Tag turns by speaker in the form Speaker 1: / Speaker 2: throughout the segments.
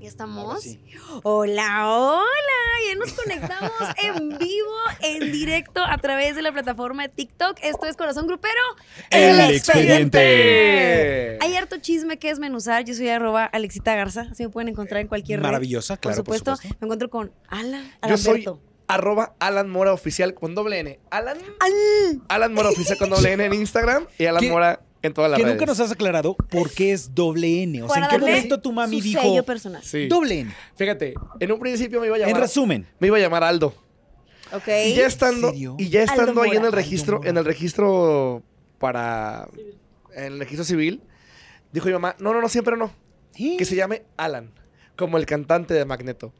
Speaker 1: ¿Ya estamos?
Speaker 2: sí.
Speaker 1: Hola, hola. Ya nos conectamos en vivo, en directo, a través de la plataforma de TikTok. Esto es Corazón Grupero. Eh,
Speaker 3: Eh.
Speaker 1: Hay harto chisme que desmenuzar. Yo soy arroba Alexita Garza. Así me pueden encontrar en cualquier red.
Speaker 2: Maravillosa, claro,
Speaker 1: por
Speaker 2: por
Speaker 1: supuesto.
Speaker 2: supuesto.
Speaker 1: Me encuentro con Alan.
Speaker 3: Yo soy
Speaker 1: Alberto.
Speaker 3: arroba Alan Mora Oficial con doble N. Alan. Alan Mora Oficial con doble N en Instagram y Alan
Speaker 2: ¿Qué-
Speaker 3: Mora en todas las
Speaker 2: Que
Speaker 3: redes.
Speaker 2: nunca nos has aclarado por qué es doble N. O sea,
Speaker 1: Para
Speaker 2: ¿en qué
Speaker 1: darle
Speaker 2: momento tu mami
Speaker 1: su
Speaker 2: dijo
Speaker 1: sello personal.
Speaker 3: Sí.
Speaker 2: doble N?
Speaker 3: Fíjate, en un principio me iba a
Speaker 2: En
Speaker 3: llamar.
Speaker 2: resumen,
Speaker 3: Me iba a llamar Aldo.
Speaker 1: Ok.
Speaker 3: Y ya estando,
Speaker 2: serio?
Speaker 3: y ya
Speaker 1: Aldo
Speaker 3: estando ahí en
Speaker 1: Mora.
Speaker 3: el registro,
Speaker 2: Aldo Mora.
Speaker 3: en el registro para. En el registro civil, dijo mi mamá: No, no, no, siempre no.
Speaker 2: ¿eh?
Speaker 3: Que se llame Alan, como el cantante de Magneto.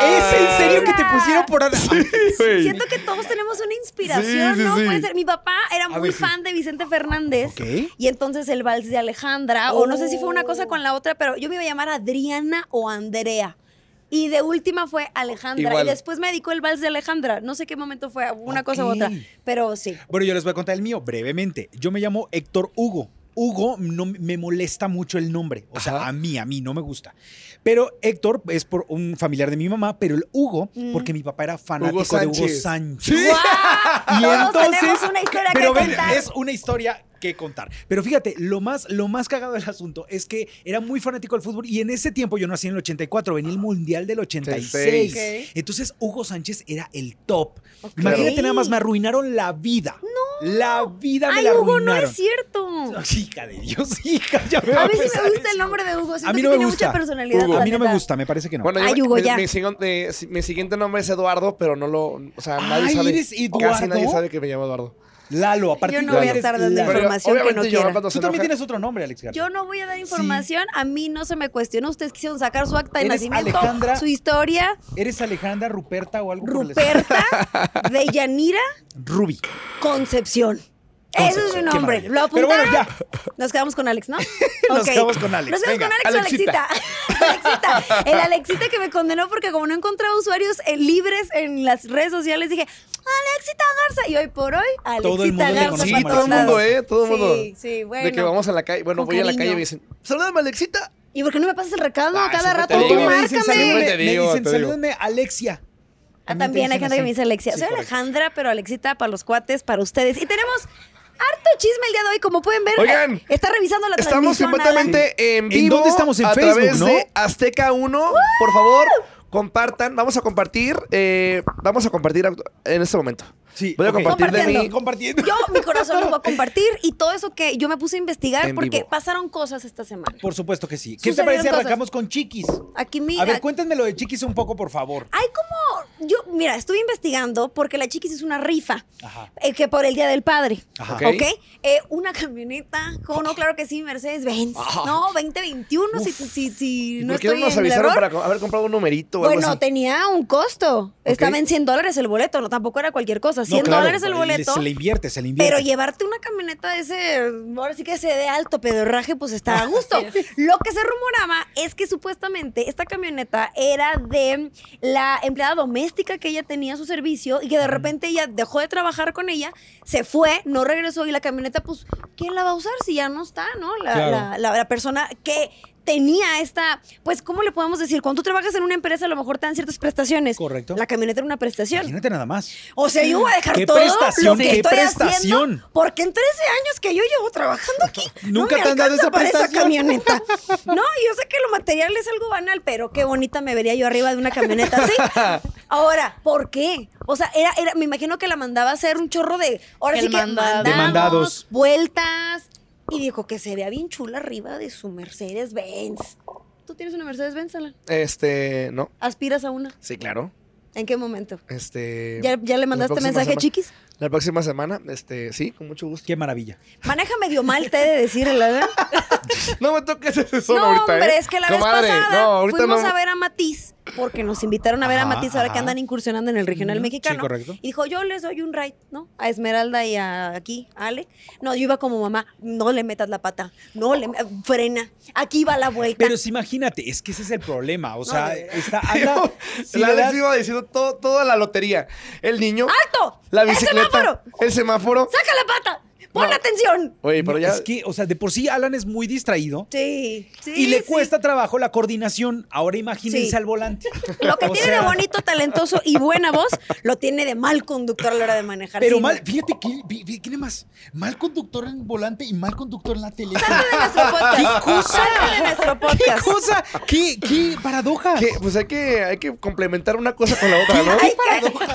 Speaker 2: ¿es en serio que te pusieron por Ana?
Speaker 3: Güey.
Speaker 1: Siento que todos tenemos una inspiración,
Speaker 3: Sí, sí,
Speaker 1: ¿no?
Speaker 3: sí.
Speaker 1: Puede ser. Mi papá era muy
Speaker 3: ver, sí.
Speaker 1: fan de Vicente Fernández.
Speaker 2: Ok.
Speaker 1: Y entonces el vals de Alejandra, o no sé si fue una cosa con la otra, pero yo me iba a llamar Adriana o Andrea. Y de última fue Alejandra.
Speaker 3: Igual.
Speaker 1: Y después me dedicó el vals de Alejandra. No sé qué momento fue, una cosa u
Speaker 2: Ok.
Speaker 1: otra. Pero sí.
Speaker 2: Bueno, yo les voy a contar el mío brevemente. Yo me llamo Héctor Hugo. Hugo no me molesta mucho el nombre, o sea,
Speaker 3: Ajá.
Speaker 2: a mí, a mí no me gusta. Pero Héctor es por un familiar de mi mamá, pero el Hugo,
Speaker 1: Mm.
Speaker 2: porque mi papá era fanático de Hugo
Speaker 3: Sánchez.
Speaker 2: Sánchez.
Speaker 1: ¡Guau!
Speaker 2: Y
Speaker 1: Todos
Speaker 2: entonces,
Speaker 1: tenemos una historia
Speaker 2: pero
Speaker 1: que
Speaker 2: ven,
Speaker 1: contar.
Speaker 2: es una historia que contar. Pero fíjate, lo más, lo más cagado del asunto es que era muy fanático del fútbol y en ese tiempo yo nací en el 84, venía el Mundial del 86.
Speaker 1: Ok.
Speaker 2: Entonces Hugo Sánchez era el top.
Speaker 1: Ok.
Speaker 2: Imagínate nada más, me arruinaron la vida. No. La vida me
Speaker 1: Ay,
Speaker 2: la
Speaker 1: Hugo,
Speaker 2: arruinaron.
Speaker 1: no es cierto.
Speaker 2: Hija de Dios, hija, ya me va
Speaker 1: A
Speaker 2: a
Speaker 1: mí sí
Speaker 2: pesar
Speaker 1: me gusta
Speaker 2: eso.
Speaker 1: el nombre de Hugo. Siento
Speaker 2: A mí no
Speaker 1: que
Speaker 2: me
Speaker 1: tiene
Speaker 2: gusta.
Speaker 1: mucha personalidad.
Speaker 3: Hugo.
Speaker 1: la
Speaker 2: A mí no me
Speaker 1: neta.
Speaker 2: gusta, me parece que no.
Speaker 3: Bueno, yo-
Speaker 1: Ay, Hugo,
Speaker 3: mi,
Speaker 1: ya.
Speaker 3: mi siguiente, mi siguiente nombre es Eduardo, pero no lo. O sea, nadie
Speaker 2: Ay,
Speaker 3: sabe.
Speaker 2: ¿eres
Speaker 3: Casi nadie
Speaker 2: Eduardo?
Speaker 3: sabe que me llamo Eduardo.
Speaker 2: Lalo, aparte
Speaker 1: Yo no voy a estar dando información que no
Speaker 3: obviamente yo
Speaker 1: quiera.
Speaker 3: cuando se
Speaker 2: Tú también
Speaker 3: enoja-
Speaker 2: tienes otro nombre, Alex García.
Speaker 1: Yo no voy a dar información, a mí no se me cuestiona. Ustedes quisieron sacar su acta de
Speaker 2: Eres
Speaker 1: nacimiento,
Speaker 2: Alejandra.
Speaker 1: su historia,
Speaker 2: ¿Eres Alejandra Ruperta o algo por el estilo?
Speaker 1: Ruperta de Yanira
Speaker 2: Ruby.
Speaker 1: Concepción. Ese es
Speaker 2: Concepción,
Speaker 1: mi
Speaker 2: qué
Speaker 1: nombre.
Speaker 2: maravilla.
Speaker 1: Lo
Speaker 2: Pero
Speaker 1: apuntaron.
Speaker 2: bueno,
Speaker 1: Nos quedamos con Alex, ¿no?
Speaker 2: Nos
Speaker 1: Ok.
Speaker 2: quedamos con Alex,
Speaker 1: Nos quedamos
Speaker 2: venga,
Speaker 1: con Alex o Alexita. Alexita. El Alexita que me condenó porque como no encontraba usuarios eh, libres en las redes sociales, dije, Alexita Garza. Y hoy por hoy, Alexita
Speaker 2: Todo el mundo le
Speaker 1: Garza.
Speaker 2: conoce
Speaker 3: Sí,
Speaker 1: para
Speaker 3: todo el
Speaker 2: como
Speaker 1: todos
Speaker 3: mundo,
Speaker 2: Alexita.
Speaker 1: lados.
Speaker 3: ¿eh? Todo el mundo.
Speaker 1: Sí, sí, bueno.
Speaker 3: De que vamos a la calle. Bueno,
Speaker 1: Con
Speaker 3: voy a la calle
Speaker 1: cariño.
Speaker 3: y me dicen, salúdame, Alexita.
Speaker 1: ¿Y por qué no me pasas el recado a
Speaker 3: Ay,
Speaker 1: cada
Speaker 3: siempre te
Speaker 1: rato?
Speaker 3: digo.
Speaker 1: Tú
Speaker 3: Oye,
Speaker 2: me dicen,
Speaker 1: márcame.
Speaker 3: salúdame. Te
Speaker 2: salúdenme,
Speaker 3: digo,
Speaker 2: me dicen,
Speaker 3: te digo.
Speaker 2: salúdenme, Alexia.
Speaker 1: Ah,
Speaker 2: te
Speaker 1: también hay
Speaker 2: dicen
Speaker 1: gente que
Speaker 2: así.
Speaker 1: me dice Alexia.
Speaker 2: Sí,
Speaker 1: Soy
Speaker 2: correcto.
Speaker 1: Alejandra, pero Alexita para los cuates, para ustedes. Y tenemos harto chisme el día de hoy, como pueden ver.
Speaker 3: Oigan,
Speaker 1: eh, está revisando la
Speaker 3: Estamos
Speaker 1: transmisión. Alan.
Speaker 3: completamente en
Speaker 2: ¿En
Speaker 3: vivo.
Speaker 2: dónde estamos? En
Speaker 3: a
Speaker 2: Facebook,
Speaker 3: través
Speaker 2: ¿no?
Speaker 3: de Azteca 1. Por favor, compartan. Vamos a compartir. eh, vamos a compartir act- en este momento.
Speaker 2: Sí,
Speaker 3: Voy a
Speaker 2: ok.
Speaker 3: compartir de
Speaker 1: Compartiendo.
Speaker 3: mí.
Speaker 2: Compartiendo.
Speaker 1: Yo, mi corazón lo voy a compartir y todo eso que yo me puse a investigar
Speaker 3: En
Speaker 1: porque
Speaker 3: vivo.
Speaker 1: pasaron cosas esta semana.
Speaker 2: Por supuesto que sí. ¿Qué te
Speaker 1: Sucedieron
Speaker 2: parece
Speaker 1: cosas.
Speaker 2: arrancamos con Chiquis?
Speaker 1: Aquí, mira.
Speaker 2: A ver, cuéntenme lo de Chiquis un poco, por favor.
Speaker 1: hay como. Yo, mira, estuve investigando porque la chiquis es una rifa.
Speaker 2: Ajá.
Speaker 1: eh, que por el Día del Padre.
Speaker 2: Ajá.
Speaker 1: ¿Ok?
Speaker 3: Ok.
Speaker 1: Eh, una camioneta, ¿cómo no? Claro que sí, Mercedes-Benz. No, 2021, si, si, si
Speaker 3: ¿Y
Speaker 1: no
Speaker 3: ¿Por qué no
Speaker 1: estoy
Speaker 3: nos
Speaker 1: en el
Speaker 3: avisaron
Speaker 1: error.
Speaker 3: para co- haber comprado un numerito o algo
Speaker 1: Bueno,
Speaker 3: así?
Speaker 1: tenía un costo. Estaba en 100 dólares el boleto, no, tampoco era cualquier cosa. 100
Speaker 2: claro,
Speaker 1: dólares el
Speaker 2: le-
Speaker 1: boleto.
Speaker 2: Se le invierte, se le invierte.
Speaker 1: Pero llevarte una camioneta de ese, ahora sí que ese de alto pedorraje, pues está a gusto. Lo que se rumoraba es que supuestamente esta camioneta era de la empleada doméstica que ella tenía a su servicio y que de repente ella dejó de trabajar con ella, se fue, no regresó y la camioneta, pues, ¿quién la va a usar si ya no está, no? La,
Speaker 2: Claro.
Speaker 1: la- la- la persona que tenía esta, pues, ¿cómo le podemos decir? Cuando tú trabajas en una empresa, a lo mejor te dan ciertas prestaciones.
Speaker 2: Correcto.
Speaker 1: La camioneta era una prestación.
Speaker 2: Imagínate nada más.
Speaker 1: O sea, yo voy a dejar
Speaker 2: ¿Qué
Speaker 1: todo lo
Speaker 2: prestación?
Speaker 1: que
Speaker 2: ¿Qué
Speaker 1: estoy
Speaker 2: prestación?
Speaker 1: haciendo porque en 13 años que yo llevo trabajando aquí no
Speaker 2: Nunca
Speaker 1: me
Speaker 2: te han dado
Speaker 1: alcanza
Speaker 2: esa
Speaker 1: para
Speaker 2: prestación.
Speaker 1: camioneta. No, yo sé que lo material es algo banal, pero qué bonita me vería yo arriba de una camioneta así. Ahora, ¿por qué? O sea, era, era me imagino que la mandaba a hacer un chorro de ahora
Speaker 4: El
Speaker 1: sí que
Speaker 4: mandado. De
Speaker 2: mandados.
Speaker 1: vueltas y dijo que se vea bien chula arriba de su Mercedes Benz. ¿Tú tienes una Mercedes Benz, Alan?
Speaker 3: Este, no.
Speaker 1: ¿Aspiras a una?
Speaker 3: Sí, claro.
Speaker 1: ¿En qué momento?
Speaker 2: Eh,
Speaker 3: Este.
Speaker 1: ¿Ya, ya le
Speaker 3: la
Speaker 1: mandaste
Speaker 3: próxima
Speaker 1: mensaje,
Speaker 3: semana-
Speaker 1: chiquis?
Speaker 3: La próxima semana, este, sí, con mucho gusto.
Speaker 2: Qué maravilla.
Speaker 1: Maneja medio mal, te he de decir, la verdad.
Speaker 3: No me toques ese son
Speaker 1: No,
Speaker 3: ahorita,
Speaker 1: hombre,
Speaker 3: ¿eh?
Speaker 1: es que la
Speaker 3: Comadre,
Speaker 1: vez pasada
Speaker 3: no, ahorita
Speaker 1: fuimos
Speaker 3: no.
Speaker 1: a ver a Matiz, porque nos invitaron a ver a
Speaker 2: Ajá,
Speaker 1: Matiz ahora que
Speaker 2: Ah, ajá.
Speaker 1: andan incursionando en el regional
Speaker 2: Ujú,
Speaker 1: mexicano.
Speaker 2: sí, correcto.
Speaker 1: Y dijo, yo les doy un ride, ¿no? A Esmeralda y a aquí, a Ale. No, yo iba como mamá, no le metas la pata, no le eh, frena, aquí va la vuelta.
Speaker 2: Pero sí, imagínate, es que ese es el problema. O sea,
Speaker 1: de verdad.
Speaker 2: está. anda- si
Speaker 3: la
Speaker 2: le
Speaker 3: Alex
Speaker 2: das-
Speaker 3: iba diciendo todo, toda la lotería. El niño.
Speaker 1: ¡Alto!
Speaker 3: La
Speaker 1: Ah, ¡El
Speaker 3: bicicleta.
Speaker 1: semáforo!
Speaker 3: El semáforo.
Speaker 1: ¡Saca la pata! ¡Pon atención!
Speaker 3: Oye, pero
Speaker 2: No,
Speaker 3: ya.
Speaker 2: Es que, o sea, de por sí Alan es muy distraído.
Speaker 1: Sí, sí.
Speaker 2: y le
Speaker 1: sí.
Speaker 2: cuesta trabajo la coordinación. Ahora imagínense
Speaker 1: Sí.
Speaker 2: al volante.
Speaker 1: Lo que
Speaker 2: O
Speaker 1: tiene
Speaker 2: sea,
Speaker 1: de bonito, talentoso y buena voz, lo tiene de mal conductor a la hora de manejar.
Speaker 2: Pero
Speaker 1: Sí,
Speaker 2: mal,
Speaker 1: no.
Speaker 2: fíjate que
Speaker 4: Vi- vi- ¿Quién es más? Mal conductor en volante y mal conductor en la tele.
Speaker 1: Salte de nuestro podcast. Salte de nuestro
Speaker 2: ¿Qué
Speaker 1: podcast.
Speaker 2: cosa? ¿Qué, qué paradoja?
Speaker 3: que, pues hay que, hay que complementar una cosa con la otra, ¿no?
Speaker 1: Hay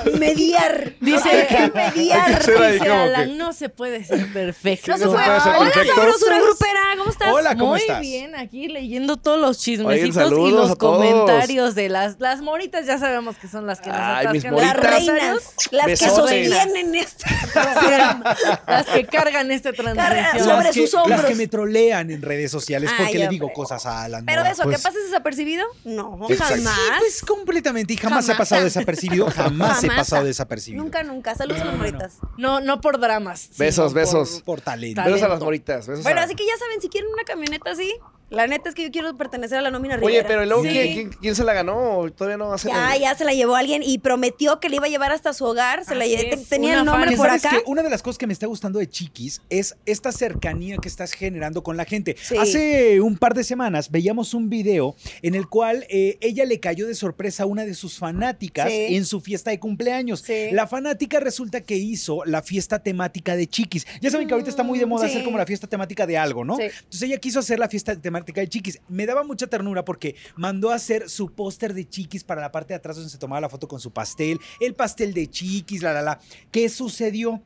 Speaker 1: que mediar.
Speaker 5: Dice-
Speaker 1: Hay que
Speaker 3: Hay
Speaker 1: mediar.
Speaker 3: que ser ahí
Speaker 5: Dice
Speaker 3: como
Speaker 5: Alan,
Speaker 3: que-
Speaker 5: no se puede ser perfecto.
Speaker 1: No se puede.
Speaker 3: puede ser
Speaker 1: Hola,
Speaker 3: perfecto.
Speaker 1: sabrosura grupera. ¿Cómo estás?
Speaker 2: Hola, ¿cómo
Speaker 5: Muy
Speaker 2: estás?
Speaker 5: bien, aquí leyendo todos los
Speaker 3: Oigan,
Speaker 5: chismecitos
Speaker 3: saludos
Speaker 5: y los
Speaker 3: a todos.
Speaker 5: comentarios de las las moritas, ya sabemos que son las que nos
Speaker 3: Ay, mis
Speaker 1: Las
Speaker 5: atascan.
Speaker 3: moritas.
Speaker 5: Las
Speaker 1: reinas.
Speaker 5: reinas,
Speaker 1: Las que
Speaker 3: Besotes.
Speaker 1: sostienen este programa.
Speaker 5: las que cargan esta
Speaker 1: Cargan
Speaker 5: transmisión.
Speaker 1: sobre
Speaker 2: las que,
Speaker 1: sus hombros.
Speaker 2: Las que me trolean en redes sociales
Speaker 1: Ay,
Speaker 2: porque le digo
Speaker 1: hombre.
Speaker 2: cosas a Alan.
Speaker 1: Pero de
Speaker 2: Mora.
Speaker 1: eso, ¿qué
Speaker 3: Pues-
Speaker 1: pasa desapercibido? No,
Speaker 3: Exacto.
Speaker 1: jamás.
Speaker 2: Pues completamente. Y jamás, he
Speaker 1: Jamás.
Speaker 2: pasado desapercibido. Jamás, he
Speaker 1: Jamás.
Speaker 2: pasado desapercibido.
Speaker 1: Nunca, nunca. Saludos a las moritas.
Speaker 5: No, no por dramas.
Speaker 3: Besos,
Speaker 5: sino
Speaker 3: besos.
Speaker 2: Por talento.
Speaker 5: Tal-
Speaker 3: Besos a las
Speaker 5: talento.
Speaker 3: moritas. besos
Speaker 1: Bueno,
Speaker 3: a-
Speaker 1: así que ya saben, si quieren una camioneta así, la neta es que yo quiero pertenecer a la nómina
Speaker 3: Oye,
Speaker 1: Rivera.
Speaker 3: pero ¿y luego
Speaker 5: Sí.
Speaker 3: ¿quién, quién, quién se la ganó? Todavía no hace.
Speaker 1: Ya, ya se la llevó alguien y prometió que le iba a llevar hasta su hogar. Se la
Speaker 5: Así
Speaker 1: lle-
Speaker 5: es,
Speaker 1: tenía
Speaker 5: una
Speaker 1: el nombre
Speaker 5: fan.
Speaker 1: por
Speaker 2: ¿Sabes
Speaker 1: acá.
Speaker 2: qué? Una de las cosas que me está gustando de Chiquis es esta cercanía que estás generando con la gente.
Speaker 1: Sí.
Speaker 2: Hace un par de semanas veíamos un video en el cual eh, ella le cayó de sorpresa a una de sus fanáticas
Speaker 1: Sí.
Speaker 2: en su fiesta de cumpleaños.
Speaker 1: Sí.
Speaker 2: La fanática resulta que hizo la fiesta temática de Chiquis. Ya saben que ahorita está muy de moda
Speaker 1: Mm, sí.
Speaker 2: hacer como la fiesta temática de algo, ¿no?
Speaker 1: Sí.
Speaker 2: Entonces ella quiso hacer la fiesta temática de Chiquis. Me daba mucha ternura porque mandó a hacer su póster de Chiquis para la parte de atrás donde se tomaba la foto con su pastel, el pastel de Chiquis, la la la. ¿Qué sucedió?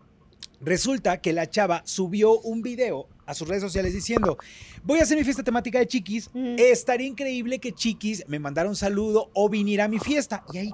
Speaker 2: Resulta que la chava subió un video a sus redes sociales diciendo, voy a hacer mi fiesta temática de Chiquis,
Speaker 1: Mm.
Speaker 2: estaría increíble que Chiquis me mandara un saludo o viniera a mi fiesta. Y ahí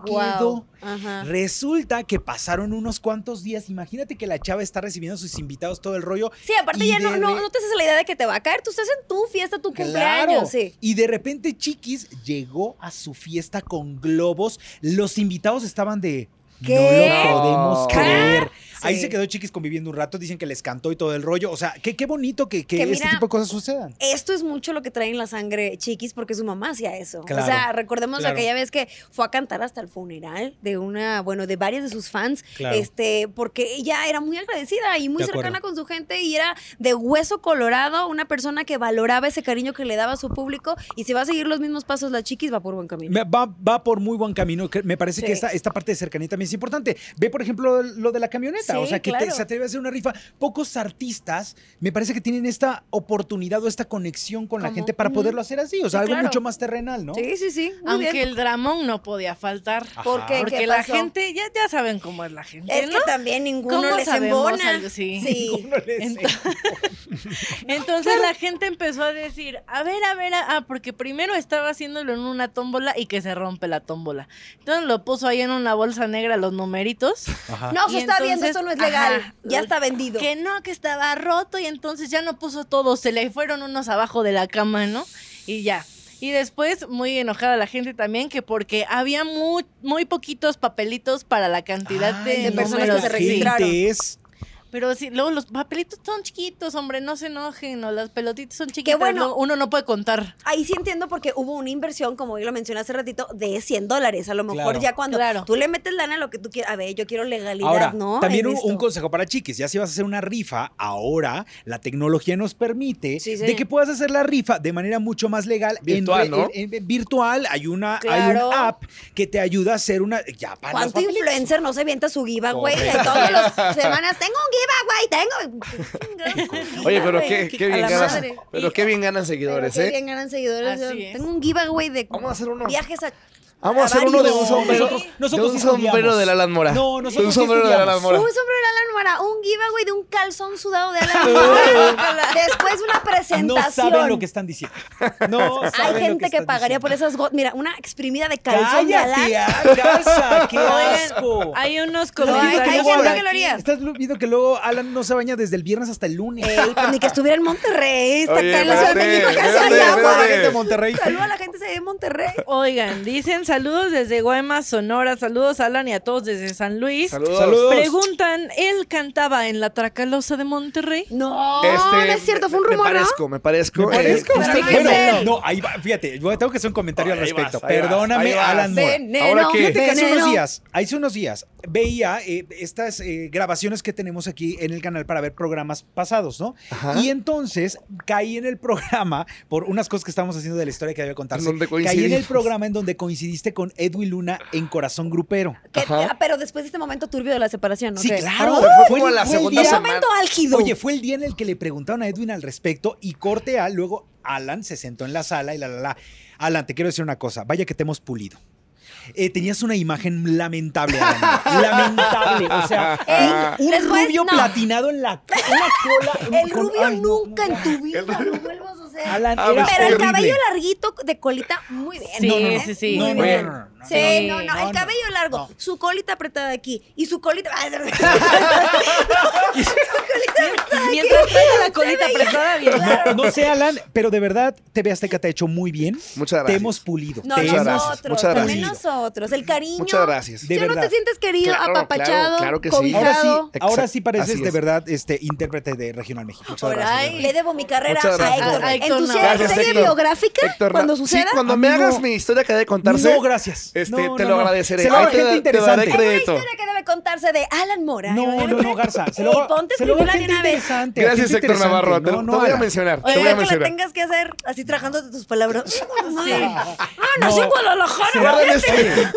Speaker 1: Guau.
Speaker 2: quedó.
Speaker 1: Ah. Ajá.
Speaker 2: Resulta que pasaron unos cuantos días, imagínate que la chava está recibiendo a sus invitados todo el rollo.
Speaker 1: Sí, aparte
Speaker 2: Y
Speaker 1: ya no,
Speaker 2: de
Speaker 1: no,
Speaker 2: re-
Speaker 1: no te haces la idea de que te va a caer. Tú estás en tu fiesta, tu cumpleaños. Sí.
Speaker 2: Y de repente Chiquis llegó a su fiesta con globos. Los invitados estaban de.
Speaker 1: ¿Qué? Ah,
Speaker 2: No lo podemos
Speaker 3: ¿Qué?
Speaker 2: creer. Ahí
Speaker 1: Sí.
Speaker 2: se quedó Chiquis conviviendo un rato. Dicen que les cantó y todo el rollo. O sea, qué, qué bonito que, que
Speaker 1: Que
Speaker 2: este
Speaker 1: mira-
Speaker 2: tipo de cosas sucedan.
Speaker 1: Esto es mucho lo que trae en la sangre chiquis porque su mamá hacía eso.
Speaker 2: Claro,
Speaker 1: o sea, recordemos
Speaker 2: claro.
Speaker 1: aquella vez que fue a cantar hasta el funeral de una, bueno, de varias de sus fans,
Speaker 2: Claro.
Speaker 1: este, porque ella era muy agradecida y muy
Speaker 2: De acuerdo.
Speaker 1: cercana con su gente y era de hueso colorado, una persona que valoraba ese cariño que le daba a su público y si va a seguir los mismos pasos la chiquis va por buen camino.
Speaker 2: Me- Va, va por muy buen camino. que Me parece
Speaker 1: Sí.
Speaker 2: que esta, esta parte de cercanía también es importante. Ve, por ejemplo, lo de la camioneta.
Speaker 1: Sí,
Speaker 2: o sea, que te-
Speaker 1: claro.
Speaker 2: se atreve a hacer una rifa. Pocos artistas me parece que tienen esta oportunidad o esta conexión con la
Speaker 1: Como-
Speaker 2: gente para
Speaker 1: Ujú.
Speaker 2: poderlo hacer así. O sea,
Speaker 1: Sí,
Speaker 2: algo
Speaker 1: claro.
Speaker 2: mucho más terrenal, ¿no?
Speaker 1: Sí, sí, sí. Muy
Speaker 5: Aunque
Speaker 1: bien.
Speaker 5: el dramón no podía faltar.
Speaker 3: Ah,
Speaker 1: ¿Por qué?
Speaker 5: Porque
Speaker 1: ¿Qué
Speaker 5: la
Speaker 1: pasó?
Speaker 5: gente, ya, ya saben cómo es la gente,
Speaker 1: Es
Speaker 5: ¿no?
Speaker 1: que también ninguno
Speaker 5: ¿Cómo
Speaker 1: les
Speaker 5: sabemos
Speaker 1: embona.
Speaker 5: algo? Sí.
Speaker 1: Sí.
Speaker 2: Uno le
Speaker 5: Ent-
Speaker 2: enseña.
Speaker 5: Entonces la gente empezó a decir, a ver, a ver, a- ah, porque primero estaba haciéndolo en una tómbola y que se rompe la tómbola. Entonces lo puso ahí en una bolsa negra los numeritos.
Speaker 1: No, se
Speaker 5: Y
Speaker 1: está viendo,
Speaker 5: entonces-
Speaker 1: esto no es legal.
Speaker 5: Ajá.
Speaker 1: ya está vendido.
Speaker 5: Que no, que estaba roto y entonces ya no puso todo, se le fueron unos abajo de la cama, ¿no? Y ya. Y después, muy enojada la gente también, que porque había muy, muy poquitos papelitos para la cantidad de,
Speaker 2: Ay,
Speaker 1: de personas
Speaker 5: números,
Speaker 1: que se
Speaker 5: sí.
Speaker 1: registraron.
Speaker 2: gente es-
Speaker 5: Pero sí, luego los papelitos son chiquitos, hombre, no se enojen, o las pelotitas son chiquitas,
Speaker 1: Qué bueno.
Speaker 5: luego uno no puede contar.
Speaker 1: Ahí sí entiendo porque hubo una inversión, como yo lo mencioné hace ratito, de 100 dólares. A lo mejor
Speaker 2: Claro.
Speaker 1: ya cuando
Speaker 5: Claro.
Speaker 1: tú le metes lana a lo que tú quieras. A ver, yo quiero legalidad,
Speaker 2: Ahora,
Speaker 1: ¿no?
Speaker 2: también
Speaker 1: En
Speaker 2: un,
Speaker 1: esto.
Speaker 2: un consejo para chiquis, ya si vas a hacer una rifa, ahora la tecnología nos permite
Speaker 1: Sí, sí.
Speaker 2: de que puedas hacer la rifa de manera mucho más legal. en
Speaker 3: Virtual,
Speaker 2: re-
Speaker 3: ¿no?
Speaker 2: en- en- virtual, hay una hay
Speaker 1: Claro.
Speaker 2: un app que te ayuda a hacer una... Ya,
Speaker 3: Ah,
Speaker 2: para los
Speaker 1: ¿Cuánto
Speaker 2: papeles.
Speaker 1: influencer no se avienta su giveaway? De todas las semanas, tengo un giveaway, tengo.
Speaker 3: Oye, pero
Speaker 1: Giveaway.
Speaker 3: qué, qué
Speaker 1: A
Speaker 3: bien
Speaker 1: la
Speaker 3: ganan.
Speaker 1: madre.
Speaker 3: Pero qué bien ganan seguidores,
Speaker 1: Pero qué
Speaker 3: ¿eh?
Speaker 1: bien ganan seguidores.
Speaker 5: Así
Speaker 1: Yo
Speaker 5: es.
Speaker 1: Tengo un giveaway de
Speaker 3: Vamos a hacer uno.
Speaker 1: viajes a.
Speaker 3: Vamos a hacer uno de un
Speaker 1: varios.
Speaker 3: sombrero.
Speaker 2: Nosotros-
Speaker 3: de
Speaker 2: nosotros
Speaker 3: un
Speaker 2: sí
Speaker 3: sombrero
Speaker 2: estudiamos.
Speaker 3: de la Alan Mora.
Speaker 2: No,
Speaker 3: De
Speaker 2: nosotros
Speaker 3: un
Speaker 2: sí
Speaker 3: sombrero de la Alan
Speaker 2: estudiamos.
Speaker 3: Mora.
Speaker 1: Un sombrero de Alan Mora, un giveaway de un calzón sudado de Alan Mora. Después una presentación.
Speaker 2: No saben lo que están diciendo. No saben
Speaker 1: Hay
Speaker 2: lo
Speaker 1: gente que,
Speaker 2: están
Speaker 1: pagaría
Speaker 2: diciendo.
Speaker 1: por esas gotas. Mira, una exprimida de calzón de Alan.
Speaker 2: ¡Cállate, ah, casa! ¡Qué
Speaker 5: Oigan,
Speaker 2: asco!
Speaker 5: Hay unos
Speaker 1: No, hay-
Speaker 5: comentarios.
Speaker 1: hay gente que lo haría.
Speaker 2: Estás viendo que luego Alan no se baña desde el viernes hasta el lunes.
Speaker 1: Ey, pues ni que estuviera en Monterrey, está
Speaker 3: Oye,
Speaker 1: acá en la Ciudad de
Speaker 3: espérate,
Speaker 1: México, ya
Speaker 3: espérate,
Speaker 1: soy agua.
Speaker 3: espérate.
Speaker 2: Monterrey.
Speaker 1: Saluda a la gente de Monterrey.
Speaker 5: Oigan, dicen saludos desde Guaymas, Sonora, saludos Alan y a todos desde San Luis.
Speaker 3: Saludos.
Speaker 2: Saludos.
Speaker 5: Preguntan, ¿él cantaba en la Tracalosa de Monterrey?
Speaker 1: No,
Speaker 3: Este,
Speaker 1: no es cierto, fue un
Speaker 3: me-
Speaker 1: rumor,
Speaker 3: Me
Speaker 1: ¿no?
Speaker 3: parezco, me parezco. eh,
Speaker 2: Me parece que
Speaker 1: pero no
Speaker 2: usted-
Speaker 1: hay que
Speaker 2: bueno,
Speaker 1: ser.
Speaker 2: no, ahí va, fíjate, yo tengo que hacer un comentario al
Speaker 3: Ahí vas,
Speaker 2: respecto.
Speaker 3: ahí vas,
Speaker 2: Perdóname,
Speaker 3: ahí vas.
Speaker 2: Alan Moore.
Speaker 1: Veneno,
Speaker 3: Ahora que-
Speaker 2: Fíjate que hace
Speaker 1: veneno.
Speaker 2: unos días, hace unos días, veía eh, estas eh, grabaciones que tenemos aquí en el canal para ver programas pasados, ¿no?
Speaker 3: Ajá.
Speaker 2: Y entonces caí en el programa, por unas cosas que estábamos haciendo de la historia que había contar.
Speaker 3: En donde
Speaker 2: Caí en el
Speaker 3: coincidimos.
Speaker 2: programa en donde coincidiste con Edwin Luna en Corazón Grupero.
Speaker 1: Que-
Speaker 3: Ajá.
Speaker 1: ah, pero después de este momento turbio de la separación, ¿no?
Speaker 2: Sí,
Speaker 1: Que-
Speaker 2: claro.
Speaker 1: Ah,
Speaker 3: Fue como
Speaker 2: el-
Speaker 3: la
Speaker 2: el
Speaker 3: segunda
Speaker 2: día-
Speaker 1: un
Speaker 3: semana.
Speaker 1: momento álgido.
Speaker 2: Oye, fue el día en el que le preguntaron a Edwin al respecto y corte a luego Alan se sentó en la sala y la la la. Alan, te quiero decir una cosa, vaya que te hemos pulido. Eh, tenías una imagen lamentable, Alan. lamentable. O sea, un, un
Speaker 1: Eh, Después,
Speaker 2: rubio
Speaker 1: no.
Speaker 2: platinado en la una cola.
Speaker 1: el
Speaker 2: con-
Speaker 1: rubio
Speaker 2: ay, no,
Speaker 1: nunca
Speaker 2: no,
Speaker 1: en tu vida
Speaker 3: El-
Speaker 1: lo vuelvas a hacer.
Speaker 2: Alan,
Speaker 3: Ah,
Speaker 2: era
Speaker 1: pero el
Speaker 2: horrible.
Speaker 1: cabello larguito de colita, muy bien.
Speaker 5: Sí,
Speaker 1: ¿eh?
Speaker 5: sí, sí.
Speaker 2: No,
Speaker 1: Muy
Speaker 2: no,
Speaker 1: bien.
Speaker 2: no, no, no,
Speaker 1: Sí,
Speaker 5: no,
Speaker 1: no,
Speaker 2: no,
Speaker 1: no,
Speaker 2: no.
Speaker 1: el cabello largo,
Speaker 2: No.
Speaker 1: su colita apretada aquí y su colita.
Speaker 5: Mientras traiga la
Speaker 1: Se
Speaker 5: colita
Speaker 1: veía.
Speaker 5: apretada bien.
Speaker 1: Claro.
Speaker 2: No sé, Alan, pero de verdad, TV Azteca te ha hecho muy bien.
Speaker 3: Muchas
Speaker 2: Te
Speaker 3: gracias.
Speaker 2: hemos pulido.
Speaker 1: No,
Speaker 2: te hemos
Speaker 1: nosotros,
Speaker 3: muchas
Speaker 1: también
Speaker 2: gracias.
Speaker 1: nosotros. El cariño.
Speaker 3: Muchas gracias.
Speaker 2: De
Speaker 1: ¿Ya no
Speaker 2: verdad.
Speaker 1: te sientes querido,
Speaker 3: Claro, claro,
Speaker 1: apapachado,
Speaker 3: claro que sí.
Speaker 2: Ahora sí,
Speaker 1: cobijado?
Speaker 3: Exacto.
Speaker 2: ahora sí pareces
Speaker 3: Así
Speaker 2: de
Speaker 3: es.
Speaker 2: verdad este intérprete de Regional México.
Speaker 3: Muchas
Speaker 5: Por
Speaker 3: gracias, de
Speaker 5: ahí.
Speaker 3: verdad.
Speaker 1: Le debo mi carrera
Speaker 3: Muchas
Speaker 1: a
Speaker 3: gracias,
Speaker 1: Héctor.
Speaker 5: Héctor.
Speaker 1: en tu
Speaker 5: Héctor
Speaker 1: serie,
Speaker 3: Navarro.
Speaker 1: serie
Speaker 3: Héctor.
Speaker 1: biográfica,
Speaker 3: Héctor,
Speaker 1: cuando
Speaker 3: na-
Speaker 1: suceda.
Speaker 3: Sí, cuando me
Speaker 2: amigo.
Speaker 3: hagas mi historia que debe contarse.
Speaker 2: No, gracias.
Speaker 3: Este,
Speaker 2: No,
Speaker 3: te
Speaker 2: no,
Speaker 3: lo
Speaker 2: no.
Speaker 3: agradeceré.
Speaker 2: Se lo
Speaker 3: Ahí
Speaker 2: hago a
Speaker 3: te,
Speaker 2: gente
Speaker 3: te daré
Speaker 2: interesante.
Speaker 3: crédito.
Speaker 1: historia que debe contarse de Alan Mora.
Speaker 2: No, no, no, Garza. Se lo
Speaker 1: Ey,
Speaker 2: hago-
Speaker 1: ponte
Speaker 2: se lo hago a
Speaker 1: espiritual de
Speaker 2: gente
Speaker 1: una vez.
Speaker 2: interesante, a
Speaker 3: Gracias,
Speaker 2: gente
Speaker 3: Héctor
Speaker 2: interesante.
Speaker 3: Navarro. Te-
Speaker 2: No,
Speaker 3: te,
Speaker 2: no,
Speaker 3: voy a
Speaker 2: Alan.
Speaker 3: mencionar.
Speaker 1: Oye,
Speaker 3: te voy
Speaker 1: ya
Speaker 3: a
Speaker 1: que la
Speaker 3: mencionar.
Speaker 1: tengas que hacer así trabajándote tus palabras. Sí. Ah,
Speaker 2: No.
Speaker 1: nació en Guadalajara.
Speaker 2: Será-
Speaker 3: Guarden este,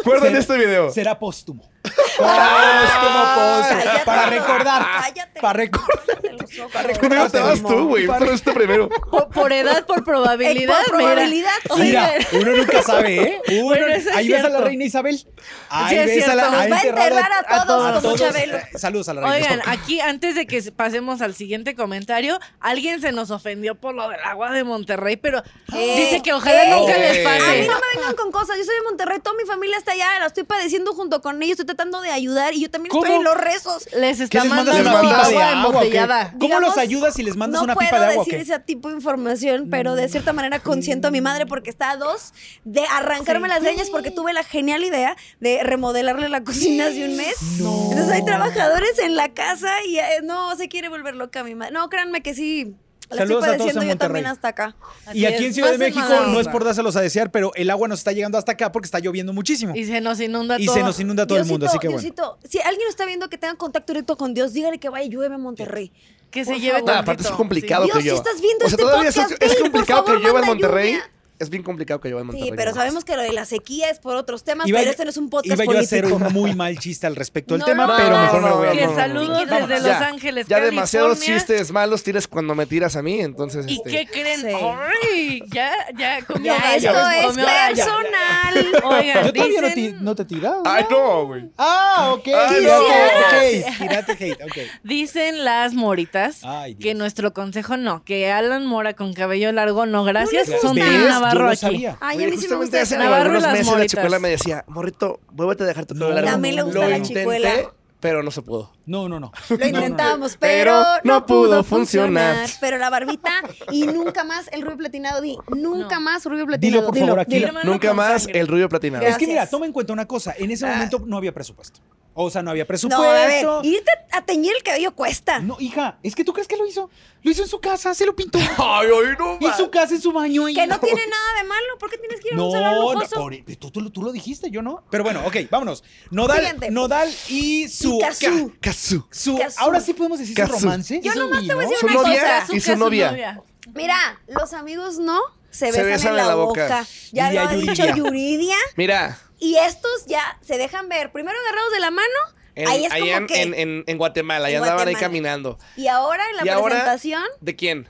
Speaker 3: guarden
Speaker 2: será-
Speaker 3: este video.
Speaker 2: Será póstumo.
Speaker 3: Ah,
Speaker 2: Póstumo, póstumo.
Speaker 1: Cállate
Speaker 2: Para
Speaker 1: los-
Speaker 2: recordar.
Speaker 1: cállate
Speaker 2: Para
Speaker 1: los-
Speaker 2: recordar.
Speaker 1: cállate los ojos. Eh,
Speaker 3: Primero te vas tú, güey. Tú eres tú primero.
Speaker 5: Por, por edad, por probabilidad.
Speaker 1: Eh, por
Speaker 5: mira.
Speaker 1: probabilidad, sí.
Speaker 2: Mira, uno nunca sabe, ¿eh? Uno-
Speaker 5: Bueno, eso es
Speaker 2: ahí ves a la
Speaker 5: cierto.
Speaker 2: reina Isabel. Ahí
Speaker 5: Sí, es
Speaker 2: ves a la
Speaker 5: cierto.
Speaker 1: Nos
Speaker 2: ahí
Speaker 1: va a
Speaker 2: enterraron
Speaker 1: enterrar a todos como Chabelo.
Speaker 2: Eh, Saludos a la reina.
Speaker 5: Oigan,
Speaker 2: Isabel.
Speaker 5: aquí antes de que pasemos al siguiente comentario, alguien se nos ofendió por lo del agua de Monterrey, pero
Speaker 1: Eh,
Speaker 5: dice que ojalá
Speaker 1: eh,
Speaker 5: nunca les
Speaker 3: eh.
Speaker 1: A mí
Speaker 5: pase.
Speaker 1: no me vengan con cosas. Yo soy de Monterrey, toda mi familia está allá, la estoy padeciendo junto con ellos, estoy tratando de ayudar y yo también
Speaker 2: ¿Cómo?
Speaker 1: estoy en los rezos.
Speaker 5: Les
Speaker 2: ¿Qué
Speaker 5: está
Speaker 2: les mandas
Speaker 5: mandando
Speaker 2: una pipa de agua?
Speaker 5: agua
Speaker 2: o qué?
Speaker 5: embotellada.
Speaker 2: ¿Cómo
Speaker 1: Digamos,
Speaker 2: los ayudas si les mandas
Speaker 1: no
Speaker 2: una pipa
Speaker 1: puedo
Speaker 2: de agua? o
Speaker 1: decir
Speaker 2: qué? Mm.
Speaker 1: ese tipo de información, pero de cierta manera consiento a mi madre porque está a dos de arrancarme
Speaker 5: Sí.
Speaker 1: las greñas porque tuve la genial idea de remodelarle la cocina hace un mes.
Speaker 2: No.
Speaker 1: Entonces hay trabajadores en la casa y eh, no se quiere volver loca mi madre. No, créanme que sí. La
Speaker 2: Saludos a
Speaker 1: estoy
Speaker 2: todos
Speaker 1: padeciendo
Speaker 2: en
Speaker 1: yo también hasta
Speaker 2: Monterrey.
Speaker 1: acá.
Speaker 5: Así
Speaker 2: Y aquí
Speaker 5: es.
Speaker 2: en Ciudad de
Speaker 5: Pasen
Speaker 2: México
Speaker 5: mala
Speaker 2: no es
Speaker 5: onda.
Speaker 2: por dárselos a desear, pero el agua nos está llegando hasta acá porque está lloviendo muchísimo.
Speaker 5: Y se nos inunda
Speaker 2: Y
Speaker 5: todo.
Speaker 2: se nos inunda todo el mundo, así que bueno.
Speaker 1: Diosito, si alguien está viendo que tenga contacto directo con Dios, dígale que vaya llueve a Monterrey.
Speaker 5: Que se
Speaker 1: Por
Speaker 5: lleve
Speaker 1: favor.
Speaker 3: No,
Speaker 5: tantito.
Speaker 3: aparte es complicado
Speaker 1: Sí.
Speaker 3: que
Speaker 1: Dios,
Speaker 3: llueva.
Speaker 1: si estás viendo
Speaker 3: o sea,
Speaker 1: este
Speaker 3: todavía es-
Speaker 1: podcast,
Speaker 3: es,
Speaker 1: ven, por
Speaker 3: complicado
Speaker 1: favor,
Speaker 3: que llueva en
Speaker 1: manda
Speaker 3: Monterrey.
Speaker 1: lluvia.
Speaker 3: Es bien complicado que llueva en Monterrey.
Speaker 1: Sí, pero sabemos que lo de la sequía es por otros temas,
Speaker 2: Iba
Speaker 1: pero
Speaker 2: yo-
Speaker 1: este no es un podcast
Speaker 2: Iba yo a hacer
Speaker 1: político.
Speaker 2: un muy mal chiste al respecto del
Speaker 1: No
Speaker 2: este tema,
Speaker 1: lo
Speaker 2: pero
Speaker 1: hagas.
Speaker 2: mejor no lo voy a
Speaker 3: No,
Speaker 5: Que
Speaker 3: no, no,
Speaker 2: hacer.
Speaker 5: saludos
Speaker 1: no, no.
Speaker 5: desde Los Ángeles,
Speaker 3: Ya demasiados
Speaker 5: California.
Speaker 3: chistes malos tienes cuando me tiras a mí, entonces.
Speaker 5: ¿Y
Speaker 3: este,
Speaker 5: qué creen?
Speaker 1: Sí.
Speaker 5: ¡Ay! Ya, ya comió
Speaker 1: Ya,
Speaker 5: gallo,
Speaker 1: esto es
Speaker 5: comió gallo.
Speaker 1: personal.
Speaker 5: Oigan,
Speaker 2: Yo todavía no
Speaker 5: dicen-
Speaker 2: te, no te he tirado.
Speaker 3: Ay, no, güey.
Speaker 2: Ah, ok.
Speaker 3: Ay,
Speaker 2: no,
Speaker 1: quisieras.
Speaker 2: ok, Tirate hate, ok.
Speaker 5: Dicen las moritas
Speaker 2: Ay, Dios.
Speaker 5: que nuestro consejo no, que Alan Mora con cabello largo no, gracias.
Speaker 1: No les
Speaker 5: Son
Speaker 1: gusta.
Speaker 5: Team
Speaker 1: ¿Ves?
Speaker 2: Yo
Speaker 5: Navarro
Speaker 2: lo
Speaker 5: aquí.
Speaker 2: sabía.
Speaker 1: Ay,
Speaker 3: Oye,
Speaker 1: a mí sí me
Speaker 3: justamente
Speaker 1: gusta
Speaker 3: hace
Speaker 1: ese
Speaker 5: Navarro y
Speaker 3: algunos
Speaker 5: las
Speaker 3: meses la
Speaker 5: moritas.
Speaker 3: chicuela me decía, morrito, vuélvete a dejar tu
Speaker 2: No,
Speaker 3: cabello largo.
Speaker 2: a mí le gusta
Speaker 3: Lo
Speaker 2: la
Speaker 3: intenté,
Speaker 1: chicuela.
Speaker 3: pero no se pudo.
Speaker 2: No, no, no.
Speaker 1: Lo
Speaker 2: No, no, no.
Speaker 1: intentábamos,
Speaker 3: Pero
Speaker 1: pero,
Speaker 3: no
Speaker 1: no
Speaker 3: pudo
Speaker 1: pudo
Speaker 3: funcionar.
Speaker 1: funcionar. Pero la barbita y nunca más el rubio platinado. Di, nunca
Speaker 5: No.
Speaker 1: más rubio platinado.
Speaker 2: Dilo, por favor, aquí.
Speaker 5: dilo. Hermano
Speaker 3: Nunca
Speaker 5: con
Speaker 3: más
Speaker 5: sangre.
Speaker 3: el rubio platinado.
Speaker 2: Es que
Speaker 1: Gracias. Ah.
Speaker 2: mira, toma en cuenta una cosa. En ese momento no había presupuesto. O sea, no
Speaker 1: No,
Speaker 2: había
Speaker 1: a ver,
Speaker 2: presupuesto.
Speaker 1: irte a teñir el cabello cuesta.
Speaker 2: No, hija, es que tú crees que lo hizo. Lo hizo en su casa, se lo pintó.
Speaker 3: Ay, hoy no.
Speaker 2: En su casa, en su baño. y-
Speaker 1: que no tiene nada de malo. ¿Por qué tienes que ir a un salón
Speaker 2: No, no,
Speaker 1: lujoso?
Speaker 2: por- tú, tú lo- tú lo dijiste, yo no. Pero bueno, ok, vámonos. Nodal,
Speaker 1: Siguiente.
Speaker 2: Nodal y su.
Speaker 1: Picasso.
Speaker 2: ca-
Speaker 3: Casu.
Speaker 2: su-
Speaker 1: Picasso.
Speaker 2: ahora sí podemos decir su
Speaker 3: Picasso.
Speaker 2: romance.
Speaker 1: Yo
Speaker 2: ¿Es un
Speaker 1: nomás te voy a
Speaker 2: vino?
Speaker 1: decir
Speaker 3: Su
Speaker 1: una
Speaker 3: novia
Speaker 1: cosa.
Speaker 3: y su novia.
Speaker 1: Mira, los amigos no se
Speaker 3: Se
Speaker 1: besan, en la, boca. Ya
Speaker 2: Diría
Speaker 1: lo ha dicho
Speaker 2: Yuridia.
Speaker 1: Yuridia.
Speaker 3: Mira,
Speaker 1: Y estos ya se dejan ver. Primero agarrados de la mano.
Speaker 3: en-
Speaker 1: ahí es
Speaker 3: ahí
Speaker 1: como
Speaker 3: en,
Speaker 1: que.
Speaker 3: en- en- en Guatemala, ya
Speaker 1: En
Speaker 3: andaban ahí
Speaker 1: Guatemala.
Speaker 3: caminando.
Speaker 1: y ahora en la
Speaker 3: y ahora-
Speaker 1: presentación.
Speaker 3: ¿De quién?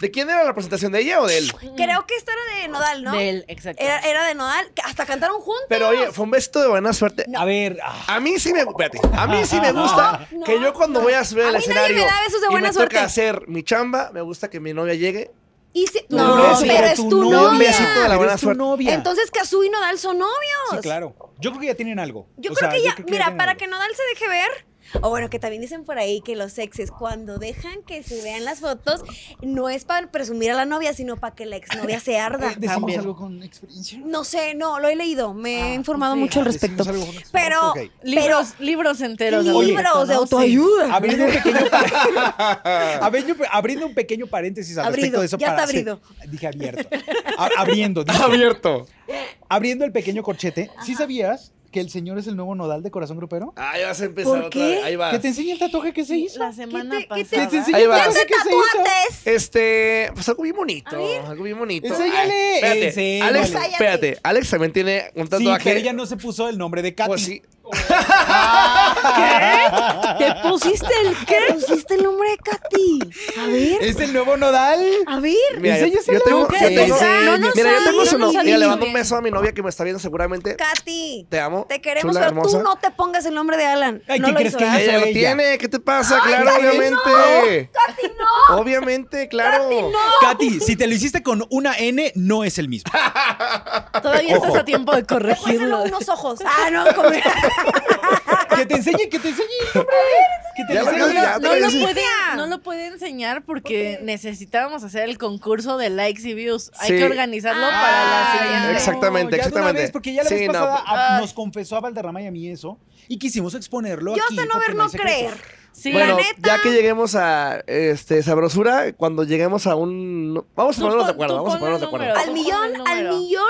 Speaker 3: ¿De quién era la presentación? ¿De ella o de él?
Speaker 1: Creo que esta era de Nodal, ¿no?
Speaker 5: Mm. Del, exacto.
Speaker 1: Era, era de Nodal. que Hasta cantaron juntos.
Speaker 3: Pero oye, fue un beso de buena suerte.
Speaker 2: A ver, ah,
Speaker 3: A mí sí me, espérate, a mí sí me gusta
Speaker 1: No, no,
Speaker 3: que yo cuando
Speaker 1: no.
Speaker 3: voy a subir
Speaker 1: A
Speaker 3: al
Speaker 1: mí nadie
Speaker 3: escenario
Speaker 1: me da besos de
Speaker 3: y
Speaker 1: buena
Speaker 3: me
Speaker 1: suerte.
Speaker 3: toca hacer mi chamba, me gusta que mi novia llegue.
Speaker 1: Y si-
Speaker 2: tu
Speaker 1: no,
Speaker 2: novia,
Speaker 1: pero es tu novia.
Speaker 3: Un besito de la
Speaker 2: Eres
Speaker 3: buena
Speaker 2: tu
Speaker 3: suerte.
Speaker 2: novia.
Speaker 1: Entonces Kazu y Nodal son novios.
Speaker 2: Sí, claro. Yo creo que ya tienen algo.
Speaker 1: Yo
Speaker 2: O
Speaker 1: creo
Speaker 2: sea,
Speaker 1: que ya,
Speaker 2: creo
Speaker 1: mira,
Speaker 2: tienen
Speaker 1: para
Speaker 2: algo.
Speaker 1: que Nodal se deje ver, O bueno, que también dicen por ahí que los exes, cuando dejan que se vean las fotos, no es para presumir a la novia, sino para que la exnovia se
Speaker 2: Eh,
Speaker 1: arda.
Speaker 4: ¿Decimos
Speaker 5: También.
Speaker 4: algo con experiencia?
Speaker 1: No sé, no, lo he leído, me he
Speaker 5: Ah,
Speaker 1: informado
Speaker 5: sí.
Speaker 1: mucho al
Speaker 4: Ah,
Speaker 1: respecto.
Speaker 4: decimos algo con experiencia.
Speaker 1: Pero,
Speaker 4: Ok.
Speaker 5: Libros, libros enteros. de
Speaker 1: libros
Speaker 5: Alberto,
Speaker 1: de
Speaker 5: ¿no?
Speaker 1: autoayuda.
Speaker 2: Abriendo un pequeño, pa- abriendo, abriendo un pequeño paréntesis al respecto
Speaker 1: Abrido,
Speaker 2: de eso.
Speaker 1: ya está
Speaker 2: hacer-
Speaker 1: abrido.
Speaker 2: dije abierto. A- abriendo. dije.
Speaker 3: Abierto.
Speaker 2: abriendo el pequeño corchete.
Speaker 4: ¿Sí sabías que el señor es el nuevo nodal de Corazón Grupero?
Speaker 3: Ahí vas a empezar
Speaker 1: ¿Por
Speaker 3: otra
Speaker 1: qué?
Speaker 3: vez. Ahí va.
Speaker 4: Que te enseñe el tatuaje que se
Speaker 5: Sí,
Speaker 4: hizo.
Speaker 5: la semana
Speaker 1: ¿Qué te- qué te-
Speaker 5: pasada.
Speaker 2: Que te enseñe
Speaker 3: Ahí
Speaker 2: el
Speaker 3: va.
Speaker 2: tatuaje que se hizo.
Speaker 1: ¡Tatuates!
Speaker 3: Este, pues algo bien
Speaker 1: A
Speaker 3: bonito,
Speaker 1: ver.
Speaker 3: algo bien bonito.
Speaker 2: Enséñale,
Speaker 3: Ay, espérate,
Speaker 2: enséñale.
Speaker 3: Alex,
Speaker 1: Cállate.
Speaker 3: espérate, Alex también tiene un
Speaker 2: Sí,
Speaker 3: tatuaje.
Speaker 2: pero ella no se puso el nombre de Katy.
Speaker 3: Pues sí.
Speaker 5: ¿Te pusiste el qué?
Speaker 1: ¿Qué pusiste el nombre de Katy? A ver,
Speaker 2: Es el nuevo nodal.
Speaker 1: a ver.
Speaker 3: Mira, yo,
Speaker 2: Enséñaselo.
Speaker 3: yo tengo,
Speaker 5: ¿Qué
Speaker 3: yo
Speaker 5: te
Speaker 3: tengo-
Speaker 5: enseña? No nos
Speaker 3: mira, yo
Speaker 5: ha
Speaker 3: tengo
Speaker 5: ido,
Speaker 3: su
Speaker 5: no nos
Speaker 3: no-
Speaker 5: ha
Speaker 3: Mira, le
Speaker 5: ido
Speaker 3: mando un
Speaker 5: bien.
Speaker 3: beso a mi novia que me está viendo seguramente.
Speaker 1: Katy.
Speaker 3: Te amo.
Speaker 1: Te queremos,
Speaker 3: chula,
Speaker 1: pero
Speaker 3: hermosa.
Speaker 1: tú no te pongas el nombre de Alan.
Speaker 2: Ay,
Speaker 1: no
Speaker 2: ¿qué
Speaker 1: lo
Speaker 2: crees
Speaker 1: hizo,
Speaker 2: que
Speaker 1: ¿verdad?
Speaker 2: hizo?
Speaker 3: Ella lo
Speaker 2: ella.
Speaker 3: tiene, ¿qué te pasa? claro,
Speaker 1: Ah, Katy,
Speaker 3: obviamente.
Speaker 1: Katy, no.
Speaker 3: Obviamente, claro.
Speaker 1: Ah.
Speaker 2: Katy, si te lo hiciste con una N, no es el mismo.
Speaker 5: Todavía
Speaker 2: Ojo.
Speaker 5: estás a tiempo de
Speaker 1: Pónselo
Speaker 5: corregirlo.
Speaker 1: Pues unos ojos. Ah, no, como...
Speaker 2: Que te enseñe, que te enseñe el nombre. Que te
Speaker 3: Ya
Speaker 2: lo
Speaker 3: lo-
Speaker 2: enseñe.
Speaker 3: ya-
Speaker 5: No lo,
Speaker 3: Sí.
Speaker 5: puede, no lo puede enseñar porque necesitábamos hacer el concurso de likes y views. Hay
Speaker 3: Sí.
Speaker 5: que organizarlo
Speaker 1: Ah,
Speaker 5: para la
Speaker 1: ya.
Speaker 5: siguiente.
Speaker 3: Exactamente,
Speaker 2: ya de una
Speaker 3: exactamente.
Speaker 2: vez, porque ya la
Speaker 3: Sí,
Speaker 2: vez
Speaker 3: no,
Speaker 2: pasada
Speaker 3: pues-
Speaker 2: a- nos confesó a Valderrama y a mí eso. Y quisimos exponerlo
Speaker 1: Yo
Speaker 2: aquí.
Speaker 1: hasta no
Speaker 2: porque
Speaker 1: ver, no
Speaker 2: hay secreto.
Speaker 1: creer.
Speaker 5: Sí,
Speaker 3: bueno,
Speaker 1: la neta.
Speaker 3: ya que lleguemos a este sabrosura, cuando lleguemos a un vamos a
Speaker 5: Tú
Speaker 3: ponernos de
Speaker 5: pon-
Speaker 3: acuerdo,
Speaker 5: tú
Speaker 3: vamos a
Speaker 5: pon el
Speaker 3: ponernos de acuerdo.
Speaker 5: número.
Speaker 1: Al millón,
Speaker 5: Ojo, el
Speaker 1: al
Speaker 5: número.
Speaker 1: millón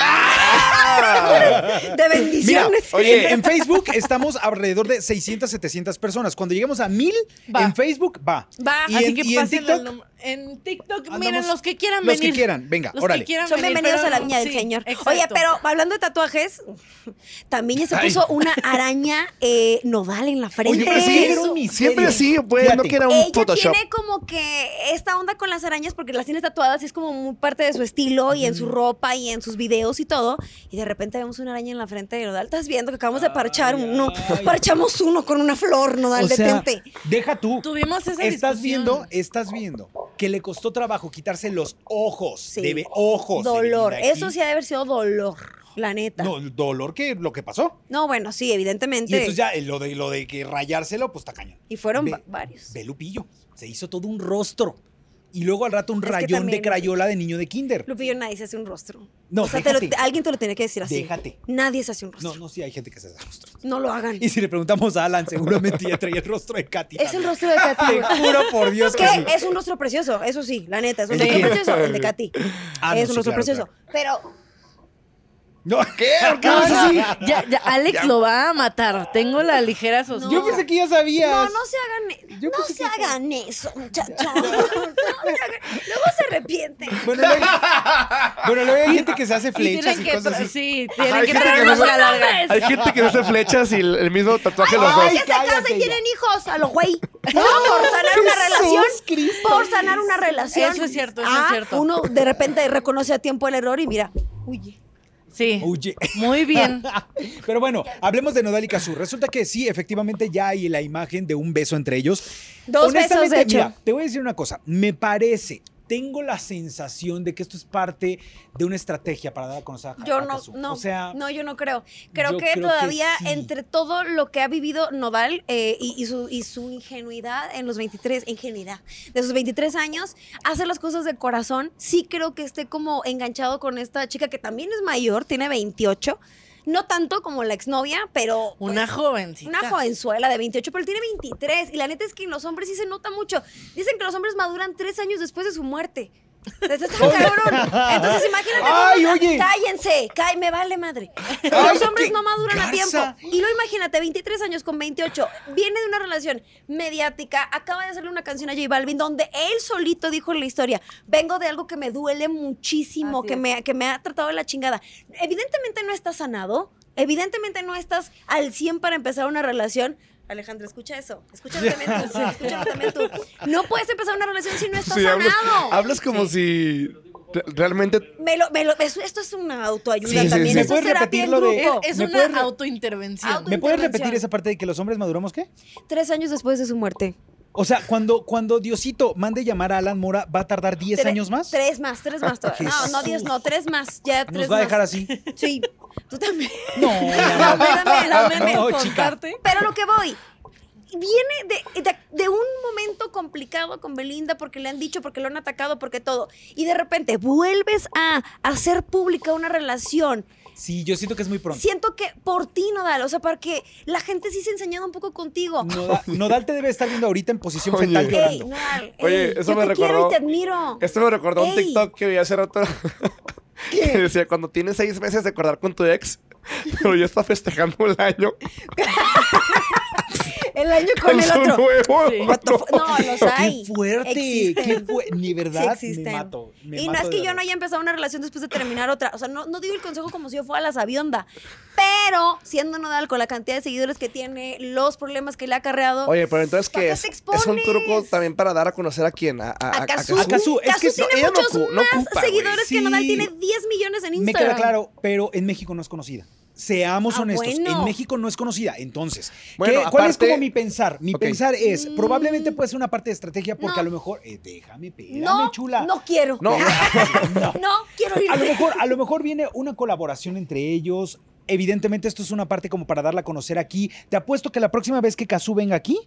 Speaker 3: Ah.
Speaker 1: de bendiciones.
Speaker 2: Oye, en Facebook estamos alrededor de 600, 700 personas. Cuando lleguemos a 1000,
Speaker 5: Va.
Speaker 2: en Facebook va.
Speaker 1: Va.
Speaker 2: Y
Speaker 5: Así
Speaker 2: en-
Speaker 5: que
Speaker 2: y en
Speaker 5: pasen
Speaker 2: TikTok.
Speaker 5: al nom- en TikTok,
Speaker 2: Andamos-
Speaker 5: miren, los que quieran
Speaker 2: Los
Speaker 5: venir.
Speaker 2: que quieran, venga,
Speaker 5: Los
Speaker 2: órale.
Speaker 5: que quieran
Speaker 1: Son
Speaker 5: venir,
Speaker 1: bienvenidos
Speaker 5: pero-
Speaker 1: a la viña del
Speaker 5: sí,
Speaker 1: Señor.
Speaker 5: exacto.
Speaker 1: Oye, pero hablando de tatuajes, también ya se puso una araña eh, nodal en la frente.
Speaker 3: Oye, pero sí,
Speaker 1: Eso.
Speaker 2: era un misterio.
Speaker 3: Siempre sí, pues, no
Speaker 2: Fíjate.
Speaker 3: que era un
Speaker 1: Ella
Speaker 3: Photoshop.
Speaker 1: tiene como que esta onda con las arañas porque las tiene tatuadas y es como muy parte de su estilo y en su ropa y en sus videos y todo. Y de repente vemos una araña en la frente de Nodal. Estás viendo que acabamos de parchar
Speaker 2: Ay,
Speaker 1: uno.
Speaker 2: ay.
Speaker 1: Parchamos uno con una flor, Nodal,
Speaker 2: O sea,
Speaker 1: detente.
Speaker 2: deja tú.
Speaker 5: Tuvimos esa
Speaker 2: Estás
Speaker 5: discusión.
Speaker 2: viendo, estás viendo que le costó trabajo quitarse los ojos,
Speaker 1: Sí.
Speaker 2: de ve- ojos. de
Speaker 1: Dolor.
Speaker 2: venir aquí.
Speaker 1: Eso sí ha de haber sido dolor, la neta. No,
Speaker 2: No, dolor que lo que pasó.
Speaker 1: bueno, sí,
Speaker 2: Y
Speaker 1: evidentemente.
Speaker 2: entonces ya eh, lo de lo de que rayárselo, pues está cañón.
Speaker 1: Y fueron
Speaker 2: Ve-
Speaker 1: va- varios.
Speaker 2: Ve Lupillo, se hizo todo un rostro. Y luego al rato un
Speaker 1: Es que
Speaker 2: rayón de
Speaker 1: también-
Speaker 2: crayola de niño de kinder.
Speaker 1: Lupillo nadie se hace un rostro.
Speaker 2: No,
Speaker 1: o sea, te lo-
Speaker 2: déjate.
Speaker 1: te- alguien te lo tenía que decir así.
Speaker 2: Déjate.
Speaker 1: Nadie se hace un rostro.
Speaker 2: No,
Speaker 1: No,
Speaker 2: no, sí hay gente que se hace rostro.
Speaker 1: lo hagan.
Speaker 2: Y si le preguntamos a Alan, seguramente ya traía el rostro de Katy.
Speaker 1: Es el
Speaker 2: también.
Speaker 1: rostro de Katy.
Speaker 2: Te juro por Dios que sí.
Speaker 1: Que es un rostro precioso, eso sí, la neta, es un
Speaker 2: ¿El de
Speaker 1: rostro
Speaker 2: quién?
Speaker 1: precioso, el de Katy.
Speaker 2: Ah, no,
Speaker 1: es un
Speaker 2: sí,
Speaker 1: rostro
Speaker 2: claro,
Speaker 1: precioso. Pero
Speaker 2: No, ¿qué?
Speaker 5: No, no, ya, ya, Alex lo va a matar. Tengo la ligera sospecha.
Speaker 2: Yo pensé que ya sabías.
Speaker 1: no, no se hagan, e-
Speaker 2: Yo
Speaker 1: no
Speaker 2: pensé
Speaker 1: se hagan eso, muchachos. No se hagan- Luego se arrepienten.
Speaker 2: Bueno, luego, bueno, luego hay gente que se hace
Speaker 5: Y tienen
Speaker 2: flechas y
Speaker 5: que
Speaker 2: cosas
Speaker 5: tra-
Speaker 2: así.
Speaker 5: Sí,
Speaker 3: Ajá, hay
Speaker 5: tienen que
Speaker 3: gente
Speaker 5: traer
Speaker 3: que
Speaker 5: una
Speaker 3: no
Speaker 5: manga larga.
Speaker 3: Hay gente que no hace flechas y el, el mismo tatuaje los
Speaker 1: Ay,
Speaker 3: dos.
Speaker 1: que se casan
Speaker 2: cállate
Speaker 1: y
Speaker 2: ya.
Speaker 1: tienen hijos a los güey. No, por sanar una
Speaker 2: Jesús
Speaker 1: relación.
Speaker 2: Cristo.
Speaker 1: Por sanar una relación.
Speaker 5: Eso es cierto, eso
Speaker 1: Ah,
Speaker 5: es cierto.
Speaker 1: Uno de repente reconoce a tiempo el error y mira, huye.
Speaker 5: Sí.
Speaker 2: Oye.
Speaker 5: Muy bien.
Speaker 2: Pero bueno, hablemos de Nodal y Cazzu. Resulta que sí, efectivamente ya hay la imagen de un beso entre ellos.
Speaker 1: Dos besos, de hecho.
Speaker 2: mira, te voy a decir una cosa. Me parece, tengo la sensación de que esto es parte de una estrategia para dar a conocer a
Speaker 1: Yo
Speaker 2: a
Speaker 1: no,
Speaker 2: Cazzu.
Speaker 1: no,
Speaker 2: O sea,
Speaker 1: no, yo no creo. Creo
Speaker 2: yo
Speaker 1: que
Speaker 2: creo que
Speaker 1: todavía
Speaker 2: sí.
Speaker 1: entre todo lo que ha vivido Nodal eh, y, y su, y su ingenuidad en los 23, ingenuidad, de sus 23 años, hace las cosas de corazón. Sí creo que esté como enganchado con esta chica que también es mayor, tiene 28. No tanto como la exnovia, pero... pues,
Speaker 5: Una jovencita.
Speaker 1: una jovenzuela de 28, pero él tiene 23. Y la neta es que en los hombres sí se nota mucho. Dicen que los hombres maduran tres años después de su muerte. Entonces, está cabrón. Entonces, imagínate.
Speaker 2: Ay,
Speaker 1: cómo-
Speaker 2: oye.
Speaker 1: Cállense, cá- me vale madre.
Speaker 2: Ay,
Speaker 1: Los hombres
Speaker 2: qué
Speaker 1: no maduran a tiempo.
Speaker 2: garza.
Speaker 1: Y lo imagínate, 23 años con 28. Viene de una relación mediática. Acaba de hacerle una canción a J Balvin donde él solito dijo en la historia: Vengo de algo que me duele muchísimo,
Speaker 5: Así
Speaker 1: que
Speaker 5: es.
Speaker 1: me, que me ha tratado de la chingada. Evidentemente no estás sanado. Evidentemente no estás al 100 para empezar una relación. Alejandra, escucha eso. Escúchalo también tú. Escúchalo también tú. No puedes empezar una relación si no estás
Speaker 3: Sí, hablas,
Speaker 1: sanado.
Speaker 3: hablas como si re- realmente.
Speaker 1: Me lo- me lo- eso- esto es una autoayuda
Speaker 3: Sí, sí,
Speaker 1: también.
Speaker 3: sí.
Speaker 1: Esto
Speaker 2: ¿Me
Speaker 1: es
Speaker 2: puedes
Speaker 1: terapia en
Speaker 2: repetir lo de-
Speaker 1: grupo.
Speaker 5: Es
Speaker 2: ¿Me
Speaker 5: una
Speaker 2: puedes re-
Speaker 5: autointervención.
Speaker 1: Auto-
Speaker 2: ¿me puedes
Speaker 1: intervención.
Speaker 2: repetir esa parte de que los hombres maduramos qué?
Speaker 1: Tres años después de su muerte.
Speaker 2: O sea, cuando, cuando Diosito mande llamar a Alan Mora, ¿va a tardar 10
Speaker 1: Tre-
Speaker 2: años más? Ah,
Speaker 1: Tres más, tres más todavía. No, no,
Speaker 2: Jesús.
Speaker 1: diez, no, tres más. Ya tres
Speaker 2: Nos va a dejar
Speaker 1: más.
Speaker 2: así.
Speaker 1: Sí, tú también.
Speaker 2: No, mi amor.
Speaker 1: Espérame,
Speaker 5: Dame
Speaker 1: dame.
Speaker 2: No,
Speaker 5: no,
Speaker 2: chica.
Speaker 5: contarte.
Speaker 1: Pero lo que voy, viene de, de- de un momento complicado con Belinda porque le han dicho, porque lo han atacado, porque todo. Y de repente vuelves a hacer pública una relación.
Speaker 2: Sí, yo siento que es muy pronto.
Speaker 1: Siento que por ti, Nodal, o sea, para que la gente sí se enseñado un poco contigo.
Speaker 2: Noda- Nodal te debe estar viendo ahorita en posición
Speaker 3: Oye.
Speaker 2: fetal
Speaker 1: Ey,
Speaker 2: llorando.
Speaker 1: Nodal, ey,
Speaker 3: Oye, eso
Speaker 1: yo
Speaker 3: me
Speaker 1: te quiero
Speaker 3: recordó-
Speaker 1: y te admiro.
Speaker 3: Esto me recordó un
Speaker 1: Ey.
Speaker 3: TikTok que vi hace rato. Que decía, cuando tienes seis meses de acordar con tu ex, pero ya está festejando el año
Speaker 1: El año
Speaker 3: con,
Speaker 1: con, el
Speaker 3: su
Speaker 1: otro.
Speaker 3: nuevo.
Speaker 5: Sí.
Speaker 1: What the fu- No, los hay.
Speaker 2: ¡Qué fuerte!
Speaker 1: Existen.
Speaker 2: ¡Qué fuerte! Ni verdad, me
Speaker 1: existen.
Speaker 2: mato. me
Speaker 1: y no
Speaker 2: mato
Speaker 1: es
Speaker 2: de
Speaker 1: que yo
Speaker 2: verdad.
Speaker 1: no haya empezado una relación después de terminar otra. O sea, no, no digo el consejo como si yo fuera la sabionda. Pero siendo Nodal con la cantidad de seguidores que tiene, los problemas que le ha acarreado.
Speaker 3: Oye, pero entonces,
Speaker 1: ¿Para
Speaker 3: ¿qué
Speaker 1: qué
Speaker 3: es?
Speaker 1: te
Speaker 3: Es un truco
Speaker 1: expones?
Speaker 3: también para dar a conocer a quién. A,
Speaker 1: a Cazzu.
Speaker 2: Cazzu. Cazzu, es
Speaker 1: Cazzu
Speaker 2: que
Speaker 1: tiene
Speaker 3: ella no
Speaker 1: muchos
Speaker 3: ocu- no
Speaker 1: más
Speaker 3: ocupa, güey.
Speaker 1: seguidores que Nodal.
Speaker 2: Sí.
Speaker 1: Tiene 10 millones en
Speaker 2: Me
Speaker 1: Instagram.
Speaker 2: queda claro, pero en México no es conocida. Seamos
Speaker 1: Ah,
Speaker 2: honestos,
Speaker 1: bueno.
Speaker 2: en México no es conocida. Entonces,
Speaker 3: Bueno,
Speaker 2: ¿qué- ¿cuál es
Speaker 3: aparte-
Speaker 2: como mi pensar? Mi
Speaker 3: Ok.
Speaker 2: pensar es,
Speaker 1: Mm.
Speaker 2: probablemente puede ser una parte de estrategia porque
Speaker 1: No.
Speaker 2: a lo mejor, eh, déjame, espérame,
Speaker 1: No,
Speaker 2: chula.
Speaker 1: no quiero.
Speaker 3: No,
Speaker 1: no. quiero ir.
Speaker 2: A lo, mejor, a lo mejor viene una colaboración entre ellos. Evidentemente, esto es una parte como para darla a conocer aquí. Te apuesto que la próxima vez que Kazu venga aquí,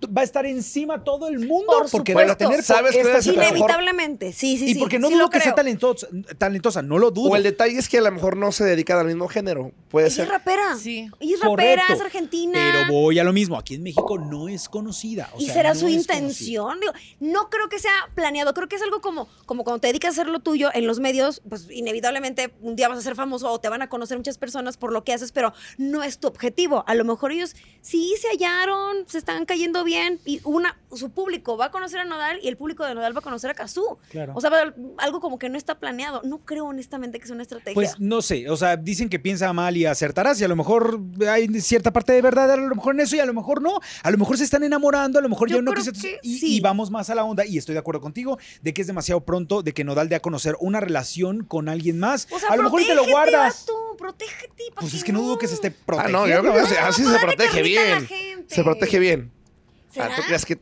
Speaker 2: t- va a estar encima todo el mundo.
Speaker 1: Por
Speaker 2: porque
Speaker 1: supuesto.
Speaker 2: va a tener
Speaker 3: ¿Sabes qué
Speaker 2: esta
Speaker 3: es?
Speaker 2: situación.
Speaker 1: Inevitablemente. Sí, sí, sí.
Speaker 2: Y porque no
Speaker 1: sí
Speaker 2: dudo
Speaker 1: lo
Speaker 2: que sea
Speaker 1: creo.
Speaker 2: talentosa, talentosa, no lo dudo.
Speaker 3: o el detalle es que a lo mejor no se dedican al mismo género. Puede
Speaker 1: Ella es
Speaker 3: ser.
Speaker 1: rapera.
Speaker 5: Sí.
Speaker 1: Ella es rapera,
Speaker 2: Correcto.
Speaker 1: es argentina.
Speaker 2: Pero voy a lo mismo, aquí en México no es conocida. o
Speaker 1: y
Speaker 2: sea,
Speaker 1: será
Speaker 2: no
Speaker 1: su
Speaker 2: es
Speaker 1: intención. Digo, no creo que sea planeado. Creo que es algo como, como cuando te dedicas a hacer lo tuyo en los medios, pues inevitablemente un día vas a ser famoso o te van a conocer muchas personas por lo que haces, pero no es tu objetivo. A lo mejor ellos sí se hallaron, se están cayendo bien y una, su público va a conocer a Nodal y el público de Nodal va a conocer a Kazú.
Speaker 2: Claro.
Speaker 1: O sea, va- algo como que no está planeado. No creo honestamente que sea una estrategia.
Speaker 2: Pues no sé, o sea, dicen que piensa mal y acertarás, y a lo mejor hay cierta parte de verdad, a lo mejor en eso, y a lo mejor no. A lo mejor se están enamorando, a lo mejor
Speaker 1: Yo
Speaker 2: ya no
Speaker 1: creo
Speaker 2: quise-
Speaker 1: que
Speaker 2: y,
Speaker 1: sí.
Speaker 2: y vamos más a la onda, y estoy de acuerdo contigo, de que es demasiado pronto, de que Nodal dé a conocer una relación con alguien más.
Speaker 1: o sea,
Speaker 2: a lo mejor y te lo
Speaker 1: protégete,
Speaker 2: guardas.
Speaker 1: vato, protégete. pa'
Speaker 2: Pues es que no dudo que se esté
Speaker 3: Ah,
Speaker 2: protegiendo.
Speaker 3: no, yo creo que así-
Speaker 1: No,
Speaker 3: así
Speaker 1: no,
Speaker 3: se
Speaker 1: dale
Speaker 3: protege
Speaker 1: carnita a la
Speaker 3: bien.
Speaker 1: gente.
Speaker 3: Se protege bien. Ah,
Speaker 1: ¿Será?
Speaker 3: ¿Tú crees que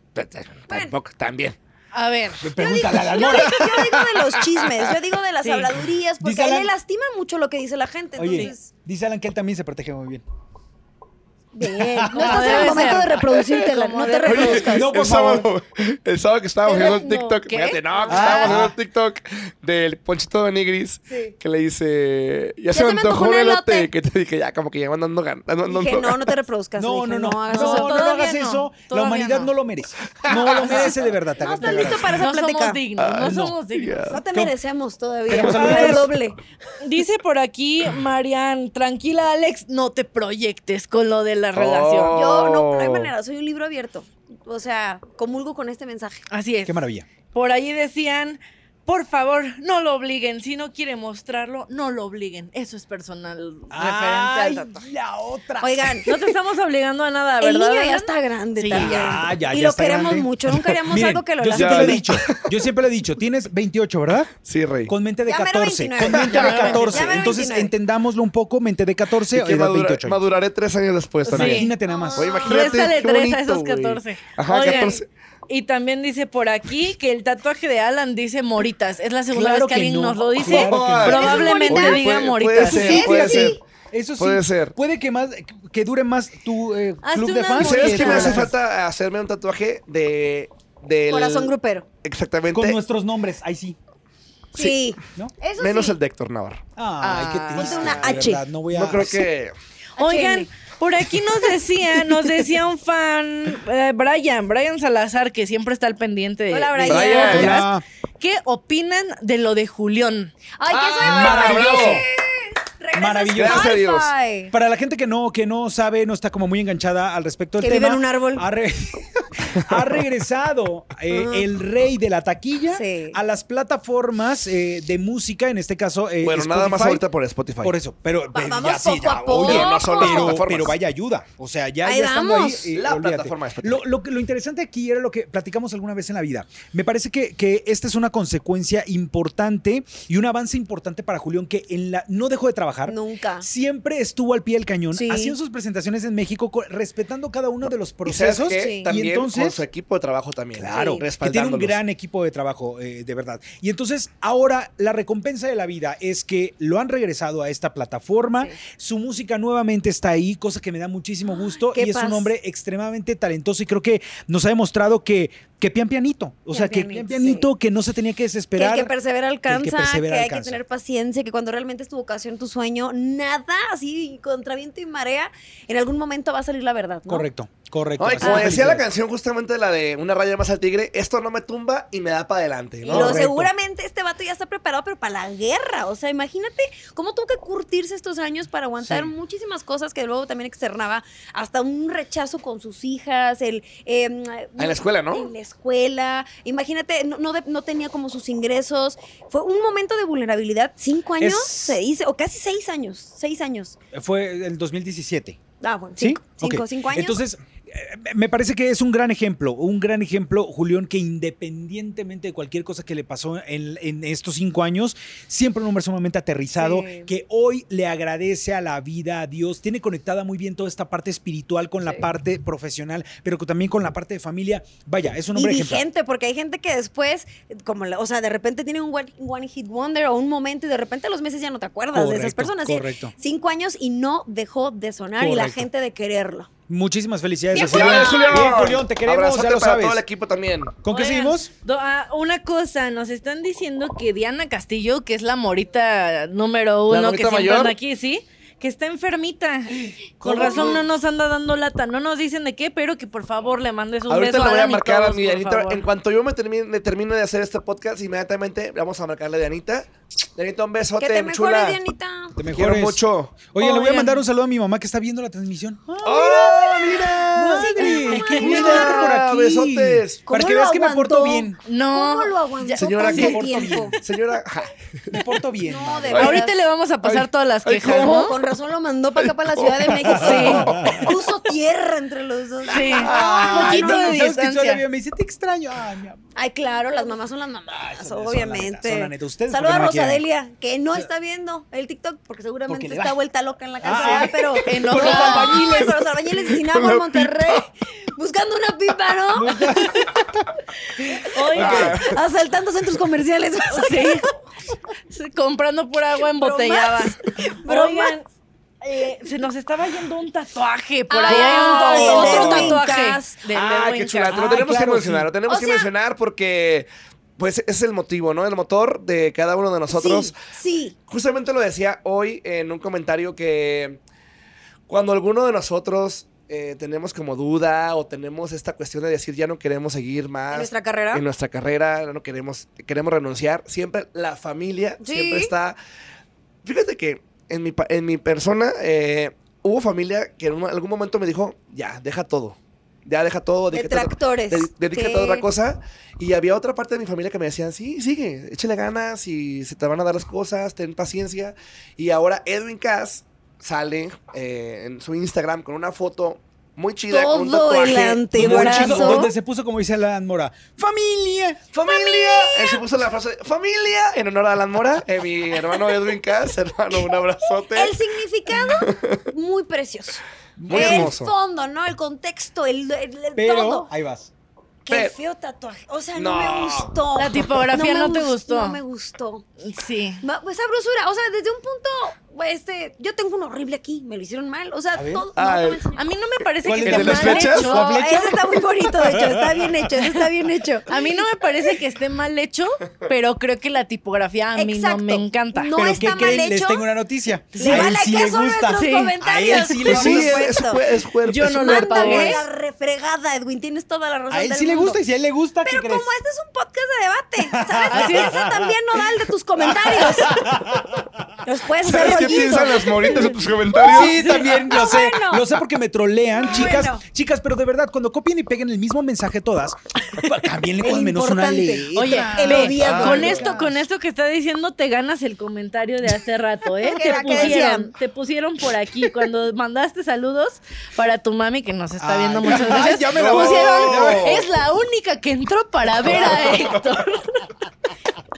Speaker 3: tampoco también?
Speaker 5: A ver,
Speaker 2: Pregúntale a la
Speaker 1: Yo
Speaker 2: Nora.
Speaker 1: digo, yo digo de los chismes, yo digo de las
Speaker 5: Sí.
Speaker 1: habladurías, porque
Speaker 2: Dice
Speaker 1: a él
Speaker 2: Alan-
Speaker 1: le lastima mucho lo que dice la gente.
Speaker 2: Oye,
Speaker 1: Entonces,
Speaker 2: dice Alan que él también se protege muy bien.
Speaker 1: bien, no
Speaker 5: Como
Speaker 1: estás en el
Speaker 5: debe
Speaker 1: momento
Speaker 5: ser.
Speaker 1: de reproducirte, Alan, no
Speaker 5: Como
Speaker 1: te
Speaker 5: debe ser.
Speaker 1: reproduzcas.
Speaker 2: Oye, no, por
Speaker 3: el, pues, sábado, el sábado que estábamos
Speaker 1: Te
Speaker 3: viendo
Speaker 1: re-
Speaker 3: el TikTok,
Speaker 1: no,
Speaker 5: ¿qué?
Speaker 3: fíjate, no, que
Speaker 2: Ah.
Speaker 3: estábamos viendo el TikTok del Ponchito Benigris,
Speaker 1: Sí.
Speaker 3: que le dice, ya, se me antojó un elote, que te dije, ya como que ya me andan gan- andan-
Speaker 1: Dije,
Speaker 3: andan-
Speaker 1: no, no te reproduzcas.
Speaker 2: No,
Speaker 1: Dije,
Speaker 2: no, no. No,
Speaker 1: hagas
Speaker 2: no,
Speaker 1: eso.
Speaker 2: no,
Speaker 5: Todavía
Speaker 2: hagas
Speaker 5: no,
Speaker 2: eso. La
Speaker 5: todavía
Speaker 2: humanidad
Speaker 5: no.
Speaker 2: no. lo merece. No lo merece de verdad. te-
Speaker 1: No
Speaker 2: te
Speaker 1: estás listo
Speaker 2: agradezco.
Speaker 1: para esa
Speaker 5: no
Speaker 1: plática.
Speaker 5: somos dignos,
Speaker 3: Ah,
Speaker 5: no
Speaker 3: no.
Speaker 5: somos dignos.
Speaker 3: Ya.
Speaker 1: No te merecemos todavía.
Speaker 2: Tenemos
Speaker 1: Al
Speaker 2: algunas-
Speaker 1: doble.
Speaker 5: Dice por aquí Marian, tranquila Alex, no te proyectes con lo de la relación.
Speaker 3: Oh.
Speaker 1: Yo no, no hay manera, soy un libro abierto. O sea, comulgo con este mensaje.
Speaker 5: Así es.
Speaker 2: Qué maravilla.
Speaker 5: Por allí decían, por favor, no lo obliguen. Si no quiere mostrarlo, no lo obliguen. Eso es personal
Speaker 2: Ay,
Speaker 5: referente al tatuaje.
Speaker 2: la otra.
Speaker 1: Oigan,
Speaker 5: No te estamos obligando a nada,
Speaker 1: el
Speaker 5: ¿verdad?
Speaker 1: niño ya
Speaker 5: Adriana?
Speaker 1: está grande
Speaker 5: Sí,
Speaker 1: también.
Speaker 2: ya, Ah, ya,
Speaker 1: y
Speaker 2: ya
Speaker 1: lo
Speaker 2: está
Speaker 1: queremos
Speaker 2: grande.
Speaker 1: mucho, nunca haríamos
Speaker 2: Miren,
Speaker 1: algo que lo
Speaker 2: yo siempre
Speaker 1: lastime.
Speaker 2: lo he dicho, yo siempre lo he dicho, tienes 28, ¿verdad?
Speaker 3: Sí, rey.
Speaker 2: Con mente de
Speaker 1: Ya mero
Speaker 2: 14,
Speaker 1: 29.
Speaker 2: con mente
Speaker 1: Ya
Speaker 2: de
Speaker 1: mero
Speaker 2: 14.
Speaker 1: 29.
Speaker 2: Entonces entendámoslo un poco, mente de 14,
Speaker 3: Y que
Speaker 2: edad
Speaker 3: madura-
Speaker 2: 28.
Speaker 3: maduraré tres años después también.
Speaker 2: Imagínate nada más.
Speaker 3: Oye, imagínate,
Speaker 5: Réstale
Speaker 3: qué
Speaker 5: tres a
Speaker 3: bonito,
Speaker 5: esos
Speaker 3: güey.
Speaker 5: 14.
Speaker 3: Ajá,
Speaker 5: Oigan,
Speaker 3: 14.
Speaker 5: Y también dice por aquí que el tatuaje de Alan dice moritas. Es la segunda
Speaker 2: Claro
Speaker 5: vez que,
Speaker 2: que
Speaker 5: alguien
Speaker 2: no,
Speaker 5: nos lo dice.
Speaker 2: claro que no.
Speaker 5: Probablemente
Speaker 1: Oye,
Speaker 5: diga
Speaker 3: puede- puede
Speaker 5: moritas.
Speaker 1: Sí,
Speaker 3: ser, puede
Speaker 1: sí.
Speaker 3: ser.
Speaker 2: Eso sí.
Speaker 3: Puede ser.
Speaker 2: Puede que más que dure más tu eh,
Speaker 5: Hazte
Speaker 2: club de
Speaker 5: una
Speaker 2: fans.
Speaker 5: Sí,
Speaker 3: ¿Sabes qué me
Speaker 5: no,
Speaker 3: hace
Speaker 5: no.
Speaker 3: falta hacerme un tatuaje de... del-
Speaker 1: Corazón grupero.
Speaker 3: Exactamente.
Speaker 2: Con nuestros nombres, ahí sí,
Speaker 1: Sí.
Speaker 2: ¿no?
Speaker 1: Eso
Speaker 3: menos
Speaker 1: sí.
Speaker 3: el de Héctor Navarro.
Speaker 2: Ay, qué
Speaker 5: Ah.
Speaker 2: triste.
Speaker 1: Ponte una
Speaker 2: de
Speaker 1: H.
Speaker 2: verdad, no voy a
Speaker 3: No creo que...
Speaker 5: Oigan,
Speaker 1: HN.
Speaker 5: por aquí nos decía, nos decía un fan, eh, Brian, Brian Salazar, que siempre está al pendiente de,
Speaker 1: Hola,
Speaker 5: de-
Speaker 1: Brian.
Speaker 5: de-
Speaker 3: Brian.
Speaker 2: Ya.
Speaker 5: ¿Qué opinan de lo de Julián?
Speaker 1: Ay, que soy
Speaker 3: Ah,
Speaker 1: maravilloso.
Speaker 3: maravilloso.
Speaker 2: Maravilloso.
Speaker 3: Gracias a Dios.
Speaker 2: Para la gente que no, que no sabe, no está como muy enganchada al respecto del
Speaker 1: Que
Speaker 2: tema.
Speaker 1: vive en un árbol.
Speaker 2: Ha, re- ha regresado eh,
Speaker 1: Ajá.
Speaker 2: el rey de la taquilla
Speaker 1: Sí.
Speaker 2: a las plataformas eh, de música, en este caso. eh,
Speaker 3: Bueno, nada más
Speaker 2: Spotify.
Speaker 3: ahorita por Spotify.
Speaker 2: Por eso, pero
Speaker 1: Va-
Speaker 2: pero
Speaker 1: vamos
Speaker 2: ya sí,
Speaker 1: poco
Speaker 2: ya,
Speaker 1: a poco.
Speaker 2: oye,
Speaker 3: no son las
Speaker 2: pero,
Speaker 3: plataformas.
Speaker 2: pero vaya ayuda. O sea, ya,
Speaker 1: Ahí
Speaker 2: ya estando ahí. eh,
Speaker 1: vamos.
Speaker 3: La plataforma de Spotify.
Speaker 2: Lo, lo que- lo interesante aquí era lo que platicamos alguna vez en la vida. Me parece que, que esta es una consecuencia importante y un avance importante para Julián, que en la, no dejó de trabajar
Speaker 1: Nunca.
Speaker 2: siempre estuvo al pie del cañón,
Speaker 1: Ah. Sí.
Speaker 2: haciendo sus presentaciones en México, co- respetando cada uno de los
Speaker 3: ¿Y sabes
Speaker 2: procesos.
Speaker 3: qué?
Speaker 1: Sí.
Speaker 3: También
Speaker 2: entonces-
Speaker 3: con su equipo de trabajo también.
Speaker 2: Claro, que tiene un
Speaker 3: respaldándolos.
Speaker 2: gran equipo de trabajo, eh, de verdad. Y entonces, ahora la recompensa de la vida es que lo han regresado a esta plataforma. Su música nuevamente está ahí, cosa que me da muchísimo gusto.
Speaker 1: qué
Speaker 2: y es
Speaker 1: paz.
Speaker 2: un hombre extremadamente talentoso y creo que nos ha demostrado que, que pian pianito. O
Speaker 1: Pian
Speaker 2: sea, que
Speaker 1: pianito,
Speaker 2: pian pianito, que no se tenía que
Speaker 1: Que el
Speaker 2: desesperar.
Speaker 1: que persevera alcanza, que,
Speaker 2: persevera
Speaker 1: hay
Speaker 2: alcanza.
Speaker 1: que tener paciencia, que cuando realmente es tu vocación, tu sueño, nada así contra viento y marea, en algún momento va a salir la verdad, ¿no?
Speaker 2: Correcto, correcto.
Speaker 3: Ay,
Speaker 2: Así
Speaker 3: como decía la
Speaker 2: que felicidades.
Speaker 3: canción, justamente la de Una raya más al tigre, esto no me tumba y me da para adelante.
Speaker 1: Y
Speaker 3: ¿no?
Speaker 1: lo
Speaker 2: Correcto.
Speaker 1: seguramente este vato ya está preparado, pero para la guerra. O sea, imagínate cómo tuvo que curtirse estos años para aguantar
Speaker 2: Sí.
Speaker 1: muchísimas cosas que luego también externaba, hasta un rechazo con sus hijas, el... eh,
Speaker 3: En la escuela, ¿no?
Speaker 1: En la escuela. Imagínate, no, no, de- no tenía como sus ingresos. Fue un momento de vulnerabilidad. ¿Cinco años?
Speaker 2: Es-
Speaker 1: Se dice, o casi seis años. Seis años.
Speaker 2: Fue el 2017.
Speaker 1: Ah, bueno,
Speaker 2: ¿Sí?
Speaker 1: cinco. Cinco,
Speaker 2: Ok.
Speaker 1: cinco años.
Speaker 2: Entonces, eh, me parece que es un gran ejemplo, un gran ejemplo, Julián, que independientemente de cualquier cosa que le pasó en, en estos cinco años, siempre un hombre sumamente aterrizado,
Speaker 5: Sí.
Speaker 2: que hoy le agradece a la vida, a Dios, tiene conectada muy bien toda esta parte espiritual con la
Speaker 5: Sí.
Speaker 2: parte profesional, pero que también con la parte de familia. Vaya, es un
Speaker 1: y
Speaker 2: hombre ejemplar.
Speaker 1: vigente, porque hay gente que después, como la- o sea, de repente tiene un one, one hit wonder o un momento y de repente a los meses ya no te acuerdas de esas
Speaker 2: Correcto,
Speaker 1: personas. Y
Speaker 2: Correcto.
Speaker 1: Cinco años y no dejó de sonar y la
Speaker 2: Correcto.
Speaker 1: gente de quererlo.
Speaker 2: Muchísimas felicidades.
Speaker 1: Bien,
Speaker 2: así que- Bien, Julián, te queremos,
Speaker 3: Abrazote
Speaker 2: ya lo
Speaker 3: para
Speaker 2: sabes.
Speaker 3: todo el equipo también.
Speaker 2: ¿Con qué
Speaker 5: Oigan,
Speaker 2: seguimos?
Speaker 5: do- ah, una cosa, nos están diciendo que Diana Castillo, que es la morita número uno que
Speaker 3: morita
Speaker 5: siempre
Speaker 3: mayor?
Speaker 5: anda aquí, ¿sí? Que está enfermita. Con
Speaker 3: ¿Cómo?
Speaker 5: razón no nos anda dando lata. No nos dicen de qué, pero que por favor le mandes un
Speaker 3: Ahorita
Speaker 5: beso
Speaker 3: le voy a
Speaker 5: Dani
Speaker 3: marcar
Speaker 5: todos,
Speaker 3: a mi
Speaker 5: por
Speaker 3: Dianita.
Speaker 5: favor.
Speaker 3: En cuanto yo me termine, me termine de hacer este podcast, inmediatamente vamos a marcarle a Dianita. Dianita, un besote,
Speaker 1: que te
Speaker 3: mi
Speaker 1: mejores,
Speaker 3: chula.
Speaker 1: Dianita.
Speaker 2: Te
Speaker 3: Te quiero
Speaker 2: mejores.
Speaker 3: mucho.
Speaker 2: Oye, le voy a
Speaker 5: Oigan.
Speaker 2: mandar un saludo a mi mamá que está viendo la transmisión.
Speaker 3: ¡Oh, mira!
Speaker 1: Sí,
Speaker 2: Madre,
Speaker 1: mamá,
Speaker 2: qué
Speaker 1: mamá.
Speaker 2: gusto verte por aquí.
Speaker 3: Besotes.
Speaker 2: Para
Speaker 1: ¿Cómo
Speaker 2: que
Speaker 1: lo
Speaker 2: veas que me porto
Speaker 1: aguantó?
Speaker 2: bien.
Speaker 5: No.
Speaker 1: ¿Cómo lo aguantó
Speaker 3: Señora,
Speaker 1: tanto
Speaker 3: ¿qué?
Speaker 1: tiempo?
Speaker 3: Señora, ja,
Speaker 2: Me porto bien.
Speaker 1: No,
Speaker 2: madre.
Speaker 1: de verdad.
Speaker 5: Ahorita le vamos a pasar
Speaker 3: Ay,
Speaker 5: todas las
Speaker 3: ay,
Speaker 5: quejas,
Speaker 1: ¿Cómo?
Speaker 5: ¿no?
Speaker 1: Con razón lo mandó para acá, para la Ciudad de México. Sí. Puso tierra entre los dos.
Speaker 5: Sí.
Speaker 1: Ah,
Speaker 5: Un poquito
Speaker 1: no,
Speaker 5: de
Speaker 1: no,
Speaker 2: ¿Sabes que yo
Speaker 5: distancia.
Speaker 2: le veo? Me dice, te extraño. Ay, mi amor.
Speaker 1: Ay, claro, las mamás son las
Speaker 2: Ay,
Speaker 1: mamás,
Speaker 2: son- son la neta,
Speaker 1: obviamente.
Speaker 2: son la neta. Ustedes
Speaker 1: Saluda a
Speaker 2: porque no la quieren.
Speaker 1: Rosadelia, que no está viendo el TikTok, porque seguramente
Speaker 2: Porque le
Speaker 1: está
Speaker 2: va.
Speaker 1: vuelta loca en la casa,
Speaker 2: Ah.
Speaker 1: ¿verdad? pero
Speaker 5: Enojada.
Speaker 1: Con los albañiles. Con los albañiles de Sinagua,
Speaker 3: Con
Speaker 1: en
Speaker 3: la
Speaker 1: Monterrey, buscando una pipa, ¿no?
Speaker 5: Oiga,
Speaker 1: Asaltando centros comerciales.
Speaker 5: sí. Comprando pura agua embotellada.
Speaker 1: Bromas.
Speaker 5: Oigan, eh, se nos estaba yendo un tatuaje. Por
Speaker 1: Ah,
Speaker 5: ahí hay un
Speaker 3: el
Speaker 5: otro
Speaker 3: de Edwin
Speaker 5: tatuaje.
Speaker 1: Cass.
Speaker 5: del
Speaker 3: Ah,
Speaker 5: Edwin
Speaker 3: qué
Speaker 5: Cass.
Speaker 3: chula. Lo
Speaker 2: Ah,
Speaker 3: tenemos que
Speaker 2: claro,
Speaker 3: mencionar,
Speaker 2: sí.
Speaker 3: lo tenemos
Speaker 1: O
Speaker 3: que
Speaker 1: sea-
Speaker 3: mencionar porque pues ese es el motivo, ¿no? El motor de cada uno de nosotros.
Speaker 1: Sí, sí.
Speaker 3: Justamente lo decía hoy en un comentario que cuando alguno de nosotros eh, tenemos como duda o tenemos esta cuestión de decir ya no queremos seguir
Speaker 1: en
Speaker 3: más
Speaker 1: nuestra carrera.
Speaker 3: en nuestra carrera, no queremos, queremos renunciar. Siempre la familia
Speaker 1: Sí.
Speaker 3: siempre está. Fíjate que en mi, pa- en mi persona eh, hubo familia que en un- algún momento me dijo, ya, deja todo. Ya deja todo, dedícate, a, otra-
Speaker 1: Detractores.
Speaker 3: ded- dedícate a
Speaker 1: Sí.
Speaker 3: otra cosa. Y había otra parte de mi familia que me decían, sí, sigue, échale ganas y se te van a dar las cosas, ten paciencia. Y ahora Edwin Cass sale eh, en su Instagram con una foto muy chida, con un
Speaker 1: Todo
Speaker 3: tatuaje.
Speaker 1: el
Speaker 2: Donde se puso-
Speaker 1: antebrazo.
Speaker 2: Donde se puso, como dice Alan Mora, ¡familia!
Speaker 3: ¡Familia! Él se puso la frase de, ¡Familia! En honor a Alan Mora, eh, mi hermano Edwin Cass, hermano, un abrazote.
Speaker 1: El significado, muy precioso.
Speaker 3: Muy
Speaker 1: el
Speaker 3: hermoso.
Speaker 1: fondo, ¿no? El contexto, el, el- el
Speaker 2: Pero
Speaker 1: todo.
Speaker 2: ahí vas.
Speaker 1: Qué
Speaker 3: Pero-
Speaker 1: feo tatuaje. O sea, no,
Speaker 3: No.
Speaker 1: me gustó.
Speaker 5: La tipografía no
Speaker 1: me
Speaker 5: te
Speaker 1: gus-
Speaker 5: gustó.
Speaker 1: No me gustó.
Speaker 5: Sí.
Speaker 1: Ma- Esa brusura, o sea, desde un punto, este, yo tengo un horrible aquí, me lo hicieron mal. O sea,
Speaker 2: A ver.
Speaker 1: todo.
Speaker 3: Ah,
Speaker 1: no, no
Speaker 3: el-
Speaker 1: me enseñaron.
Speaker 5: A mí no me parece
Speaker 2: ¿Cuál
Speaker 5: que
Speaker 2: es
Speaker 5: esté
Speaker 2: el de
Speaker 5: mal
Speaker 2: las flechas?
Speaker 5: hecho.
Speaker 2: ¿La flecha?
Speaker 1: Ese está muy bonito, de hecho, está bien hecho, ese está bien hecho.
Speaker 5: A mí no me parece que esté mal hecho, pero creo que la tipografía a mí
Speaker 1: Exacto.
Speaker 5: no me encanta.
Speaker 1: No
Speaker 2: ¿Pero
Speaker 1: está
Speaker 2: qué creen?
Speaker 1: mal
Speaker 2: Les
Speaker 1: hecho.
Speaker 2: tengo una noticia.
Speaker 1: Le vale queso nuestros
Speaker 5: Sí.
Speaker 1: comentarios.
Speaker 2: A él sí le
Speaker 3: Pues
Speaker 1: por
Speaker 3: sí, es,
Speaker 1: supuesto.
Speaker 3: es, cue- es cuerpo.
Speaker 5: Yo
Speaker 3: es
Speaker 5: no
Speaker 3: un
Speaker 5: lo
Speaker 3: cuerpo.
Speaker 5: pagué.
Speaker 1: Mándame la refregada, Edwin, tienes toda la razón.
Speaker 2: A él
Speaker 1: del
Speaker 2: sí le
Speaker 1: mundo.
Speaker 2: gusta y si a él le gusta, ¿qué
Speaker 1: Pero
Speaker 2: crees?
Speaker 1: como este es un podcast de debate, ¿sabes?
Speaker 5: Así
Speaker 1: qué?
Speaker 5: es.
Speaker 1: Ese también no da el de tus comentarios. Los puedes hacer
Speaker 3: ¿Sabes qué
Speaker 1: rollitos.
Speaker 3: piensan las moritas en tus comentarios?
Speaker 2: Sí, también, lo sé.
Speaker 1: bueno.
Speaker 2: Lo sé porque me trolean,
Speaker 1: No,
Speaker 2: chicas.
Speaker 1: bueno.
Speaker 2: Chicas, pero de verdad, cuando copien y peguen el mismo mensaje todas, cámbienle
Speaker 1: El
Speaker 2: con menos una
Speaker 1: importante.
Speaker 2: letra.
Speaker 5: Oye,
Speaker 1: El
Speaker 5: ve,
Speaker 1: odiado.
Speaker 5: con
Speaker 1: Ah.
Speaker 5: esto, con esto que está diciendo, te ganas el comentario de hace rato, ¿eh?
Speaker 1: ¿Qué
Speaker 5: Te
Speaker 1: era? ¿Qué decían?
Speaker 5: pusieron, te pusieron por aquí cuando mandaste saludos para tu mami que nos está
Speaker 2: Ay,
Speaker 5: viendo muchas
Speaker 2: ay,
Speaker 5: veces.
Speaker 2: ya me la-
Speaker 5: pusieron,
Speaker 3: No.
Speaker 5: es la única que entró para ver a Héctor.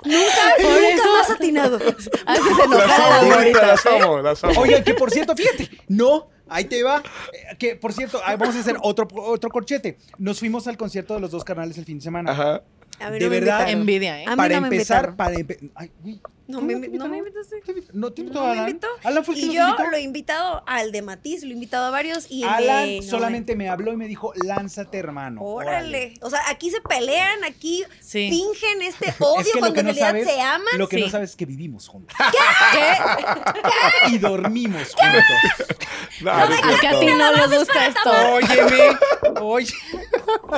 Speaker 5: nunca, por
Speaker 1: Nunca
Speaker 5: eso
Speaker 1: más atinado.
Speaker 5: haces
Speaker 3: Las
Speaker 5: enojar a la
Speaker 3: amo,
Speaker 1: ¿eh?
Speaker 5: morita.
Speaker 3: ahorita, las amo, las amo.
Speaker 2: Oigan, que por cierto, fíjate, no, ahí te va. Eh, que por cierto, ah, vamos a hacer otro, otro corchete. Nos fuimos al concierto de los dos canales el fin de semana.
Speaker 3: Ajá.
Speaker 1: A mí
Speaker 2: De
Speaker 1: no me
Speaker 2: verdad,
Speaker 1: invitaron.
Speaker 5: Envidia, ¿eh?
Speaker 1: A mí
Speaker 2: Para
Speaker 1: no me
Speaker 2: empezar,
Speaker 1: invitaron.
Speaker 2: para empe- Ay, güey,
Speaker 1: No
Speaker 2: ¿tú
Speaker 1: me,
Speaker 2: no te
Speaker 1: invi- no me
Speaker 2: invitaron?
Speaker 1: invitaste.
Speaker 2: te invitó- no te invitó
Speaker 1: No me
Speaker 2: Alan.
Speaker 1: invitó.
Speaker 2: Alan fue el que
Speaker 1: Y
Speaker 2: nos
Speaker 1: yo
Speaker 2: invitó.
Speaker 1: lo he invitado al de Matiz, lo he invitado a varios y el de-
Speaker 2: Alan
Speaker 1: no,
Speaker 2: solamente me habló y me dijo, lánzate, hermano.
Speaker 1: Órale. O sea, aquí se pelean, aquí
Speaker 5: Sí.
Speaker 1: fingen este odio
Speaker 2: Es que lo
Speaker 1: cuando
Speaker 2: que
Speaker 1: en
Speaker 2: no
Speaker 1: realidad
Speaker 2: sabes-
Speaker 1: se aman.
Speaker 2: Lo que no Ah,
Speaker 5: Sí.
Speaker 2: sabes es que vivimos juntos.
Speaker 5: ¿Qué?
Speaker 2: Y dormimos juntos.
Speaker 3: No,
Speaker 5: A
Speaker 3: no es
Speaker 5: Katy no le gusta esto.
Speaker 2: Óyeme, oye.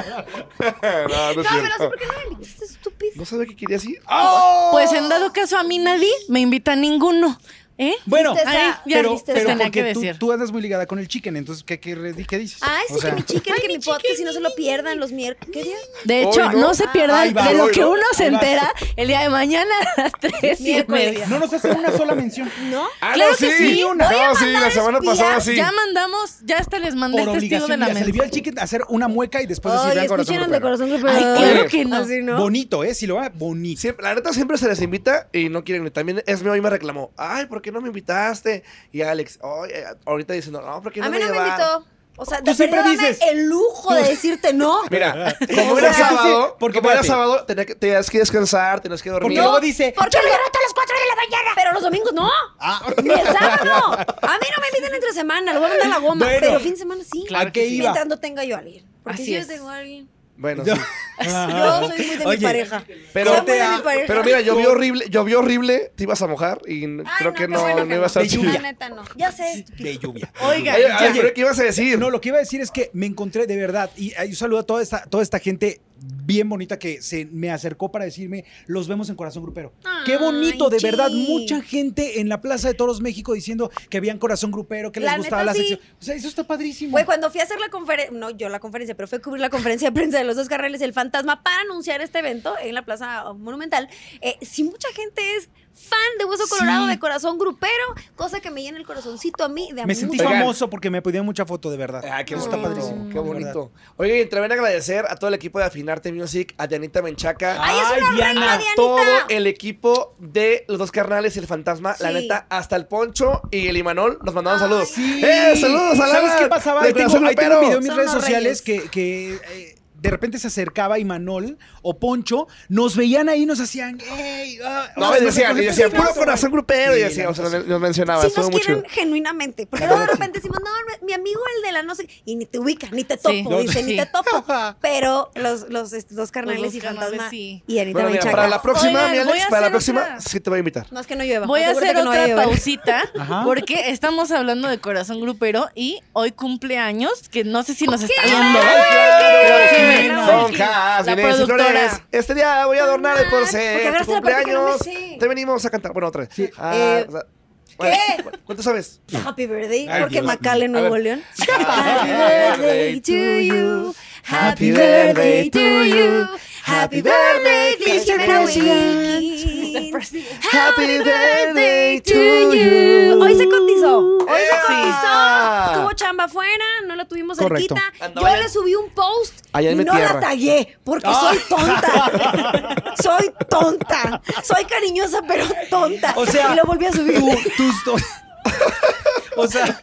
Speaker 3: cierto. No, no
Speaker 1: No,
Speaker 3: es
Speaker 1: pero
Speaker 3: cierto.
Speaker 1: ¿por qué no me invitaste, estúpido?
Speaker 3: ¿No sabía que querías ir?
Speaker 1: ¡Oh!
Speaker 5: Pues en dado caso a mí nadie me invita a ninguno. ¿Eh?
Speaker 2: Bueno,
Speaker 1: Viste,
Speaker 5: Ay,
Speaker 1: esa-
Speaker 5: ya
Speaker 2: pero,
Speaker 5: viste,
Speaker 2: pero
Speaker 5: tenía
Speaker 2: porque
Speaker 5: que
Speaker 2: tú,
Speaker 5: decir.
Speaker 2: tú andas muy ligada con el chicken, entonces, ¿qué, qué, re- qué dices?
Speaker 1: Ay,
Speaker 2: O
Speaker 1: sí,
Speaker 2: sea,
Speaker 1: que mi Ah, chicken, que mi podcast, y no se lo pierdan los miércoles. ¿Qué día?
Speaker 5: De hecho,
Speaker 3: Hoy
Speaker 5: no.
Speaker 3: no.
Speaker 5: se
Speaker 1: Ah,
Speaker 5: pierdan
Speaker 2: ahí va,
Speaker 5: de lo
Speaker 3: hoy
Speaker 5: que
Speaker 3: no.
Speaker 5: uno se
Speaker 2: Ahí va.
Speaker 5: entera el día de mañana a las 3 y
Speaker 1: Miércoles.
Speaker 5: media.
Speaker 2: no nos hacen una sola mención.
Speaker 1: ¿No?
Speaker 3: Ah,
Speaker 5: Claro
Speaker 3: no,
Speaker 5: que
Speaker 3: sí.
Speaker 5: sí,
Speaker 3: No,
Speaker 5: voy
Speaker 1: a
Speaker 3: sí, la
Speaker 1: mandar
Speaker 3: semana
Speaker 1: espías,
Speaker 3: pasada sí.
Speaker 5: Ya mandamos, ya hasta les mandé
Speaker 2: Por
Speaker 5: el testigo de
Speaker 2: obligación,
Speaker 5: la
Speaker 2: mira, se le vio
Speaker 5: mesa.
Speaker 2: al chicken hacer una mueca y después decir,
Speaker 1: Ay,
Speaker 2: Pues vean corazón
Speaker 1: escucharon de
Speaker 2: Rompedor".
Speaker 1: corazón
Speaker 5: Ay,
Speaker 1: superador.
Speaker 5: claro que no.
Speaker 1: Así, ¿no?
Speaker 2: Bonito, ¿eh? Si lo va, bonito.
Speaker 3: Siempre- la neta siempre se les invita y no quieren. ir. También Esme hoy me reclamó, ay, ¿por qué no me invitaste? Y Alex, "Ay, eh, ahorita diciendo, no, ¿por qué no
Speaker 1: A mí
Speaker 3: me
Speaker 1: no me
Speaker 3: llevaron?"
Speaker 1: invitó. O sea,
Speaker 2: Tú
Speaker 1: de
Speaker 2: siempre
Speaker 1: perdóname
Speaker 2: dices-
Speaker 1: el lujo de decirte no.
Speaker 3: Mira,
Speaker 1: O
Speaker 3: como era
Speaker 1: sea-
Speaker 3: sábado,
Speaker 2: Porque,
Speaker 3: porque como era
Speaker 2: espérate.
Speaker 3: sábado, tenía que- tenías que descansar, tenías que
Speaker 2: Porque
Speaker 3: dormir.
Speaker 2: luego dice,
Speaker 1: Porque me rato a las 4 de la mañana. Pero los domingos no. Ni el sábado. A mí no me invitan entre semana. Lo voy a mandar a la goma.
Speaker 2: Bueno.
Speaker 1: pero fin de semana sí.
Speaker 2: ¿a qué iba?
Speaker 1: Mientras no tenga yo a alguien. Porque
Speaker 5: Así
Speaker 1: si
Speaker 5: es.
Speaker 1: yo tengo a alguien.
Speaker 3: Bueno,
Speaker 2: Yo-
Speaker 3: sí.
Speaker 1: Yo soy muy de mi
Speaker 2: Oye,
Speaker 1: pareja.
Speaker 3: pero-
Speaker 1: soy muy de mi
Speaker 2: Pero
Speaker 1: pareja.
Speaker 3: Pero mira, llovió horrible, llovió horrible, te ibas a mojar y n-
Speaker 1: Ay,
Speaker 3: creo
Speaker 1: no,
Speaker 3: que
Speaker 1: qué
Speaker 3: no,
Speaker 1: bueno que
Speaker 3: no iba a
Speaker 1: no.
Speaker 3: estar
Speaker 2: De
Speaker 3: chido.
Speaker 1: La
Speaker 2: lluvia.
Speaker 1: neta no. Ya sé.
Speaker 2: de lluvia.
Speaker 5: Oigan,
Speaker 3: Oye, ay,
Speaker 5: ya.
Speaker 3: pero ¿qué ibas a decir?
Speaker 2: No, lo que iba a decir es que me encontré de verdad, y eh, un saludo a toda esta, toda esta gente bien bonita que se me acercó para decirme, los vemos en Corazón Grupero. Qué
Speaker 1: Ay,
Speaker 2: bonito, de verdad,
Speaker 1: Chi.
Speaker 2: mucha gente en la Plaza de Toros México diciendo que habían Corazón Grupero, que les
Speaker 1: La
Speaker 2: gustaba
Speaker 1: neta,
Speaker 2: la sección.
Speaker 1: sí.
Speaker 2: O sea, eso está padrísimo.
Speaker 1: Güey, cuando fui a hacer la conferencia, no yo la conferencia, pero fui a cubrir la conferencia de prensa de los dos carriles El Fantasma para anunciar este evento en la Plaza Monumental. Eh, si mucha gente es fan de Hueso Colorado,
Speaker 2: Sí.
Speaker 1: de corazón grupero, cosa que me llena el corazoncito a mí de a
Speaker 2: me
Speaker 1: mí
Speaker 2: sentí
Speaker 1: mucho.
Speaker 3: Oigan.
Speaker 2: famoso porque me pedían mucha foto, de verdad.
Speaker 3: Ah, qué
Speaker 1: Eso
Speaker 3: bonito.
Speaker 1: está padrísimo,
Speaker 3: Qué
Speaker 2: de verdad.
Speaker 3: bonito. Oye, y también agradecer a todo el equipo de Afinarte Music, a Dianita Menchaca.
Speaker 1: ¡Ay, es una
Speaker 2: Diana.
Speaker 1: reina,
Speaker 3: a
Speaker 1: Dianita!
Speaker 3: todo el equipo de los dos carnales y el fantasma. La
Speaker 1: Sí.
Speaker 3: neta, hasta el Poncho y el Imanol nos mandaron
Speaker 1: Ay.
Speaker 3: saludos.
Speaker 2: Sí.
Speaker 3: ¡Eh, saludos a la
Speaker 2: ¿Sabes qué pasaba?
Speaker 3: de
Speaker 2: Ahí tengo,
Speaker 3: Corazón
Speaker 2: ahí tengo
Speaker 3: Grupero!
Speaker 2: un video en mis
Speaker 1: Son
Speaker 2: redes
Speaker 1: los
Speaker 2: sociales
Speaker 1: reyes.
Speaker 2: que, que, eh, de repente se acercaba y Manol o Poncho nos veían ahí y nos hacían, ¡Ey! ah", o
Speaker 3: No,
Speaker 2: sea,
Speaker 3: me decían,
Speaker 2: nos
Speaker 3: y decían,
Speaker 2: reconocían.
Speaker 3: puro corazón grupero.
Speaker 2: Sí,
Speaker 3: y decían,
Speaker 2: la
Speaker 3: o sea,
Speaker 2: neta,
Speaker 3: nos, nos mencionaba,
Speaker 1: Si
Speaker 3: estuvo
Speaker 1: nos
Speaker 3: muy
Speaker 1: quieren
Speaker 3: chido.
Speaker 1: genuinamente, porque
Speaker 2: La
Speaker 1: luego de
Speaker 2: verdad, sí.
Speaker 1: repente decimos, no, mi amigo el de la no sé, y ni te ubica, ni te topo,
Speaker 5: Sí.
Speaker 2: No,
Speaker 1: dice,
Speaker 5: sí.
Speaker 1: ni te topo. Pero los, los este, dos carnales
Speaker 5: Los dos
Speaker 1: y
Speaker 5: carnales,
Speaker 1: fantasma
Speaker 5: sí.
Speaker 1: y Anita
Speaker 3: Bueno, mira,
Speaker 1: Menchaca.
Speaker 3: para la próxima,
Speaker 5: Oigan,
Speaker 3: mi
Speaker 5: voy a
Speaker 3: Alex, para la
Speaker 5: hacer
Speaker 3: próxima
Speaker 5: otra.
Speaker 3: sí te voy a invitar.
Speaker 1: No es que no llueva.
Speaker 5: Voy a
Speaker 1: asegúrate
Speaker 5: hacer
Speaker 1: que no
Speaker 5: otra
Speaker 1: llueva.
Speaker 5: pausita
Speaker 2: Ajá.
Speaker 5: porque estamos hablando de corazón grupero y hoy cumpleaños, que no sé si nos está viendo.
Speaker 2: ¡Ay,
Speaker 5: Jimena!
Speaker 3: Son
Speaker 5: Jimena,
Speaker 3: Cas,
Speaker 5: la
Speaker 3: Inés y
Speaker 5: productora.
Speaker 3: Flores. Este día voy a adornar el
Speaker 1: Porque
Speaker 3: porcel.
Speaker 1: agarraste
Speaker 3: tu
Speaker 1: la parte que no me
Speaker 3: cumpleaños.
Speaker 1: sé.
Speaker 3: Te venimos a cantar. Bueno, otra vez. Ah,
Speaker 1: Eh,
Speaker 3: o sea, bueno, ¿cu- ¿Cuánto sabes?
Speaker 1: Happy birthday,
Speaker 2: Ay,
Speaker 1: porque
Speaker 2: Dios
Speaker 1: Macale,
Speaker 3: mío. A
Speaker 1: Nuevo
Speaker 3: ver.
Speaker 1: León.
Speaker 3: Happy birthday
Speaker 1: to you.
Speaker 3: Happy birthday
Speaker 1: to you.
Speaker 3: Happy birthday, Christian Happy birthday to you.
Speaker 1: Hoy se cotizó. Hoy se
Speaker 3: ¡Ea!
Speaker 1: cotizó. Tuvo chamba afuera, no la tuvimos
Speaker 2: Correcto.
Speaker 1: cerquita.
Speaker 3: Andaba
Speaker 1: Yo
Speaker 3: allá-
Speaker 1: le subí un post
Speaker 3: Allá
Speaker 1: y
Speaker 3: en mi
Speaker 1: no la
Speaker 3: tierra. Ah.
Speaker 1: tagué porque soy tonta. soy tonta. Soy cariñosa, pero tonta.
Speaker 2: O sea,
Speaker 1: y lo volví a subir.
Speaker 2: tú- tus dos- o sea,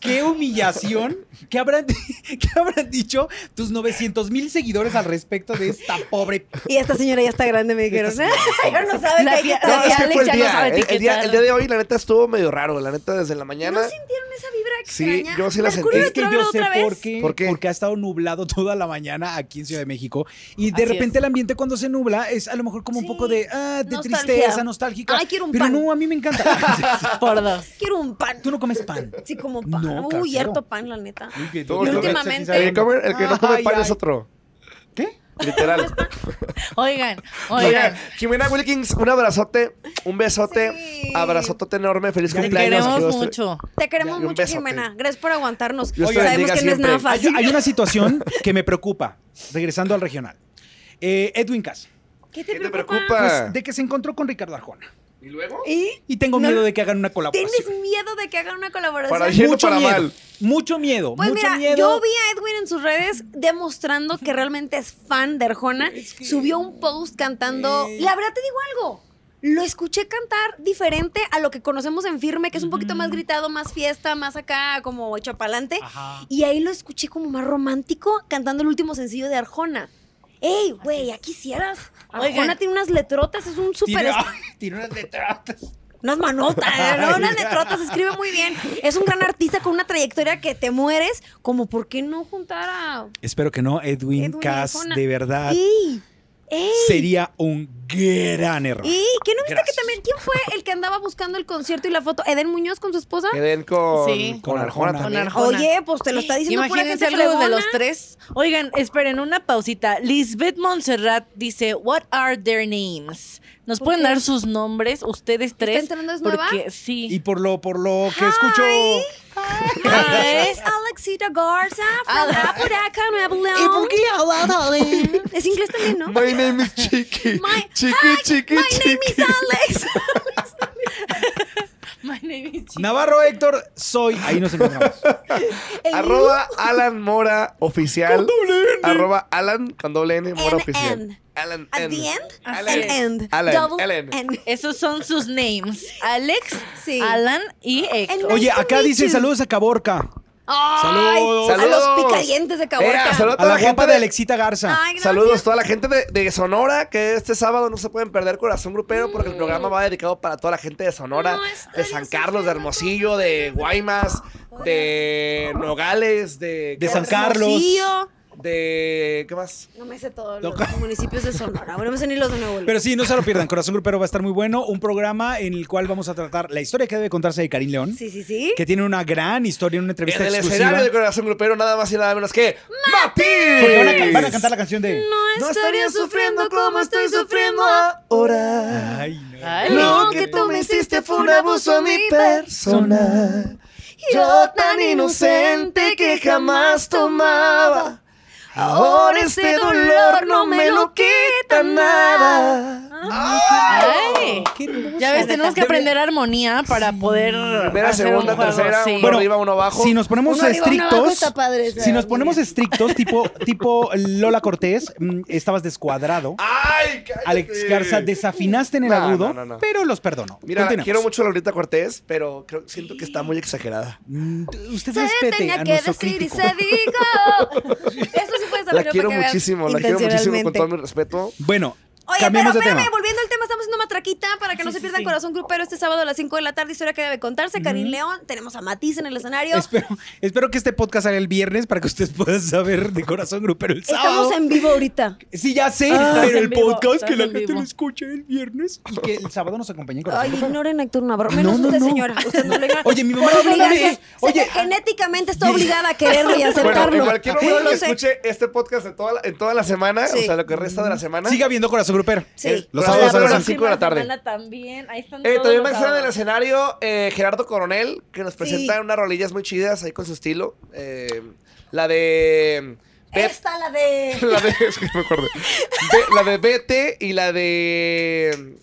Speaker 2: qué humillación. ¿Qué habrán, qué habrán dicho tus 900 mil seguidores al respecto de esta pobre?
Speaker 1: Y esta señora ya está grande, me dijeron. Ella no sabe
Speaker 5: La
Speaker 1: que hay que
Speaker 5: tía-
Speaker 3: No, es
Speaker 1: taguear.
Speaker 3: que
Speaker 5: Alex
Speaker 3: fue el
Speaker 5: ya no
Speaker 3: día. eh,
Speaker 5: sabe
Speaker 3: el, el día.
Speaker 5: etiquetar.
Speaker 3: el día de hoy, la neta, estuvo medio raro. La neta, desde la
Speaker 1: ¿No
Speaker 3: mañana.
Speaker 1: sintieron esa vibra
Speaker 3: Sí,
Speaker 1: extraña?
Speaker 3: yo sí la
Speaker 1: Mercurio
Speaker 3: sentí.
Speaker 2: Es que
Speaker 1: retrógrado
Speaker 2: yo sé
Speaker 1: otra vez.
Speaker 2: por qué,
Speaker 3: ¿Por qué?
Speaker 2: Porque ha estado nublado toda la mañana aquí en Ciudad de México. Y de
Speaker 5: Así
Speaker 2: repente el ambiente cuando se nubla es a lo mejor como un
Speaker 1: Sí.
Speaker 2: poco de, ah, de
Speaker 1: Nostalgia.
Speaker 2: tristeza, nostálgica.
Speaker 1: Ay, quiero un
Speaker 2: Pero
Speaker 1: pan.
Speaker 2: no, a mí me encanta.
Speaker 5: Por dos.
Speaker 1: Quiero un pan.
Speaker 2: Tú no comes pan.
Speaker 1: Sí, como pan.
Speaker 2: No,
Speaker 1: Uy,
Speaker 2: casero.
Speaker 1: harto pan, la neta.
Speaker 3: Todo
Speaker 1: Y
Speaker 3: lo que-
Speaker 1: últimamente-
Speaker 3: El que, come- el que no come
Speaker 2: Ay,
Speaker 3: pan es
Speaker 2: ay.
Speaker 3: otro.
Speaker 2: ¿Qué?
Speaker 3: Literal.
Speaker 5: Oigan,
Speaker 3: Oigan,
Speaker 5: oigan.
Speaker 3: Jimena Wilkins, un abrazote, un besote,
Speaker 1: Sí.
Speaker 3: abrazotote enorme, feliz
Speaker 2: Ya te
Speaker 3: cumpleaños.
Speaker 5: queremos
Speaker 3: Aquí va a estar-
Speaker 5: mucho.
Speaker 1: Te queremos
Speaker 3: Ya, y un
Speaker 1: mucho,
Speaker 3: besote.
Speaker 1: Jimena. Gracias por aguantarnos.
Speaker 3: Dios te
Speaker 1: Sabemos
Speaker 3: bendiga
Speaker 1: que no es
Speaker 3: siempre.
Speaker 1: nada
Speaker 2: Hay,
Speaker 1: fácil.
Speaker 2: hay una situación que me preocupa, regresando al regional. Eh, Edwin Cass,
Speaker 1: ¿Qué te
Speaker 3: ¿Qué te
Speaker 1: preocupa?
Speaker 3: preocupa?
Speaker 2: pues, de que se encontró con Ricardo Arjona.
Speaker 3: ¿Y luego?
Speaker 1: ¿Y
Speaker 2: Y tengo
Speaker 1: No.
Speaker 2: miedo de que hagan una
Speaker 1: tienes
Speaker 2: colaboración.
Speaker 1: miedo de que hagan una colaboración?
Speaker 3: Para Yendo para
Speaker 2: miedo,
Speaker 3: mal.
Speaker 2: mucho miedo,
Speaker 1: Pues
Speaker 2: mucho
Speaker 1: mira,
Speaker 2: miedo.
Speaker 1: yo vi a Edwin en sus redes demostrando que realmente es fan de Arjona. Subió un post cantando. La verdad te digo algo. lo escuché cantar diferente a lo que conocemos en firme, que es un poquito más gritado, más fiesta, más acá como hecho pa'lante.
Speaker 2: Ajá.
Speaker 1: Y ahí lo escuché como más romántico cantando el último sencillo de Arjona. ¡Ey, güey! Ya quisieras. Arjona
Speaker 5: Oigan.
Speaker 1: tiene unas letrotas, es un súper.
Speaker 2: Tiene, ay, tiene unas letratas.
Speaker 1: Unas manotas, ¿no? unas letrotas, escribe muy bien. Es un gran artista con una trayectoria que te mueres. Como, ¿por qué no juntar a.
Speaker 2: Espero que no, Edwin,
Speaker 1: Edwin
Speaker 2: Cass,
Speaker 1: Arjona.
Speaker 2: de verdad,
Speaker 1: ¡Ey! ¡Ey!
Speaker 2: sería un gran error.
Speaker 1: ¿Y qué no viste
Speaker 2: Gracias.
Speaker 1: que también? ¿Quién fue el que andaba buscando el concierto y la foto? ¿Eden Muñoz con su esposa?
Speaker 3: Eden con,
Speaker 5: Sí.
Speaker 3: con
Speaker 2: Con
Speaker 3: Arjona
Speaker 2: Arjona.
Speaker 5: Con
Speaker 3: también.
Speaker 5: Arjona.
Speaker 1: Oye, pues te lo está diciendo
Speaker 5: Imagínense
Speaker 1: pura gente
Speaker 5: algo de
Speaker 1: fregona.
Speaker 5: los tres. Oigan, esperen una pausita. Lisbeth Montserrat dice, "What are their names?" ¿Nos
Speaker 1: ¿Por
Speaker 5: pueden
Speaker 1: qué?
Speaker 5: dar sus nombres ustedes tres?
Speaker 1: entrando es nueva?
Speaker 5: porque sí.
Speaker 2: Y por lo, por lo que escucho,
Speaker 1: Ay, Es Alexita Garza, from
Speaker 5: Ah.
Speaker 1: Apodaca, Nuevo León. ¿Y por qué Es inglés también, ¿no?
Speaker 3: My name is Chiqui.
Speaker 1: My-
Speaker 3: chiqui,
Speaker 1: Hi,
Speaker 3: chiqui,
Speaker 1: my
Speaker 3: chiqui.
Speaker 1: name is Alex.
Speaker 5: My name is Chiqui.
Speaker 2: Navarro Héctor, soy. Ahí nos encontramos.
Speaker 1: El
Speaker 3: Arroba Alan Mora oficial. Arroba Alan con doble N Mora
Speaker 1: N,
Speaker 3: oficial.
Speaker 1: N.
Speaker 3: Alan
Speaker 1: At
Speaker 3: N.
Speaker 1: the end,
Speaker 5: Así
Speaker 1: an
Speaker 5: es.
Speaker 1: end.
Speaker 3: Alan,
Speaker 1: Double
Speaker 3: Alan.
Speaker 1: N.
Speaker 5: Esos son sus names. Alex,
Speaker 1: Sí.
Speaker 5: Alan y Héctor.
Speaker 1: Nice
Speaker 2: Oye,
Speaker 1: to
Speaker 2: acá
Speaker 1: meet
Speaker 2: dicen
Speaker 1: you.
Speaker 2: saludos a Caborca.
Speaker 1: Ay,
Speaker 2: Saludos.
Speaker 1: A los
Speaker 3: Saludos.
Speaker 1: picadientes de Caborca.
Speaker 3: Ea, saludos
Speaker 2: A la
Speaker 3: gente
Speaker 2: guapa de
Speaker 3: de-
Speaker 2: Alexita Garza.
Speaker 1: Ay, gracias.
Speaker 3: Saludos a toda la gente de, de Sonora, que este sábado no se pueden perder Corazón Grupero, porque el programa va dedicado para toda la gente de Sonora,
Speaker 1: Mm. No, está
Speaker 3: de San
Speaker 1: bien,
Speaker 3: Carlos, de Hermosillo, de Guaymas, de Nogales, de...
Speaker 2: De
Speaker 3: ¿qué
Speaker 2: San
Speaker 3: más?
Speaker 2: Carlos.
Speaker 1: Hermosillo.
Speaker 3: De... ¿Qué más?
Speaker 1: No me sé todos
Speaker 2: Lo-
Speaker 1: los municipios de Sonora. Bueno, me sé ni los de Nuevo León.
Speaker 2: Pero sí, no se lo pierdan. Corazón Grupero va a estar muy bueno. Un programa en el cual vamos a tratar la historia que debe contarse de Karim León,
Speaker 1: Sí, sí, sí.
Speaker 2: que tiene una gran historia en una entrevista
Speaker 3: En el
Speaker 2: exclusiva.
Speaker 3: escenario de Corazón Grupero, nada más y nada menos que...
Speaker 2: Porque van a, can-
Speaker 3: ¡Mati!
Speaker 2: van a cantar la canción de.
Speaker 1: No estaría sufriendo como estoy sufriendo.
Speaker 3: ahora.
Speaker 2: Ay, no.
Speaker 5: Ay,
Speaker 3: Lo que tú me hiciste fue un abuso a mi persona. Yo tan inocente que jamás tomaba. Ahora este dolor no me lo quita nada.
Speaker 5: Ay.
Speaker 2: Qué hermoso.
Speaker 5: Ya ves, tenemos que aprender armonía para poder
Speaker 3: Primera,
Speaker 5: hacer
Speaker 3: segunda,
Speaker 5: un juego,
Speaker 3: tercera,
Speaker 5: sí.
Speaker 3: uno
Speaker 2: Bueno,
Speaker 3: arriba, uno abajo.
Speaker 2: Si nos ponemos
Speaker 1: Uno arriba, uno abajo
Speaker 2: estrictos,
Speaker 1: está padre, esa
Speaker 2: si nos
Speaker 1: armonía.
Speaker 2: ponemos estrictos, tipo, tipo Lola Cortés, mm, estabas descuadrado.
Speaker 3: ¡Ay, cállate!
Speaker 2: Alex Garza, desafinaste en el
Speaker 3: Ah, No,
Speaker 2: agudo,
Speaker 3: no, no, no.
Speaker 2: pero los perdono.
Speaker 3: Mira,
Speaker 2: Continuemos.
Speaker 3: quiero mucho a Lolita Cortés, pero creo- siento que está muy exagerada.
Speaker 2: Mm, t- Usted
Speaker 1: Se
Speaker 2: respete
Speaker 1: tenía
Speaker 2: a
Speaker 1: que
Speaker 2: nuestro
Speaker 1: decir y
Speaker 2: crítico.
Speaker 1: se dijo. Eso sí fue
Speaker 3: La
Speaker 1: saber
Speaker 3: quiero muchísimo, la quiero muchísimo con todo mi respeto.
Speaker 2: Bueno,
Speaker 1: Oye, pero
Speaker 2: cambiemos de
Speaker 1: espérame,
Speaker 2: tema.
Speaker 1: volviendo al tema, estamos haciendo matraquita para que no
Speaker 5: Sí,
Speaker 1: se
Speaker 5: sí,
Speaker 1: pierdan
Speaker 5: sí.
Speaker 1: Corazón Grupero este sábado a las 5 de la tarde. Historia que debe contarse. Karim León, tenemos a Matiz en el escenario.
Speaker 2: Espero, espero que este podcast salga el viernes para que usted pueda saber de corazón grupero el sábado.
Speaker 1: Estamos en vivo ahorita.
Speaker 2: Sí, ya sé,
Speaker 5: Estás
Speaker 2: pero
Speaker 5: en
Speaker 2: el
Speaker 5: vivo,
Speaker 2: podcast
Speaker 5: estás
Speaker 2: que la
Speaker 5: en
Speaker 2: gente
Speaker 5: vivo.
Speaker 2: lo escuche el viernes y que el sábado nos acompañe en corazón
Speaker 1: Ay,
Speaker 2: grupero.
Speaker 1: ignoren a Héctor Navarro. Menos
Speaker 2: No, no,
Speaker 1: usted,
Speaker 2: no.
Speaker 1: señora. Usted no lo ignora.
Speaker 2: Oye, mi mamá
Speaker 1: Por
Speaker 2: lo hablaba de-
Speaker 1: obligación. Sé
Speaker 2: Oye, ah,
Speaker 1: que genéticamente está obligada a quererlo y aceptarlo.
Speaker 3: Bueno, en cualquier
Speaker 1: Yo
Speaker 3: momento
Speaker 1: lo
Speaker 3: que
Speaker 1: sé.
Speaker 3: escuche este podcast de toda la- en toda la semana,
Speaker 1: Sí.
Speaker 3: o sea, lo que resta de la semana.
Speaker 2: Siga viendo corazón grupero.
Speaker 1: Sí.
Speaker 3: Eh, Los
Speaker 2: Los
Speaker 3: sábados
Speaker 2: sábados
Speaker 3: a
Speaker 2: a las
Speaker 3: las 5 de la tarde.
Speaker 5: semana también. Ahí están
Speaker 3: Eh,
Speaker 5: todos
Speaker 3: también
Speaker 5: los
Speaker 3: va a estar en el
Speaker 5: sábados.
Speaker 3: escenario eh, Gerardo Coronel, que nos presenta
Speaker 1: Sí.
Speaker 3: unas rolillas muy chidas ahí con su estilo. Eh, la de. Bet-
Speaker 1: Esta, la de.
Speaker 3: la de. es que no me acuerdo. Be- la de Vete y la de.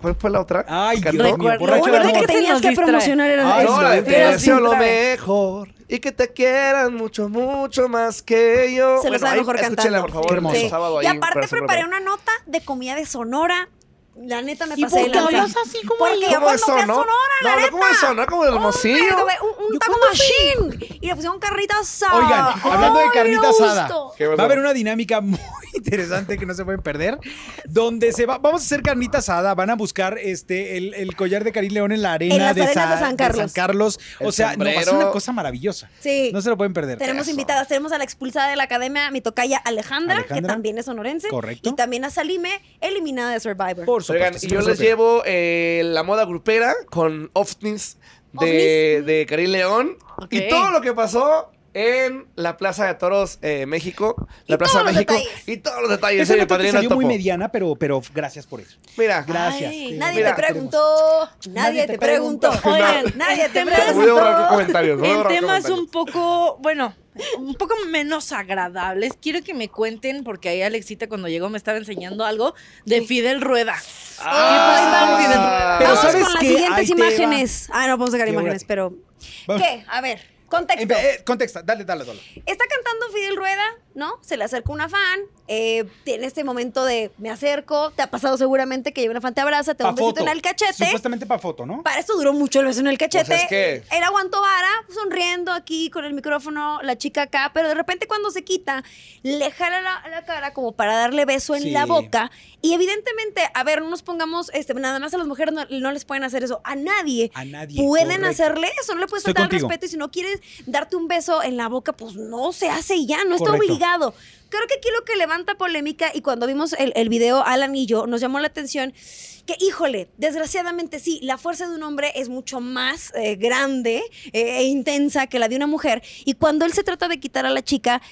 Speaker 3: ¿Cuál fue la otra?
Speaker 2: Ay,
Speaker 3: ¿Cantó?
Speaker 2: Dios mío,
Speaker 5: Recuerdo-
Speaker 2: borracho de
Speaker 5: Recuerda
Speaker 1: que
Speaker 2: amor.
Speaker 5: se
Speaker 1: tenías
Speaker 5: nos
Speaker 1: que
Speaker 5: distrae.
Speaker 1: promocionar era
Speaker 2: Ay,
Speaker 1: esa.
Speaker 3: Ah, No, la de
Speaker 2: Pero
Speaker 3: te deseo
Speaker 5: sin
Speaker 3: lo
Speaker 5: trae.
Speaker 3: mejor y que te quieran mucho, mucho más que yo.
Speaker 1: Se lo sabe
Speaker 3: ahí
Speaker 1: mejor
Speaker 3: escúchenla,
Speaker 1: cantando.
Speaker 3: por favor,
Speaker 2: Qué hermoso.
Speaker 3: el sábado
Speaker 1: Y
Speaker 3: ahí,
Speaker 1: aparte
Speaker 3: para su
Speaker 1: preparé
Speaker 3: programa.
Speaker 1: una nota de comida de Sonora. La neta me
Speaker 5: ¿Y
Speaker 1: pasé de
Speaker 5: por qué
Speaker 1: lanza.
Speaker 5: hablas así como
Speaker 1: Porque yo
Speaker 3: ¿Cómo
Speaker 1: cuando
Speaker 3: es
Speaker 1: fui a
Speaker 3: Sonora?
Speaker 1: Sonora, la
Speaker 3: No, no,
Speaker 1: neta.
Speaker 3: ¿cómo es Sonora? ¿Cómo de
Speaker 1: hombre,
Speaker 3: Hermosillo?
Speaker 1: tomé Un, un taco machine. Y le pusieron carnita asada.
Speaker 2: Oigan, hablando de
Speaker 1: Ah, Ay,
Speaker 2: carnita
Speaker 1: a gusto.
Speaker 2: asada,
Speaker 3: Qué bueno.
Speaker 2: va a haber una dinámica muy interesante que no se pueden perder, donde se va, vamos a hacer carnita asada, van a buscar este el, el collar de Karim León en la arena
Speaker 1: En las
Speaker 2: de,
Speaker 1: arenas de
Speaker 2: Sa-
Speaker 1: San Carlos.
Speaker 2: Carlos. O
Speaker 3: El
Speaker 2: sea, no, va a ser
Speaker 3: sombrero.
Speaker 2: una cosa maravillosa.
Speaker 1: Sí.
Speaker 2: No se lo pueden perder.
Speaker 1: Tenemos
Speaker 3: Eso.
Speaker 1: invitadas, tenemos a la expulsada de la academia, mi tocaya Alejandra, que
Speaker 2: Alejandra.
Speaker 1: también es sonorense.
Speaker 2: Correcto.
Speaker 1: Y también a Salime, eliminada de Survivor.
Speaker 2: Por supuesto.
Speaker 3: Oigan, y
Speaker 2: sí,
Speaker 3: yo
Speaker 2: no se
Speaker 3: les
Speaker 2: lo pierdan.
Speaker 3: llevo eh, la moda grupera con Oftnis de, de Karim León.
Speaker 5: Ok.
Speaker 3: Y todo lo que pasó en la Plaza de Toros eh, México. La
Speaker 1: Y
Speaker 3: Plaza de
Speaker 1: todos los
Speaker 3: México.
Speaker 1: detalles.
Speaker 3: Y todos los detalles.
Speaker 2: Esa
Speaker 3: Oye,
Speaker 2: nota que
Speaker 3: padrino
Speaker 2: salió muy
Speaker 3: topo.
Speaker 2: mediana, pero, pero gracias por eso.
Speaker 3: Mira.
Speaker 2: Gracias.
Speaker 5: Ay,
Speaker 2: Sí,
Speaker 1: Nadie
Speaker 3: Mira,
Speaker 1: te
Speaker 2: queremos.
Speaker 1: preguntó, nadie te preguntó.
Speaker 5: Oigan,
Speaker 1: nadie te
Speaker 5: en temas-
Speaker 3: Voy a borrar
Speaker 1: preguntó.
Speaker 3: comentarios. voy a
Speaker 5: En
Speaker 3: borrar
Speaker 5: temas
Speaker 3: comentarios.
Speaker 5: un poco, bueno, un poco menos agradables, quiero que me cuenten, porque ahí Alexita cuando llegó me estaba enseñando algo de Fidel Rueda.
Speaker 3: Ah,
Speaker 2: Pero
Speaker 1: Vamos
Speaker 2: ¿sabes
Speaker 1: con las
Speaker 2: qué? Ahí
Speaker 1: siguientes
Speaker 2: te va.
Speaker 1: imágenes. Ah, no podemos sacar
Speaker 2: Qué
Speaker 1: imágenes,
Speaker 2: bueno.
Speaker 1: pero.
Speaker 2: Vamos.
Speaker 1: ¿Qué? A ver, contexto.
Speaker 2: Eh, eh, contexta, dale, dale, dale.
Speaker 1: Está cantando Fidel Rueda, ¿no? Se le acerca una fan. eh, en este momento de me acerco, te ha pasado seguramente que llega una fan, te abraza, te da
Speaker 2: Pa'
Speaker 1: un besito
Speaker 2: foto.
Speaker 1: en el cachete.
Speaker 2: Supuestamente para foto, ¿no?
Speaker 1: Para eso duró mucho el beso en el cachete.
Speaker 3: Pues es que-
Speaker 1: Él aguantó vara, sonriendo aquí con el micrófono, la chica acá, pero de repente cuando se quita, le jala la, la cara como para darle beso en
Speaker 2: Sí.
Speaker 1: la boca. Y evidentemente, a ver, no nos pongamos, este, nada más a las mujeres no, no les pueden hacer eso. A nadie.
Speaker 2: A nadie.
Speaker 1: Pueden
Speaker 2: correcto.
Speaker 1: hacerle eso, no le puedes
Speaker 2: Estoy
Speaker 1: faltar al
Speaker 2: contigo.
Speaker 1: respeto y si no quieres darte un beso en la boca, pues no se hace y ya, no está
Speaker 2: Correcto.
Speaker 1: obligado. Creo que aquí lo que levanta polémica y cuando vimos el, el video Alan y yo, nos llamó la atención que, híjole, desgraciadamente sí, la fuerza de un hombre es mucho más eh, grande eh, e intensa que la de una mujer y cuando él se trata de quitar a la chica...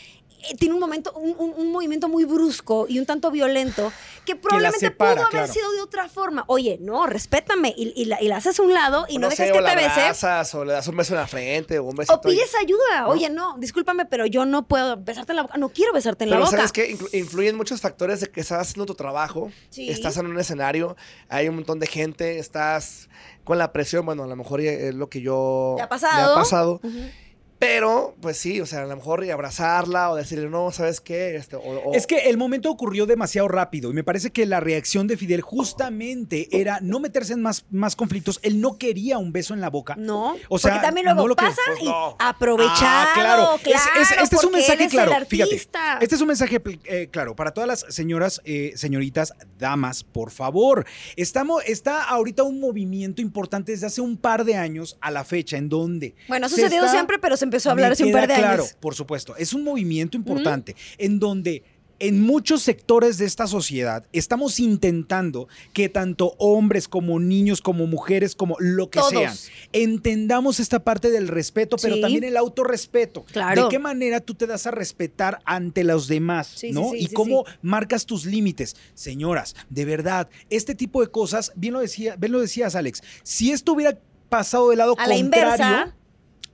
Speaker 1: eh, Tiene un momento, un, un- un movimiento muy brusco y un tanto violento que probablemente
Speaker 2: separa,
Speaker 1: pudo haber
Speaker 2: claro.
Speaker 1: sido de otra forma. Oye, no, respétame y, y la, y la haces a un lado y no,
Speaker 3: sé,
Speaker 1: dejes
Speaker 3: o
Speaker 1: que
Speaker 3: la
Speaker 1: te bese.
Speaker 3: abrazas, o le das un beso en la frente, o un beso.
Speaker 1: O pides ayuda. Oye, no, discúlpame, pero yo no puedo besarte en la boca. No quiero besarte en
Speaker 3: Pero
Speaker 1: la boca.
Speaker 3: sabes que influyen muchos factores de que estás haciendo tu trabajo,
Speaker 1: Sí.
Speaker 3: estás en un escenario, hay un montón de gente, estás con la presión, bueno, a lo mejor eh, es lo que yo
Speaker 1: ¿Te ha
Speaker 3: me
Speaker 1: pasado?
Speaker 3: ha pasado,
Speaker 1: Ujú.
Speaker 3: pero pues sí, o sea, a lo mejor y abrazarla o decirle no, sabes qué, este, o, o-
Speaker 2: Es que el momento ocurrió demasiado rápido y me parece que la reacción de Fidel justamente era no meterse en más, más conflictos. Él no quería un beso en la boca.
Speaker 1: No,
Speaker 2: O sea,
Speaker 1: porque también
Speaker 2: no
Speaker 1: luego
Speaker 2: lo que-
Speaker 1: pasan
Speaker 3: pues
Speaker 1: y
Speaker 3: no.
Speaker 1: aprovechado,
Speaker 2: Ah,
Speaker 1: claro,
Speaker 2: Es- es- este es un
Speaker 1: porque él
Speaker 2: mensaje
Speaker 1: es
Speaker 2: claro.
Speaker 1: el
Speaker 2: Fíjate,
Speaker 1: artista.
Speaker 2: este es un mensaje pl- eh, claro para todas las señoras, eh, señoritas, damas, por favor. Estamos, está ahorita un movimiento importante desde hace un par de años a la fecha en donde
Speaker 1: bueno, ha
Speaker 2: se
Speaker 1: sucedido
Speaker 2: está-
Speaker 1: siempre, pero se empezó a
Speaker 2: me
Speaker 1: hablar hace un
Speaker 2: queda
Speaker 1: par de
Speaker 2: claro,
Speaker 1: años.
Speaker 2: por supuesto. Es un movimiento importante en donde en muchos sectores de esta sociedad estamos intentando que tanto hombres como niños, como mujeres, como lo que
Speaker 1: Todos.
Speaker 2: sean, entendamos esta parte del respeto, pero
Speaker 1: Sí.
Speaker 2: también el autorrespeto.
Speaker 1: Claro.
Speaker 2: ¿De qué manera tú te das a respetar ante los demás?
Speaker 1: Sí,
Speaker 2: ¿no?
Speaker 1: sí, sí,
Speaker 2: y
Speaker 1: sí,
Speaker 2: cómo marcas tus límites. Señoras, de verdad, este tipo de cosas, bien lo, decía, bien lo decías, Alex, si esto hubiera pasado del lado
Speaker 1: A la
Speaker 2: contrario,
Speaker 1: inversa,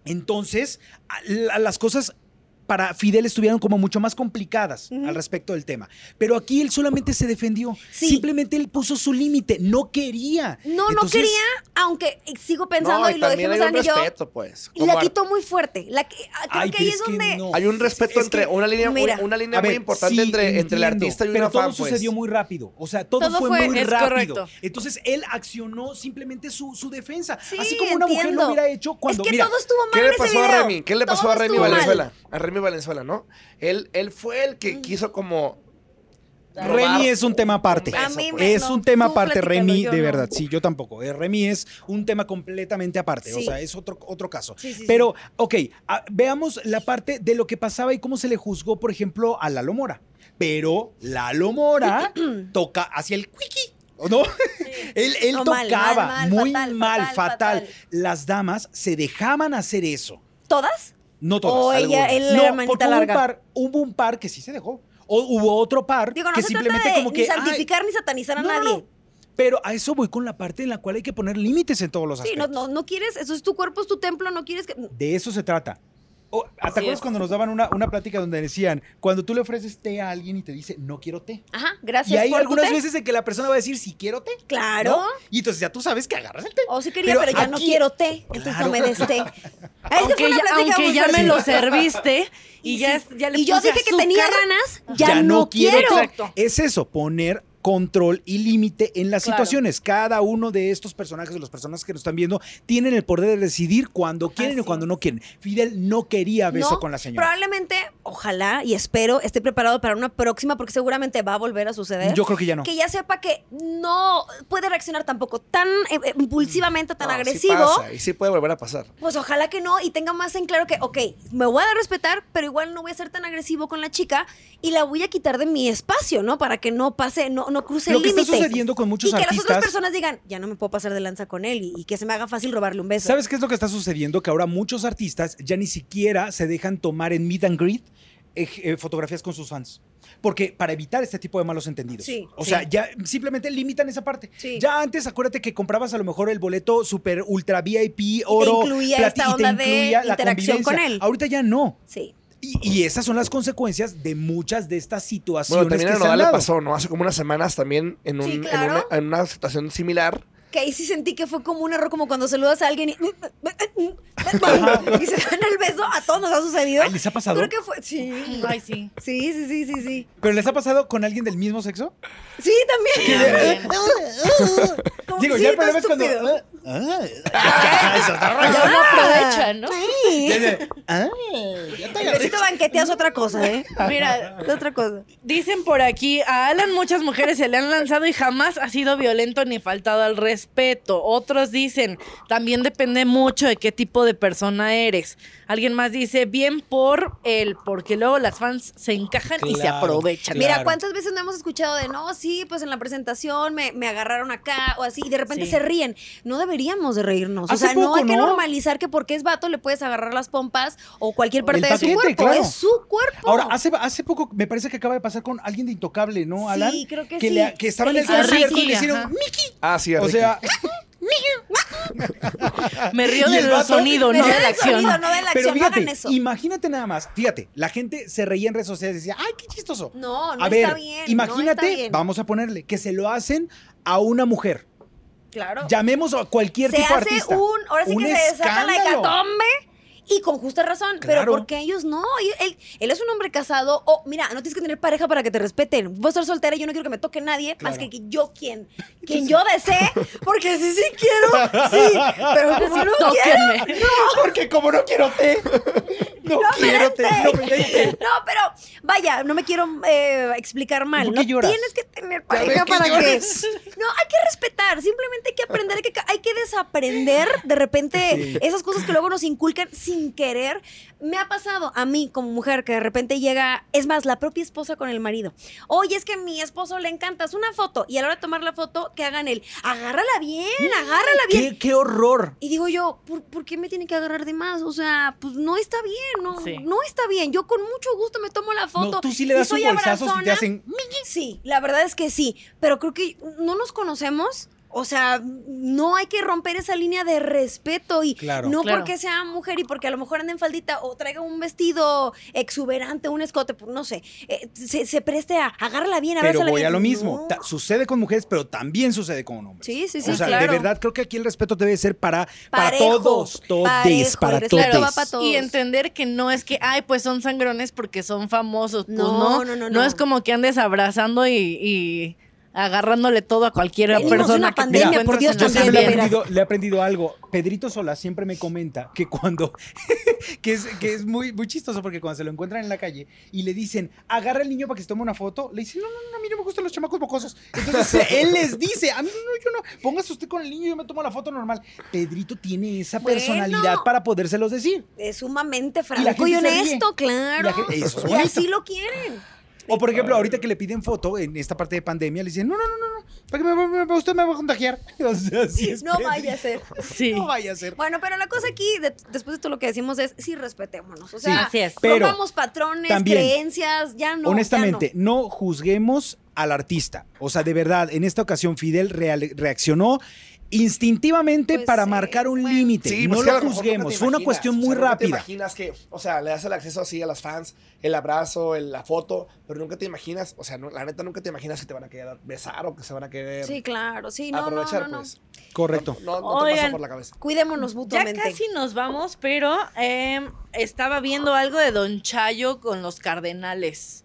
Speaker 2: entonces, a- la- las cosas para Fidel estuvieron como mucho más complicadas
Speaker 1: Ujú.
Speaker 2: al respecto del tema. Pero aquí él solamente se defendió.
Speaker 1: Sí.
Speaker 2: Simplemente él puso su límite. No quería.
Speaker 1: no, no
Speaker 2: Entonces,
Speaker 1: quería, aunque sigo pensando
Speaker 3: No,
Speaker 1: y, lo
Speaker 3: también
Speaker 1: dijimos
Speaker 3: hay un
Speaker 1: Alan y yo,
Speaker 3: respeto, pues.
Speaker 1: y
Speaker 3: como
Speaker 1: la
Speaker 3: ar-
Speaker 1: quitó muy fuerte. La, que- ah, creo
Speaker 2: ay,
Speaker 1: que
Speaker 2: pero
Speaker 1: ahí
Speaker 2: es
Speaker 1: es
Speaker 2: que
Speaker 1: donde...
Speaker 2: no.
Speaker 3: Hay un respeto
Speaker 2: Es
Speaker 3: entre
Speaker 2: que-
Speaker 3: una línea,
Speaker 1: mira,
Speaker 3: una, una línea
Speaker 2: A ver,
Speaker 3: muy importante
Speaker 2: sí,
Speaker 3: entre, entre el
Speaker 2: entiendo,
Speaker 3: artista y
Speaker 2: Pero
Speaker 3: una
Speaker 2: todo
Speaker 3: fan, pues.
Speaker 2: sucedió muy rápido. O sea, todo,
Speaker 5: Todo
Speaker 2: fue,
Speaker 5: fue-
Speaker 2: muy
Speaker 5: es
Speaker 2: rápido.
Speaker 5: correcto.
Speaker 2: Entonces él accionó simplemente su, su defensa.
Speaker 1: Sí,
Speaker 2: Así como una mujer lo
Speaker 1: entiendo.
Speaker 2: hubiera hecho cuando.
Speaker 1: es que
Speaker 2: mira,
Speaker 1: todo estuvo mal
Speaker 3: ¿Qué
Speaker 1: en
Speaker 3: le
Speaker 1: ese
Speaker 3: pasó a
Speaker 1: video.
Speaker 3: Remy? ¿Qué le pasó
Speaker 1: Todo
Speaker 3: a Remy
Speaker 1: estuvo mal.
Speaker 3: Valenzuela? A Remy Valenzuela, ¿no? Él, él fue el que quiso como. robar.
Speaker 2: Remy es un tema aparte.
Speaker 3: A
Speaker 1: mí me-
Speaker 2: pues. es
Speaker 1: no,
Speaker 2: un tema
Speaker 1: tú
Speaker 2: aparte,
Speaker 1: platícalo,
Speaker 2: Remy,
Speaker 1: yo
Speaker 2: de
Speaker 1: no.
Speaker 2: verdad. Sí, yo tampoco. Eh, Remy es un tema completamente aparte. O
Speaker 1: Sí.
Speaker 2: sea, es otro, otro caso.
Speaker 1: Sí, sí, sí.
Speaker 2: Pero, ok, a- veamos la parte de lo que pasaba y cómo se le juzgó, por ejemplo, a Lalo Mora. Pero Lalo Mora toca hacia el cuiqui. ¿o ¿No? él él
Speaker 1: No, mal,
Speaker 2: tocaba
Speaker 1: mal, mal,
Speaker 2: muy
Speaker 1: fatal,
Speaker 2: mal,
Speaker 1: fatal,
Speaker 2: fatal,
Speaker 1: fatal.
Speaker 2: Las damas se dejaban hacer eso.
Speaker 1: ¿Todas?
Speaker 2: No todas.
Speaker 1: O ella,
Speaker 2: algunas.
Speaker 1: él
Speaker 2: no,
Speaker 1: era manita
Speaker 2: porque hubo
Speaker 1: larga.
Speaker 2: Un par, hubo un par que sí se dejó. O hubo otro par
Speaker 1: Digo, no
Speaker 2: que
Speaker 1: se
Speaker 2: simplemente
Speaker 1: trata de
Speaker 2: como
Speaker 1: ni
Speaker 2: que. ay,
Speaker 1: santificar ni satanizar a
Speaker 2: no, no,
Speaker 1: nadie.
Speaker 2: no. Pero a eso voy con la parte en la cual hay que poner límites en todos los
Speaker 1: Sí, no,
Speaker 2: aspectos.
Speaker 1: no, no quieres, eso es tu cuerpo, es tu templo, no quieres que...
Speaker 2: De eso se trata. O, ¿Te acuerdas
Speaker 5: es.
Speaker 2: cuando nos daban una, una plática donde decían, cuando tú le ofreces té a alguien y te dice, no quiero té?
Speaker 1: Ajá,
Speaker 2: Y
Speaker 1: gracias
Speaker 2: hay
Speaker 1: por tu
Speaker 2: algunas
Speaker 1: té.
Speaker 2: veces en que la persona va a decir, sí quiero té. ¿no?
Speaker 1: Claro.
Speaker 2: Y entonces ya tú sabes que agarras el té.
Speaker 1: O sí quería, pero, ya no
Speaker 2: aquí-
Speaker 1: quiero té, entonces
Speaker 2: Claro.
Speaker 1: no me des té.
Speaker 5: Aunque ya, aunque ya me lo serviste y, ya, ya le
Speaker 1: Y yo
Speaker 5: puse
Speaker 1: dije que
Speaker 5: azúcar.
Speaker 1: tenía ganas, ya, no quiero.
Speaker 5: Exacto.
Speaker 2: Es eso, poner control y límite en las
Speaker 5: Claro.
Speaker 2: situaciones. Cada uno de estos personajes o las personas que nos están viendo tienen el poder de decidir cuando quieren
Speaker 5: Así
Speaker 2: o cuando no quieren. Fidel no quería beso
Speaker 1: No,
Speaker 2: con la señora.
Speaker 1: Probablemente, ojalá y espero, esté preparado para una próxima, porque seguramente va a volver a suceder.
Speaker 2: Yo creo que ya no.
Speaker 1: Que ya sepa que no puede reaccionar tampoco tan eh, eh, impulsivamente, tan
Speaker 3: No, sí
Speaker 1: agresivo.
Speaker 3: pasa, y sí puede volver a pasar.
Speaker 1: Pues ojalá que no y tenga más en claro que, ok, me voy a dar a respetar, pero igual no voy a ser tan agresivo con la chica y la voy a quitar de mi espacio, ¿no? Para que no pase, no, no cruce
Speaker 2: Lo
Speaker 1: el
Speaker 2: que
Speaker 1: límite.
Speaker 2: está sucediendo con muchos
Speaker 1: y que las otras
Speaker 2: artistas-
Speaker 1: personas digan, ya no me puedo pasar de lanza con él y, y que se me haga fácil robarle un beso.
Speaker 2: ¿Sabes qué es lo que está sucediendo? Que ahora muchos artistas ya ni siquiera se dejan tomar en meet and greet eh, eh, fotografías con sus fans. Porque para evitar este tipo de malos entendidos.
Speaker 1: Sí,
Speaker 2: o
Speaker 1: sí.
Speaker 2: sea, ya simplemente limitan esa parte.
Speaker 1: Sí.
Speaker 2: Ya antes, acuérdate que comprabas a lo mejor el boleto super ultra VIP, oro,
Speaker 1: incluía
Speaker 2: plati-
Speaker 1: esta
Speaker 2: y te
Speaker 1: onda de
Speaker 2: incluía la
Speaker 1: interacción con
Speaker 2: convivencia.
Speaker 1: él.
Speaker 2: Ahorita ya no.
Speaker 1: Sí.
Speaker 2: Y, y esas son las consecuencias de muchas de estas situaciones
Speaker 3: Bueno, también
Speaker 2: que
Speaker 3: a
Speaker 2: se han
Speaker 3: Nodal le
Speaker 2: dado.
Speaker 3: pasó, ¿no? Hace como unas semanas también en, un,
Speaker 1: Sí,
Speaker 3: en
Speaker 1: claro.
Speaker 3: una, en una situación similar.
Speaker 1: Que que ahí sí sentí que fue como un error, como cuando saludas a alguien y, y se dan el beso. A todos nos ha sucedido.
Speaker 2: Ay, ¿les ha pasado?
Speaker 1: Creo que fue. Sí.
Speaker 5: Ay, sí.
Speaker 1: Sí, sí, sí, sí, sí.
Speaker 2: ¿Pero les ha pasado con alguien del mismo sexo?
Speaker 1: Sí, también. Uh, Como-
Speaker 2: Digo,
Speaker 1: sí,
Speaker 2: ya el
Speaker 1: todo
Speaker 2: problema es cuando. ¿eh?
Speaker 1: estúpido.
Speaker 2: Ah, eso está raro.
Speaker 5: Ya no aprovecha, ¿no?
Speaker 1: Sí.
Speaker 4: Ay, ya te
Speaker 1: El
Speaker 4: agarré.
Speaker 1: besito banquetea es otra cosa, ¿eh?
Speaker 5: Mira,
Speaker 1: Es otra cosa.
Speaker 5: dicen por aquí, a Alan muchas mujeres se le han lanzado y jamás ha sido violento ni faltado al respeto. Otros dicen, también depende mucho de qué tipo de persona eres. Alguien más dice, bien por él, porque luego las fans se encajan y se
Speaker 2: Claro,
Speaker 5: aprovechan.
Speaker 2: claro.
Speaker 1: Mira, ¿cuántas veces no hemos escuchado de no, sí, pues en la presentación me, me agarraron acá o así, y de repente
Speaker 5: Sí.
Speaker 1: se ríen? No deberíamos de reírnos. O
Speaker 2: Hace
Speaker 1: sea, no hay
Speaker 2: poco,
Speaker 1: que
Speaker 2: ¿no?
Speaker 1: normalizar que porque es vato le puedes agarrar las pompas o cualquier parte de
Speaker 2: El
Speaker 1: su
Speaker 2: paquete,
Speaker 1: cuerpo.
Speaker 2: claro.
Speaker 1: Es su cuerpo.
Speaker 2: Ahora, hace, hace poco me parece que acaba de pasar con alguien de Intocable, ¿no, Alan?
Speaker 1: Sí, creo que
Speaker 2: que,
Speaker 1: sí.
Speaker 2: le- que estaba en
Speaker 1: Que
Speaker 2: el
Speaker 1: le hicieron
Speaker 2: concierto y
Speaker 5: Ricky,
Speaker 2: le hicieron
Speaker 5: ajá.
Speaker 2: Mickey.
Speaker 3: Ah, sí,
Speaker 2: O sea,
Speaker 5: Me río
Speaker 2: ¿Y el
Speaker 5: del
Speaker 2: vato?
Speaker 5: sonido,
Speaker 1: Pero
Speaker 5: no de
Speaker 1: del
Speaker 5: la acción.
Speaker 1: sonido, no de la
Speaker 2: pero
Speaker 1: acción, no
Speaker 2: fíjate,
Speaker 1: hagan eso.
Speaker 2: imagínate nada más, fíjate, la gente se reía en redes sociales y decía, ay, qué chistoso.
Speaker 1: No, no
Speaker 2: a ver,
Speaker 1: está bien. no
Speaker 2: imagínate,
Speaker 1: está bien.
Speaker 2: vamos a ponerle, que se lo hacen a una mujer.
Speaker 1: Claro.
Speaker 2: Llamemos a cualquier
Speaker 1: se
Speaker 2: tipo
Speaker 1: hace
Speaker 2: de artista.
Speaker 1: un. Ahora sí
Speaker 2: Un
Speaker 1: que se desata la
Speaker 2: escándalo.
Speaker 1: hecatombe. Y con justa razón,
Speaker 2: Claro.
Speaker 1: pero porque ellos no? Y Él, él es un hombre casado. O, mira, no tienes que tener pareja para que te respeten. Vos ser soltera y yo no quiero que me toque nadie más que, que yo quien, quien yo desee. Porque sí, sí quiero, sí. Pero como no quiero.
Speaker 5: Tóquenme.
Speaker 3: Ah,
Speaker 2: Porque como no quiero
Speaker 3: eh.
Speaker 2: té, no, quiero té, no me dé.
Speaker 1: No, pero vaya, no me quiero eh, explicar mal.
Speaker 2: ¿Por
Speaker 1: No
Speaker 2: qué lloras?
Speaker 1: tienes que tener
Speaker 2: ves
Speaker 1: pareja
Speaker 2: que
Speaker 1: para que. No, hay
Speaker 2: lloras.
Speaker 1: que respetar. Simplemente hay que aprender, hay que, hay que desaprender de repente esas cosas que luego nos inculcan sin querer. Me ha pasado a mí como mujer que de repente llega, es más, la propia esposa con el marido. Oye, es que a mi esposo le encantas una foto y a la hora de tomar la foto, que hagan el agárrala bien, agárrala bien.
Speaker 2: Qué, qué horror.
Speaker 1: Y digo yo, ¿por, por qué me tiene que agarrar de más? O sea, pues no está bien, no,
Speaker 5: Sí.
Speaker 1: no está bien. Yo con mucho gusto me tomo la foto.
Speaker 2: No, tú sí le
Speaker 1: y
Speaker 2: das un
Speaker 1: soy
Speaker 2: bolsazo si te
Speaker 1: abrazona.
Speaker 2: hacen.
Speaker 1: Sí, la verdad es que sí, pero creo que no nos conocemos. O sea, no hay que romper esa línea de respeto y
Speaker 2: Claro.
Speaker 1: no
Speaker 5: Claro.
Speaker 1: porque sea mujer y porque a lo mejor anda en faldita o traiga un vestido exuberante, un escote, pues, no sé, eh, se, se preste a agárrala bien,
Speaker 2: Pero
Speaker 1: abrázala
Speaker 2: voy
Speaker 1: bien.
Speaker 2: a lo mismo.
Speaker 1: No.
Speaker 2: Ta- Sucede con mujeres, pero también sucede con hombres.
Speaker 1: Sí, sí, sí,
Speaker 2: o sea,
Speaker 1: claro.
Speaker 2: de verdad creo que aquí el respeto debe ser para, para
Speaker 1: Parejo,
Speaker 2: todos, todes,
Speaker 1: parejo,
Speaker 2: para
Speaker 1: el respeto
Speaker 2: todos.
Speaker 1: va para todos.
Speaker 5: Y entender que no es que, ay, pues son sangrones porque son famosos. Pues
Speaker 1: No,
Speaker 5: no,
Speaker 1: no,
Speaker 5: no,
Speaker 1: no,
Speaker 5: no,
Speaker 1: no.
Speaker 5: es como que andes abrazando y, y agarrándole todo a cualquier
Speaker 1: Venimos de
Speaker 5: persona
Speaker 1: una
Speaker 5: que te
Speaker 1: pandemia,
Speaker 5: encuentres
Speaker 1: por Dios,
Speaker 5: en la
Speaker 2: Yo siempre
Speaker 1: también,
Speaker 2: le he,
Speaker 1: verás.
Speaker 5: calle.
Speaker 2: aprendido, le he aprendido algo. Pedrito Sola siempre me comenta que cuando. que es, que es muy, muy chistoso porque cuando se lo encuentran en la calle y le dicen, agarra al niño para que se tome una foto, le dicen, no, no, no, a mí no me gustan los chamacos mocosos. Entonces él les dice, a mí no, no, yo no, póngase usted con el niño y yo me tomo la foto normal. Pedrito tiene esa
Speaker 1: Bueno.
Speaker 2: personalidad para podérselos decir.
Speaker 1: Es sumamente
Speaker 2: la
Speaker 1: franco
Speaker 2: gente
Speaker 1: y,
Speaker 2: se ríe.
Speaker 1: honesto,
Speaker 2: Y
Speaker 1: claro.
Speaker 2: la gente- eso es
Speaker 1: Y
Speaker 2: bonito.
Speaker 1: así lo quieren.
Speaker 2: O por ejemplo, ahorita que le piden foto en esta parte de pandemia, le dicen, no, no, no, no, no, para que me, me- me- usted me va a contagiar. O sea, sí es
Speaker 1: No
Speaker 2: Pedrito.
Speaker 1: vaya a ser.
Speaker 5: Sí.
Speaker 2: No vaya a ser.
Speaker 1: Bueno, pero la cosa aquí, de- después de todo lo que decimos, es sí respetémonos. O sea,
Speaker 5: Así es.
Speaker 2: pero
Speaker 1: rompamos patrones,
Speaker 2: también,
Speaker 1: creencias, ya no. ya
Speaker 2: Honestamente, no. juzguemos al artista. O sea, de verdad, en esta ocasión Fidel real- reaccionó instintivamente
Speaker 1: Pues
Speaker 2: para
Speaker 1: sí,
Speaker 2: marcar un
Speaker 1: bueno.
Speaker 2: límite.
Speaker 3: Sí,
Speaker 2: no
Speaker 3: pues que a
Speaker 2: lo
Speaker 3: mejor nunca te
Speaker 2: juzguemos. Fue una
Speaker 3: imaginas,
Speaker 2: cuestión
Speaker 3: o sea,
Speaker 2: muy
Speaker 3: nunca Te
Speaker 2: rápida.
Speaker 3: imaginas que, o sea, le das el acceso así a las fans, el abrazo, el- la foto, pero nunca te imaginas, o sea, no- la neta nunca te imaginas que te van a querer besar o que se van a
Speaker 1: no.
Speaker 3: querer
Speaker 1: Sí, claro, sí, no, no,
Speaker 3: aprovechar,
Speaker 1: no, no.
Speaker 3: pues.
Speaker 2: Correcto.
Speaker 3: No, no, no te pasa
Speaker 5: Oigan.
Speaker 3: por la cabeza.
Speaker 1: Cuidémonos
Speaker 5: Ya
Speaker 1: mutuamente.
Speaker 5: casi nos vamos, pero eh, estaba viendo algo de Don Chayo con los cardenales.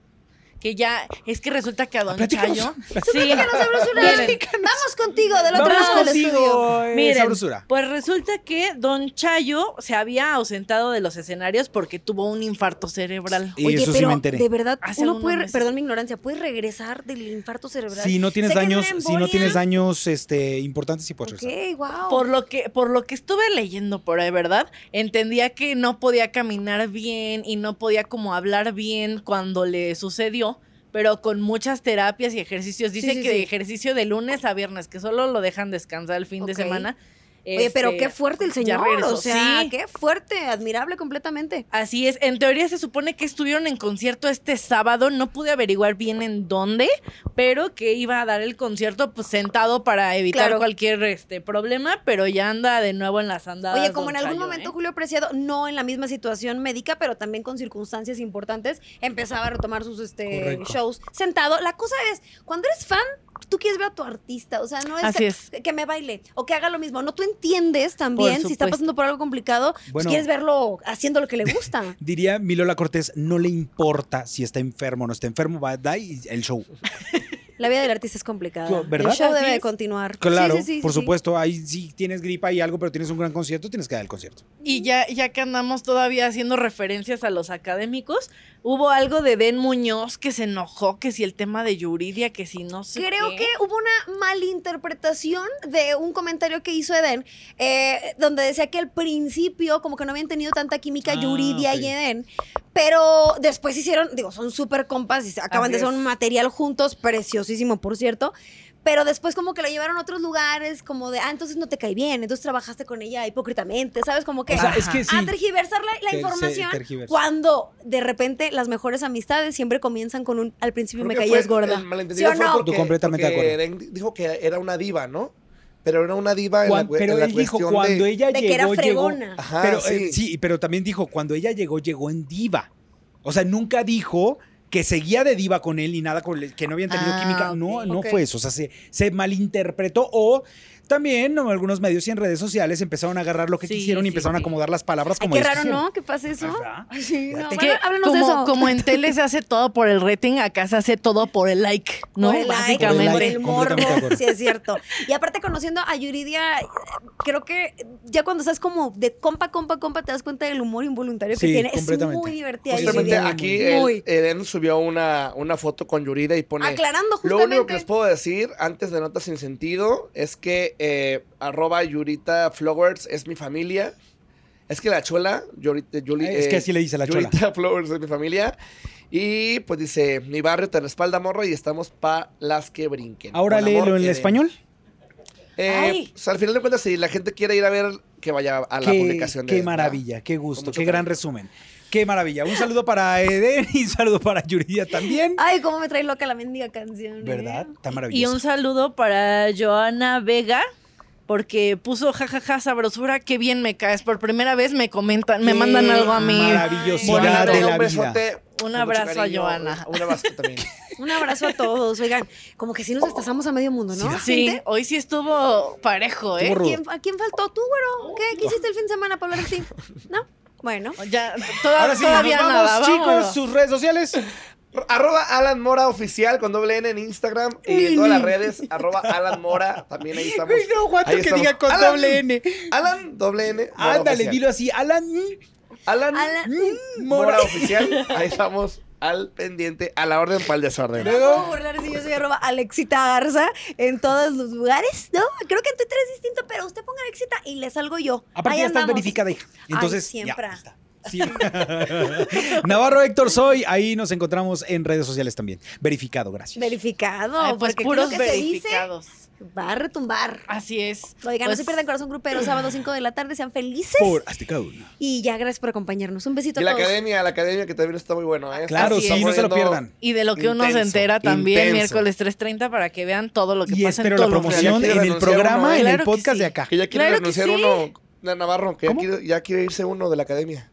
Speaker 5: Que ya, es que resulta que a Don
Speaker 2: Platícanos,
Speaker 5: Chayo.
Speaker 1: Platícanos, sabrosura.
Speaker 5: Miren.
Speaker 1: Vamos contigo del otro
Speaker 2: Vamos
Speaker 1: lado del estudio.
Speaker 2: contigo, eh,
Speaker 5: Miren,
Speaker 2: sabrosura.
Speaker 5: pues resulta que Don Chayo se había ausentado de los escenarios porque tuvo un infarto cerebral.
Speaker 2: Y eso sí me enteré.
Speaker 1: de verdad,
Speaker 5: Hace
Speaker 1: uno
Speaker 5: unos
Speaker 1: puede,
Speaker 5: meses.
Speaker 1: perdón mi ignorancia, puedes regresar del infarto cerebral.
Speaker 2: Si no tienes
Speaker 1: Sé que es una
Speaker 2: daños, si no
Speaker 1: embolia.
Speaker 2: tienes daños este, importantes, sí puedes regresar.
Speaker 1: Ok, wow.
Speaker 5: Por lo que, por lo que estuve leyendo por ahí, ¿verdad? Entendía que no podía caminar bien y no podía como hablar bien cuando le sucedió. Pero con muchas terapias y ejercicios. Dicen
Speaker 1: sí,
Speaker 5: que
Speaker 1: sí.
Speaker 5: ejercicio de lunes a viernes, que solo lo dejan descansar el fin
Speaker 1: Ok.
Speaker 5: de semana.
Speaker 1: Oye, pero
Speaker 5: Este,
Speaker 1: qué fuerte el
Speaker 5: ya
Speaker 1: señor,
Speaker 5: regresó,
Speaker 1: o sea,
Speaker 5: sí.
Speaker 1: qué fuerte, admirable completamente.
Speaker 5: Así es, en teoría se supone que estuvieron en concierto este sábado, no pude averiguar bien en dónde, pero que iba a dar el concierto pues sentado para evitar
Speaker 1: Claro.
Speaker 5: cualquier este problema, pero ya anda de nuevo en las andadas.
Speaker 1: Oye, como en
Speaker 5: Don
Speaker 1: algún
Speaker 5: Chayo,
Speaker 1: momento
Speaker 5: ¿eh?
Speaker 1: Julio Preciado, no en la misma situación médica, pero también con circunstancias importantes, empezaba a retomar sus este,
Speaker 2: Correcto.
Speaker 1: shows sentado. La cosa es, cuando eres fan, tú quieres ver a tu artista, o sea, no es,
Speaker 5: Así
Speaker 1: que,
Speaker 5: es.
Speaker 1: que me baile o que haga lo mismo, no tú entiendes también si está
Speaker 5: supuesto.
Speaker 1: pasando por algo complicado, pues
Speaker 2: Bueno.
Speaker 1: quieres verlo haciendo lo que le gusta.
Speaker 2: Diría Milola Cortés, no le importa si está enfermo o no está enfermo, va a dar y el show.
Speaker 1: La vida del artista es complicada.
Speaker 2: Yo, ¿verdad?
Speaker 1: El show debe
Speaker 5: Así
Speaker 1: de
Speaker 5: es.
Speaker 1: continuar.
Speaker 2: Claro,
Speaker 1: Sí, sí, sí,
Speaker 2: por
Speaker 1: sí.
Speaker 2: supuesto, ahí si tienes gripa y algo, pero tienes un gran concierto, tienes que dar el concierto.
Speaker 5: Y ya, ya que andamos todavía haciendo referencias a los académicos, hubo algo de Den Muñoz que se enojó, que si el tema de Yuridia, que si no sé.
Speaker 1: Creo
Speaker 5: qué.
Speaker 1: que hubo una malinterpretación de un comentario que hizo Eden, eh, donde decía que al principio como que no habían tenido tanta química
Speaker 2: Ah,
Speaker 1: Yuridia
Speaker 2: ok.
Speaker 1: y Eden, pero después hicieron, digo, son súper compas y se- acaban
Speaker 5: Así
Speaker 1: de hacer
Speaker 5: es.
Speaker 1: un material juntos, preciosísimo, por cierto. Pero después como que lo llevaron a otros lugares, como de, ah, entonces no te cae bien, entonces trabajaste con ella hipócritamente, ¿sabes? Como que...
Speaker 2: O sea, es que sí.
Speaker 1: a tergiversar la, la
Speaker 2: Ter- se
Speaker 1: información
Speaker 2: tergiversa.
Speaker 1: cuando de repente las mejores amistades siempre comienza con un al principio
Speaker 3: Creo
Speaker 1: me
Speaker 3: que
Speaker 1: caías
Speaker 3: fue-
Speaker 1: gorda.
Speaker 3: El malentendido
Speaker 1: ¿Sí o
Speaker 3: fue
Speaker 1: no?
Speaker 3: porque,
Speaker 2: Tú completamente
Speaker 3: porque
Speaker 2: de
Speaker 3: Eren dijo que era una diva, ¿no? Pero era una diva en
Speaker 2: Cuan-
Speaker 3: la, cue-
Speaker 2: pero
Speaker 3: en la
Speaker 2: él dijo,
Speaker 3: cuestión
Speaker 2: cuando
Speaker 3: de...
Speaker 2: ella
Speaker 1: de que era
Speaker 2: llegó, llegó.
Speaker 1: fregona.
Speaker 3: Ajá,
Speaker 2: pero,
Speaker 3: Ah, sí.
Speaker 2: eh, sí, pero también dijo, cuando ella llegó, llegó en diva. O sea, nunca dijo que seguía de diva con él ni nada, con el- que no habían tenido
Speaker 5: Ah,
Speaker 2: química. No,
Speaker 5: ok.
Speaker 2: no
Speaker 1: Ok.
Speaker 2: fue eso. O sea, se, se malinterpretó o también ¿no? algunos medios y en redes sociales empezaron a agarrar lo que
Speaker 5: Sí,
Speaker 2: quisieron y
Speaker 5: sí,
Speaker 2: empezaron a
Speaker 5: sí.
Speaker 2: acomodar las palabras
Speaker 1: Ay,
Speaker 2: como
Speaker 1: qué
Speaker 2: ellos
Speaker 1: raro,
Speaker 2: quisieron.
Speaker 1: ¿no? ¿Qué pasa eso?
Speaker 2: ¿verdad?
Speaker 1: Ay, sí, no,
Speaker 2: Fíjate
Speaker 1: bueno,
Speaker 5: Que
Speaker 1: háblanos de
Speaker 5: como,
Speaker 1: eso.
Speaker 5: como en tele se hace todo por el rating, acá se hace todo por el like, ¿no?
Speaker 1: Por el like,
Speaker 5: Básicamente.
Speaker 1: por el
Speaker 2: Completamente de acuerdo.
Speaker 1: morbo, sí es cierto. Y aparte conociendo a Yuridia, eh, creo que ya cuando estás como de compa, compa, compa, te das cuenta del humor involuntario
Speaker 2: Sí,
Speaker 1: que tiene. Es
Speaker 2: completamente.
Speaker 1: muy divertida.
Speaker 3: Justamente
Speaker 1: Yuridia.
Speaker 3: aquí
Speaker 1: Muy. Ah,
Speaker 3: el- Eden subió una, una foto con Yurida y pone...
Speaker 1: Aclarando
Speaker 3: Lo
Speaker 1: justamente.
Speaker 3: único que les puedo decir antes de Notas Sin Sentido es que eh, arroba Yurita Flowers es mi familia. Es que la chola, Yurita, Yuli-
Speaker 2: Es que
Speaker 3: eh,
Speaker 2: así le dice la chola.
Speaker 3: Yurita Flowers es mi familia. Y pues dice, mi barrio te respalda, morro, y estamos pa' las que brinquen.
Speaker 2: Ahora
Speaker 3: Con amor,
Speaker 2: léelo en
Speaker 3: Eden.
Speaker 2: español.
Speaker 3: Eh,
Speaker 5: Ay.
Speaker 3: pues, al final de cuentas, si la gente quiere ir a ver, que vaya a la
Speaker 2: qué,
Speaker 3: publicación. de
Speaker 2: qué
Speaker 3: Eden, ¿verdad?
Speaker 2: maravilla, qué
Speaker 3: Con
Speaker 2: gusto,
Speaker 3: mucho
Speaker 2: qué gran
Speaker 3: cariño.
Speaker 2: resumen. Qué maravilla. Un saludo para Eden y un saludo para Yuridia también.
Speaker 1: Ay, cómo me trae loca la mendiga canción. ¿eh?
Speaker 2: ¿Verdad? Está
Speaker 5: Y
Speaker 2: maravilloso.
Speaker 5: un saludo para Joana Vega. Porque puso jajaja sabrosura, qué bien me caes. Por primera vez me comentan, me
Speaker 2: Qué
Speaker 5: mandan algo a mí.
Speaker 2: Maravillosidad
Speaker 5: Bonito.
Speaker 2: de la
Speaker 3: Un
Speaker 2: vida.
Speaker 3: besote, con mucho
Speaker 5: abrazo a
Speaker 3: cariño.
Speaker 5: Joana.
Speaker 3: Un abrazo también.
Speaker 1: Un abrazo a todos. Oigan, como que sí nos destasamos a medio mundo, ¿no?
Speaker 5: Sí,
Speaker 1: Gente,
Speaker 5: hoy sí estuvo parejo, ¿eh?
Speaker 2: Estuvo rudo.
Speaker 1: ¿quién- ¿A quién faltó? ¿Tú, güero? ¿Qué, ¿Qué hiciste el fin de semana para hablar de ti? ¿No? Bueno.
Speaker 5: Ya, toda-
Speaker 2: Ahora sí,
Speaker 5: todavía
Speaker 2: nos vamos,
Speaker 5: nada,
Speaker 2: chicos,
Speaker 5: vámonos.
Speaker 2: sus redes sociales.
Speaker 3: Arroba Alan Mora oficial con doble N en Instagram y en todas las redes. Arroba Alan Mora, también ahí estamos.
Speaker 2: Ay, no aguanto
Speaker 3: Ahí
Speaker 2: que
Speaker 3: estamos.
Speaker 2: diga con
Speaker 3: Alan,
Speaker 2: doble N.
Speaker 3: Alan, doble N.
Speaker 5: pues
Speaker 3: Mora
Speaker 2: Ándale,
Speaker 3: oficial.
Speaker 2: dilo así. Alan
Speaker 3: Alan,
Speaker 1: Alan-
Speaker 2: Mora.
Speaker 3: Mora oficial. Ahí estamos al pendiente, a la orden para el desorden.
Speaker 1: Me puedo burlar si yo soy arroba Alexita Garza en todos los lugares, ¿no? Creo que en Twitter es distinto, pero usted ponga Alexita y le salgo yo.
Speaker 2: Aparte
Speaker 1: Ahí
Speaker 2: ya estás
Speaker 1: andamos.
Speaker 2: verificada, hija. Entonces,
Speaker 1: Ay, siempre.
Speaker 2: ya, ahí está. Sí. Navarro Héctor Soy, ahí nos encontramos en redes sociales también. Verificado, gracias.
Speaker 1: Verificado,
Speaker 5: Ay, pues
Speaker 1: porque
Speaker 5: puros
Speaker 1: creo que se dice
Speaker 5: verificados.
Speaker 1: va a retumbar.
Speaker 5: Así es.
Speaker 1: Oigan, no
Speaker 5: Pues,
Speaker 1: se pierdan Corazón Grupero, sábado 5 de la tarde, sean felices.
Speaker 2: Por Azteca Uno.
Speaker 1: Y ya, gracias por acompañarnos. Un besito
Speaker 3: Y
Speaker 1: a
Speaker 3: la
Speaker 1: todos.
Speaker 3: academia, la academia que también está muy bueno. ¿eh?
Speaker 2: Claro,
Speaker 5: Así
Speaker 2: sí,
Speaker 5: es.
Speaker 2: no se lo
Speaker 3: Poniendo-
Speaker 2: pierdan.
Speaker 5: Y de lo que uno se
Speaker 3: Intenso,
Speaker 5: entera también
Speaker 3: intenso.
Speaker 5: miércoles 3.30 para que vean todo lo que
Speaker 2: Y
Speaker 5: pasa en
Speaker 2: espero la
Speaker 5: todos los
Speaker 2: promoción
Speaker 3: Ya
Speaker 2: en
Speaker 3: quiere
Speaker 2: el
Speaker 3: renunciar uno,
Speaker 2: programa, en
Speaker 5: ¿eh?
Speaker 2: el
Speaker 5: Claro que
Speaker 2: podcast
Speaker 5: sí.
Speaker 2: de acá.
Speaker 3: Que ya quiere
Speaker 5: Claro que
Speaker 3: renunciar
Speaker 5: sí.
Speaker 3: uno, na- Navarro, que ya
Speaker 2: ¿Cómo?
Speaker 3: quiere, ya quiere irse uno de la academia.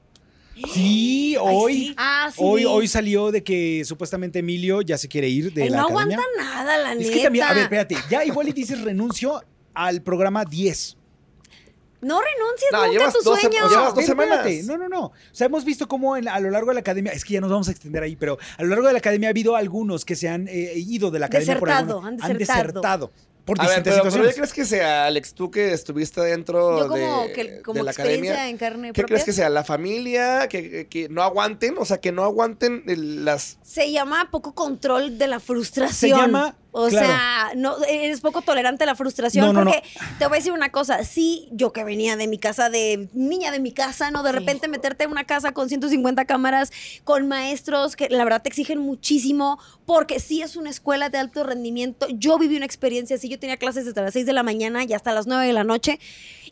Speaker 2: Sí, hoy.
Speaker 5: sí.
Speaker 1: Ah, sí.
Speaker 2: Hoy, hoy salió de que supuestamente Emilio ya se quiere ir de
Speaker 1: Ay,
Speaker 2: la
Speaker 1: no
Speaker 2: academia.
Speaker 1: aguanta nada, la
Speaker 2: Es
Speaker 1: neta.
Speaker 2: que también, a ver, espérate, ya igual y dices renuncio al programa 10.
Speaker 1: No renuncies
Speaker 3: No,
Speaker 1: nunca
Speaker 3: llevas
Speaker 1: a tu
Speaker 3: 12
Speaker 1: sueño.
Speaker 3: o sea, Llevas dos
Speaker 2: Espérate,
Speaker 3: semanas.
Speaker 2: espérate. No, no, no. O sea, hemos visto cómo en- a lo largo de la academia, es que ya nos vamos a extender ahí, pero a lo largo de la academia ha habido algunos que se han eh, ido de la academia
Speaker 1: Desertado,
Speaker 2: por alguna-
Speaker 1: han desertado.
Speaker 2: desertado por
Speaker 3: A ver,
Speaker 2: distintas
Speaker 3: pero, pero ¿qué
Speaker 2: situaciones.
Speaker 3: crees que sea, Alex, tú que estuviste dentro
Speaker 1: Yo como,
Speaker 3: de,
Speaker 1: que,
Speaker 3: de
Speaker 1: como
Speaker 3: la
Speaker 1: experiencia
Speaker 3: academia?
Speaker 1: en carne
Speaker 3: ¿Qué
Speaker 1: propia.
Speaker 3: crees que sea? ¿La familia? Que, que- que no aguanten? O sea, que no aguanten el- las...
Speaker 1: Se llama poco control de la frustración.
Speaker 2: Se llama-
Speaker 1: O
Speaker 2: claro.
Speaker 1: sea, no, eres poco tolerante a la frustración.
Speaker 2: No, no, no.
Speaker 1: porque te voy a decir una cosa. Sí, yo que venía de mi casa, de niña de mi casa, ¿no? De repente meterte en una casa con 150 cámaras, con maestros que la verdad te exigen muchísimo, porque sí es una escuela de alto rendimiento. Yo viví una experiencia así. Yo tenía clases desde las 6 de la mañana y hasta las 9 de la noche.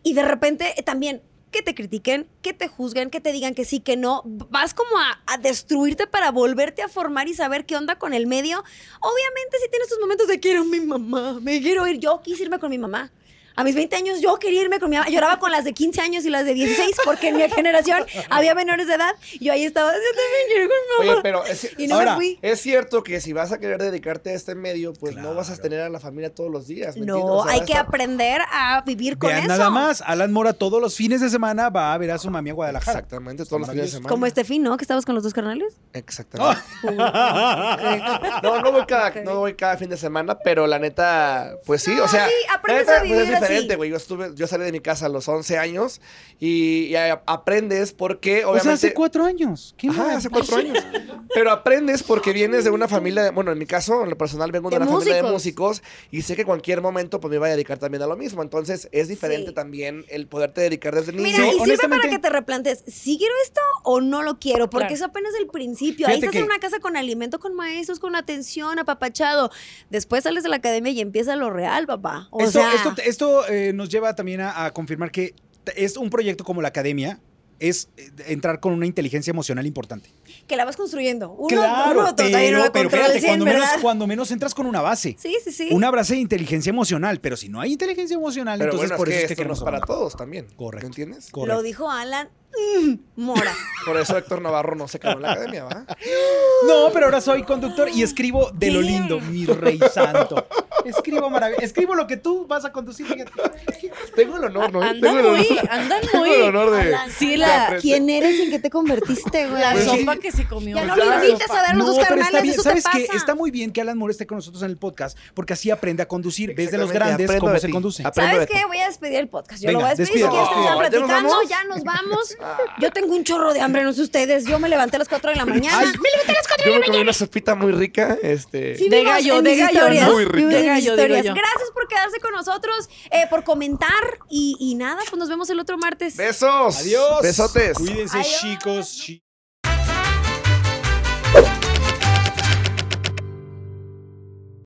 Speaker 1: Y de repente eh, también que te critiquen, que te juzguen, que te digan que sí, que no. Vas como a, a destruirte para volverte a formar y saber qué onda con el medio. Obviamente si tienes tus momentos de quiero a mi mamá, me quiero ir. Yo quise irme con mi mamá. A mis 20 años yo quería irme con mi mamá. Lloraba con las de 15 años y las de 16 porque en mi generación había menores de edad. Yo ahí estaba, yo también quiero ir con mi
Speaker 3: Oye,
Speaker 1: mamá.
Speaker 3: pero es,
Speaker 1: y no
Speaker 3: ahora,
Speaker 1: me fui.
Speaker 3: es cierto que si vas a querer dedicarte a este medio, pues no vas a
Speaker 2: Claro.
Speaker 3: tener a la familia todos los días. ¿me entiendes?
Speaker 1: No,
Speaker 3: O sea,
Speaker 1: hay
Speaker 3: va a
Speaker 1: que
Speaker 3: estar-
Speaker 1: aprender a vivir con
Speaker 2: Vean
Speaker 1: eso.
Speaker 2: nada más, Alan Mora todos los fines de semana va a ver a su mami a Guadalajara.
Speaker 3: Exactamente, todos los fines de semana.
Speaker 1: Como este Estefín, ¿no? Que estabas con los dos carnales.
Speaker 3: Exactamente. No, no voy, cada, no voy cada fin de semana, pero la neta, pues sí, o sea,
Speaker 1: Ah, sí,
Speaker 3: la
Speaker 1: aprendes
Speaker 3: neta,
Speaker 1: a
Speaker 3: pues,
Speaker 1: vivir
Speaker 3: es diferente,
Speaker 1: así.
Speaker 3: güey. Yo, estuve- yo salí de mi casa a los 11 años y, y a- aprendes porque,
Speaker 2: O
Speaker 3: obviamente...
Speaker 2: sea, hace cuatro años. ¿Qué
Speaker 3: Ajá,
Speaker 2: más?
Speaker 3: hace cuatro años. Pero aprendes porque vienes de una familia, de- bueno, en mi caso, en lo personal, vengo de,
Speaker 1: De
Speaker 3: una familia de
Speaker 1: músicos.
Speaker 3: músicos y sé que cualquier momento pues me iba a dedicar también a lo mismo. Entonces es diferente
Speaker 1: Sí.
Speaker 3: también el poderte dedicar desde niño.
Speaker 1: Mira,
Speaker 2: Sí,
Speaker 1: y sirve para
Speaker 2: honestamente-
Speaker 1: que te replantes, ¿sí quiero esto o no lo quiero? Porque
Speaker 5: Claro.
Speaker 1: eso apenas es el principio. Ahí
Speaker 2: Fíjate
Speaker 1: estás en
Speaker 2: que-
Speaker 1: una casa con alimento, con maestros, con atención, apapachado. Después sales de la academia y empieza lo real, papá. O
Speaker 2: esto
Speaker 1: sea,
Speaker 2: esto, esto, eh, nos lleva también a, a confirmar que t- es un proyecto como la academia, es eh, entrar con una inteligencia emocional importante.
Speaker 1: que la vas construyendo. Uno,
Speaker 2: claro,
Speaker 1: uno
Speaker 2: pero,
Speaker 1: todavía no la
Speaker 2: pero
Speaker 1: controla al
Speaker 2: fíjate,
Speaker 1: 100,
Speaker 2: cuando menos,
Speaker 1: ¿verdad?
Speaker 2: cuando menos entras con una base.
Speaker 1: Sí, sí, sí.
Speaker 2: Una base de inteligencia emocional, pero si no hay inteligencia emocional,
Speaker 3: Pero
Speaker 2: entonces
Speaker 3: bueno,
Speaker 2: por
Speaker 3: es
Speaker 2: eso
Speaker 3: que
Speaker 2: es que
Speaker 3: esto no es
Speaker 2: queremos
Speaker 3: para
Speaker 2: hablar.
Speaker 3: todos también.
Speaker 2: Correcto.
Speaker 3: ¿Me entiendes?
Speaker 1: Lo dijo Alan mm, Mora.
Speaker 3: Por eso Héctor Navarro no se quedó en la academia, ¿va?
Speaker 2: No, pero ahora soy conductor y escribo de lo lindo, mi rey santo. Escribo maravilloso. Escribo lo que tú vas a conducir. fíjate.
Speaker 3: Tengo el honor, ¿no?
Speaker 5: Andan
Speaker 3: Tengo el honor.
Speaker 5: muy, andan
Speaker 3: Tengo el
Speaker 5: muy.
Speaker 3: honor de.
Speaker 1: Alan,
Speaker 5: Sí,
Speaker 3: de
Speaker 5: la,
Speaker 3: aprender.
Speaker 1: ¿Quién eres y en qué te convertiste, güey?
Speaker 5: la
Speaker 3: Pues sí.
Speaker 5: sopa que se comió.
Speaker 1: Ya no
Speaker 3: Pues
Speaker 1: lo
Speaker 3: ya,
Speaker 1: invites a ver los dos
Speaker 2: pero está
Speaker 1: carnales,
Speaker 2: bien.
Speaker 1: eso te
Speaker 2: ¿Sabes
Speaker 1: pasa.
Speaker 2: qué? Está muy bien que Alan Moore esté con nosotros en el podcast porque así aprende a conducir desde los
Speaker 3: Exactamente,
Speaker 2: grandes
Speaker 3: aprendo
Speaker 2: cómo
Speaker 3: de
Speaker 2: se
Speaker 3: ti.
Speaker 2: conduce.
Speaker 3: Aprendo de
Speaker 1: ¿Sabes
Speaker 3: ti.
Speaker 1: qué? Voy a despedir el podcast. Yo lo
Speaker 2: Venga,
Speaker 1: voy a despedir. Si
Speaker 2: despídete.
Speaker 1: quieres,
Speaker 3: No,
Speaker 1: ya
Speaker 3: ¿ya nos
Speaker 1: platicando,
Speaker 3: vamos?
Speaker 1: ya nos vamos. Yo tengo un chorro de hambre, no sé ustedes. Yo me levanté a las 4 de la mañana.
Speaker 2: Ay.
Speaker 1: me levanté a las 4
Speaker 3: Yo me comí una sopita muy rica. Este.
Speaker 1: Sí,
Speaker 5: De
Speaker 1: vimos
Speaker 5: gallo,
Speaker 1: en
Speaker 5: de
Speaker 1: mis
Speaker 5: gallo,
Speaker 1: historias,
Speaker 5: ¿no?
Speaker 3: Muy rico.
Speaker 1: vimos en
Speaker 5: De
Speaker 1: mis
Speaker 5: gallo, digo
Speaker 1: historias.
Speaker 5: yo.
Speaker 1: Gracias por quedarse con nosotros, eh, por comentar y, y nada, pues nos vemos el otro martes.
Speaker 3: Besos.
Speaker 2: Adiós.
Speaker 3: Besotes.
Speaker 2: Cuídense,
Speaker 1: Adiós.
Speaker 2: chicos. chi-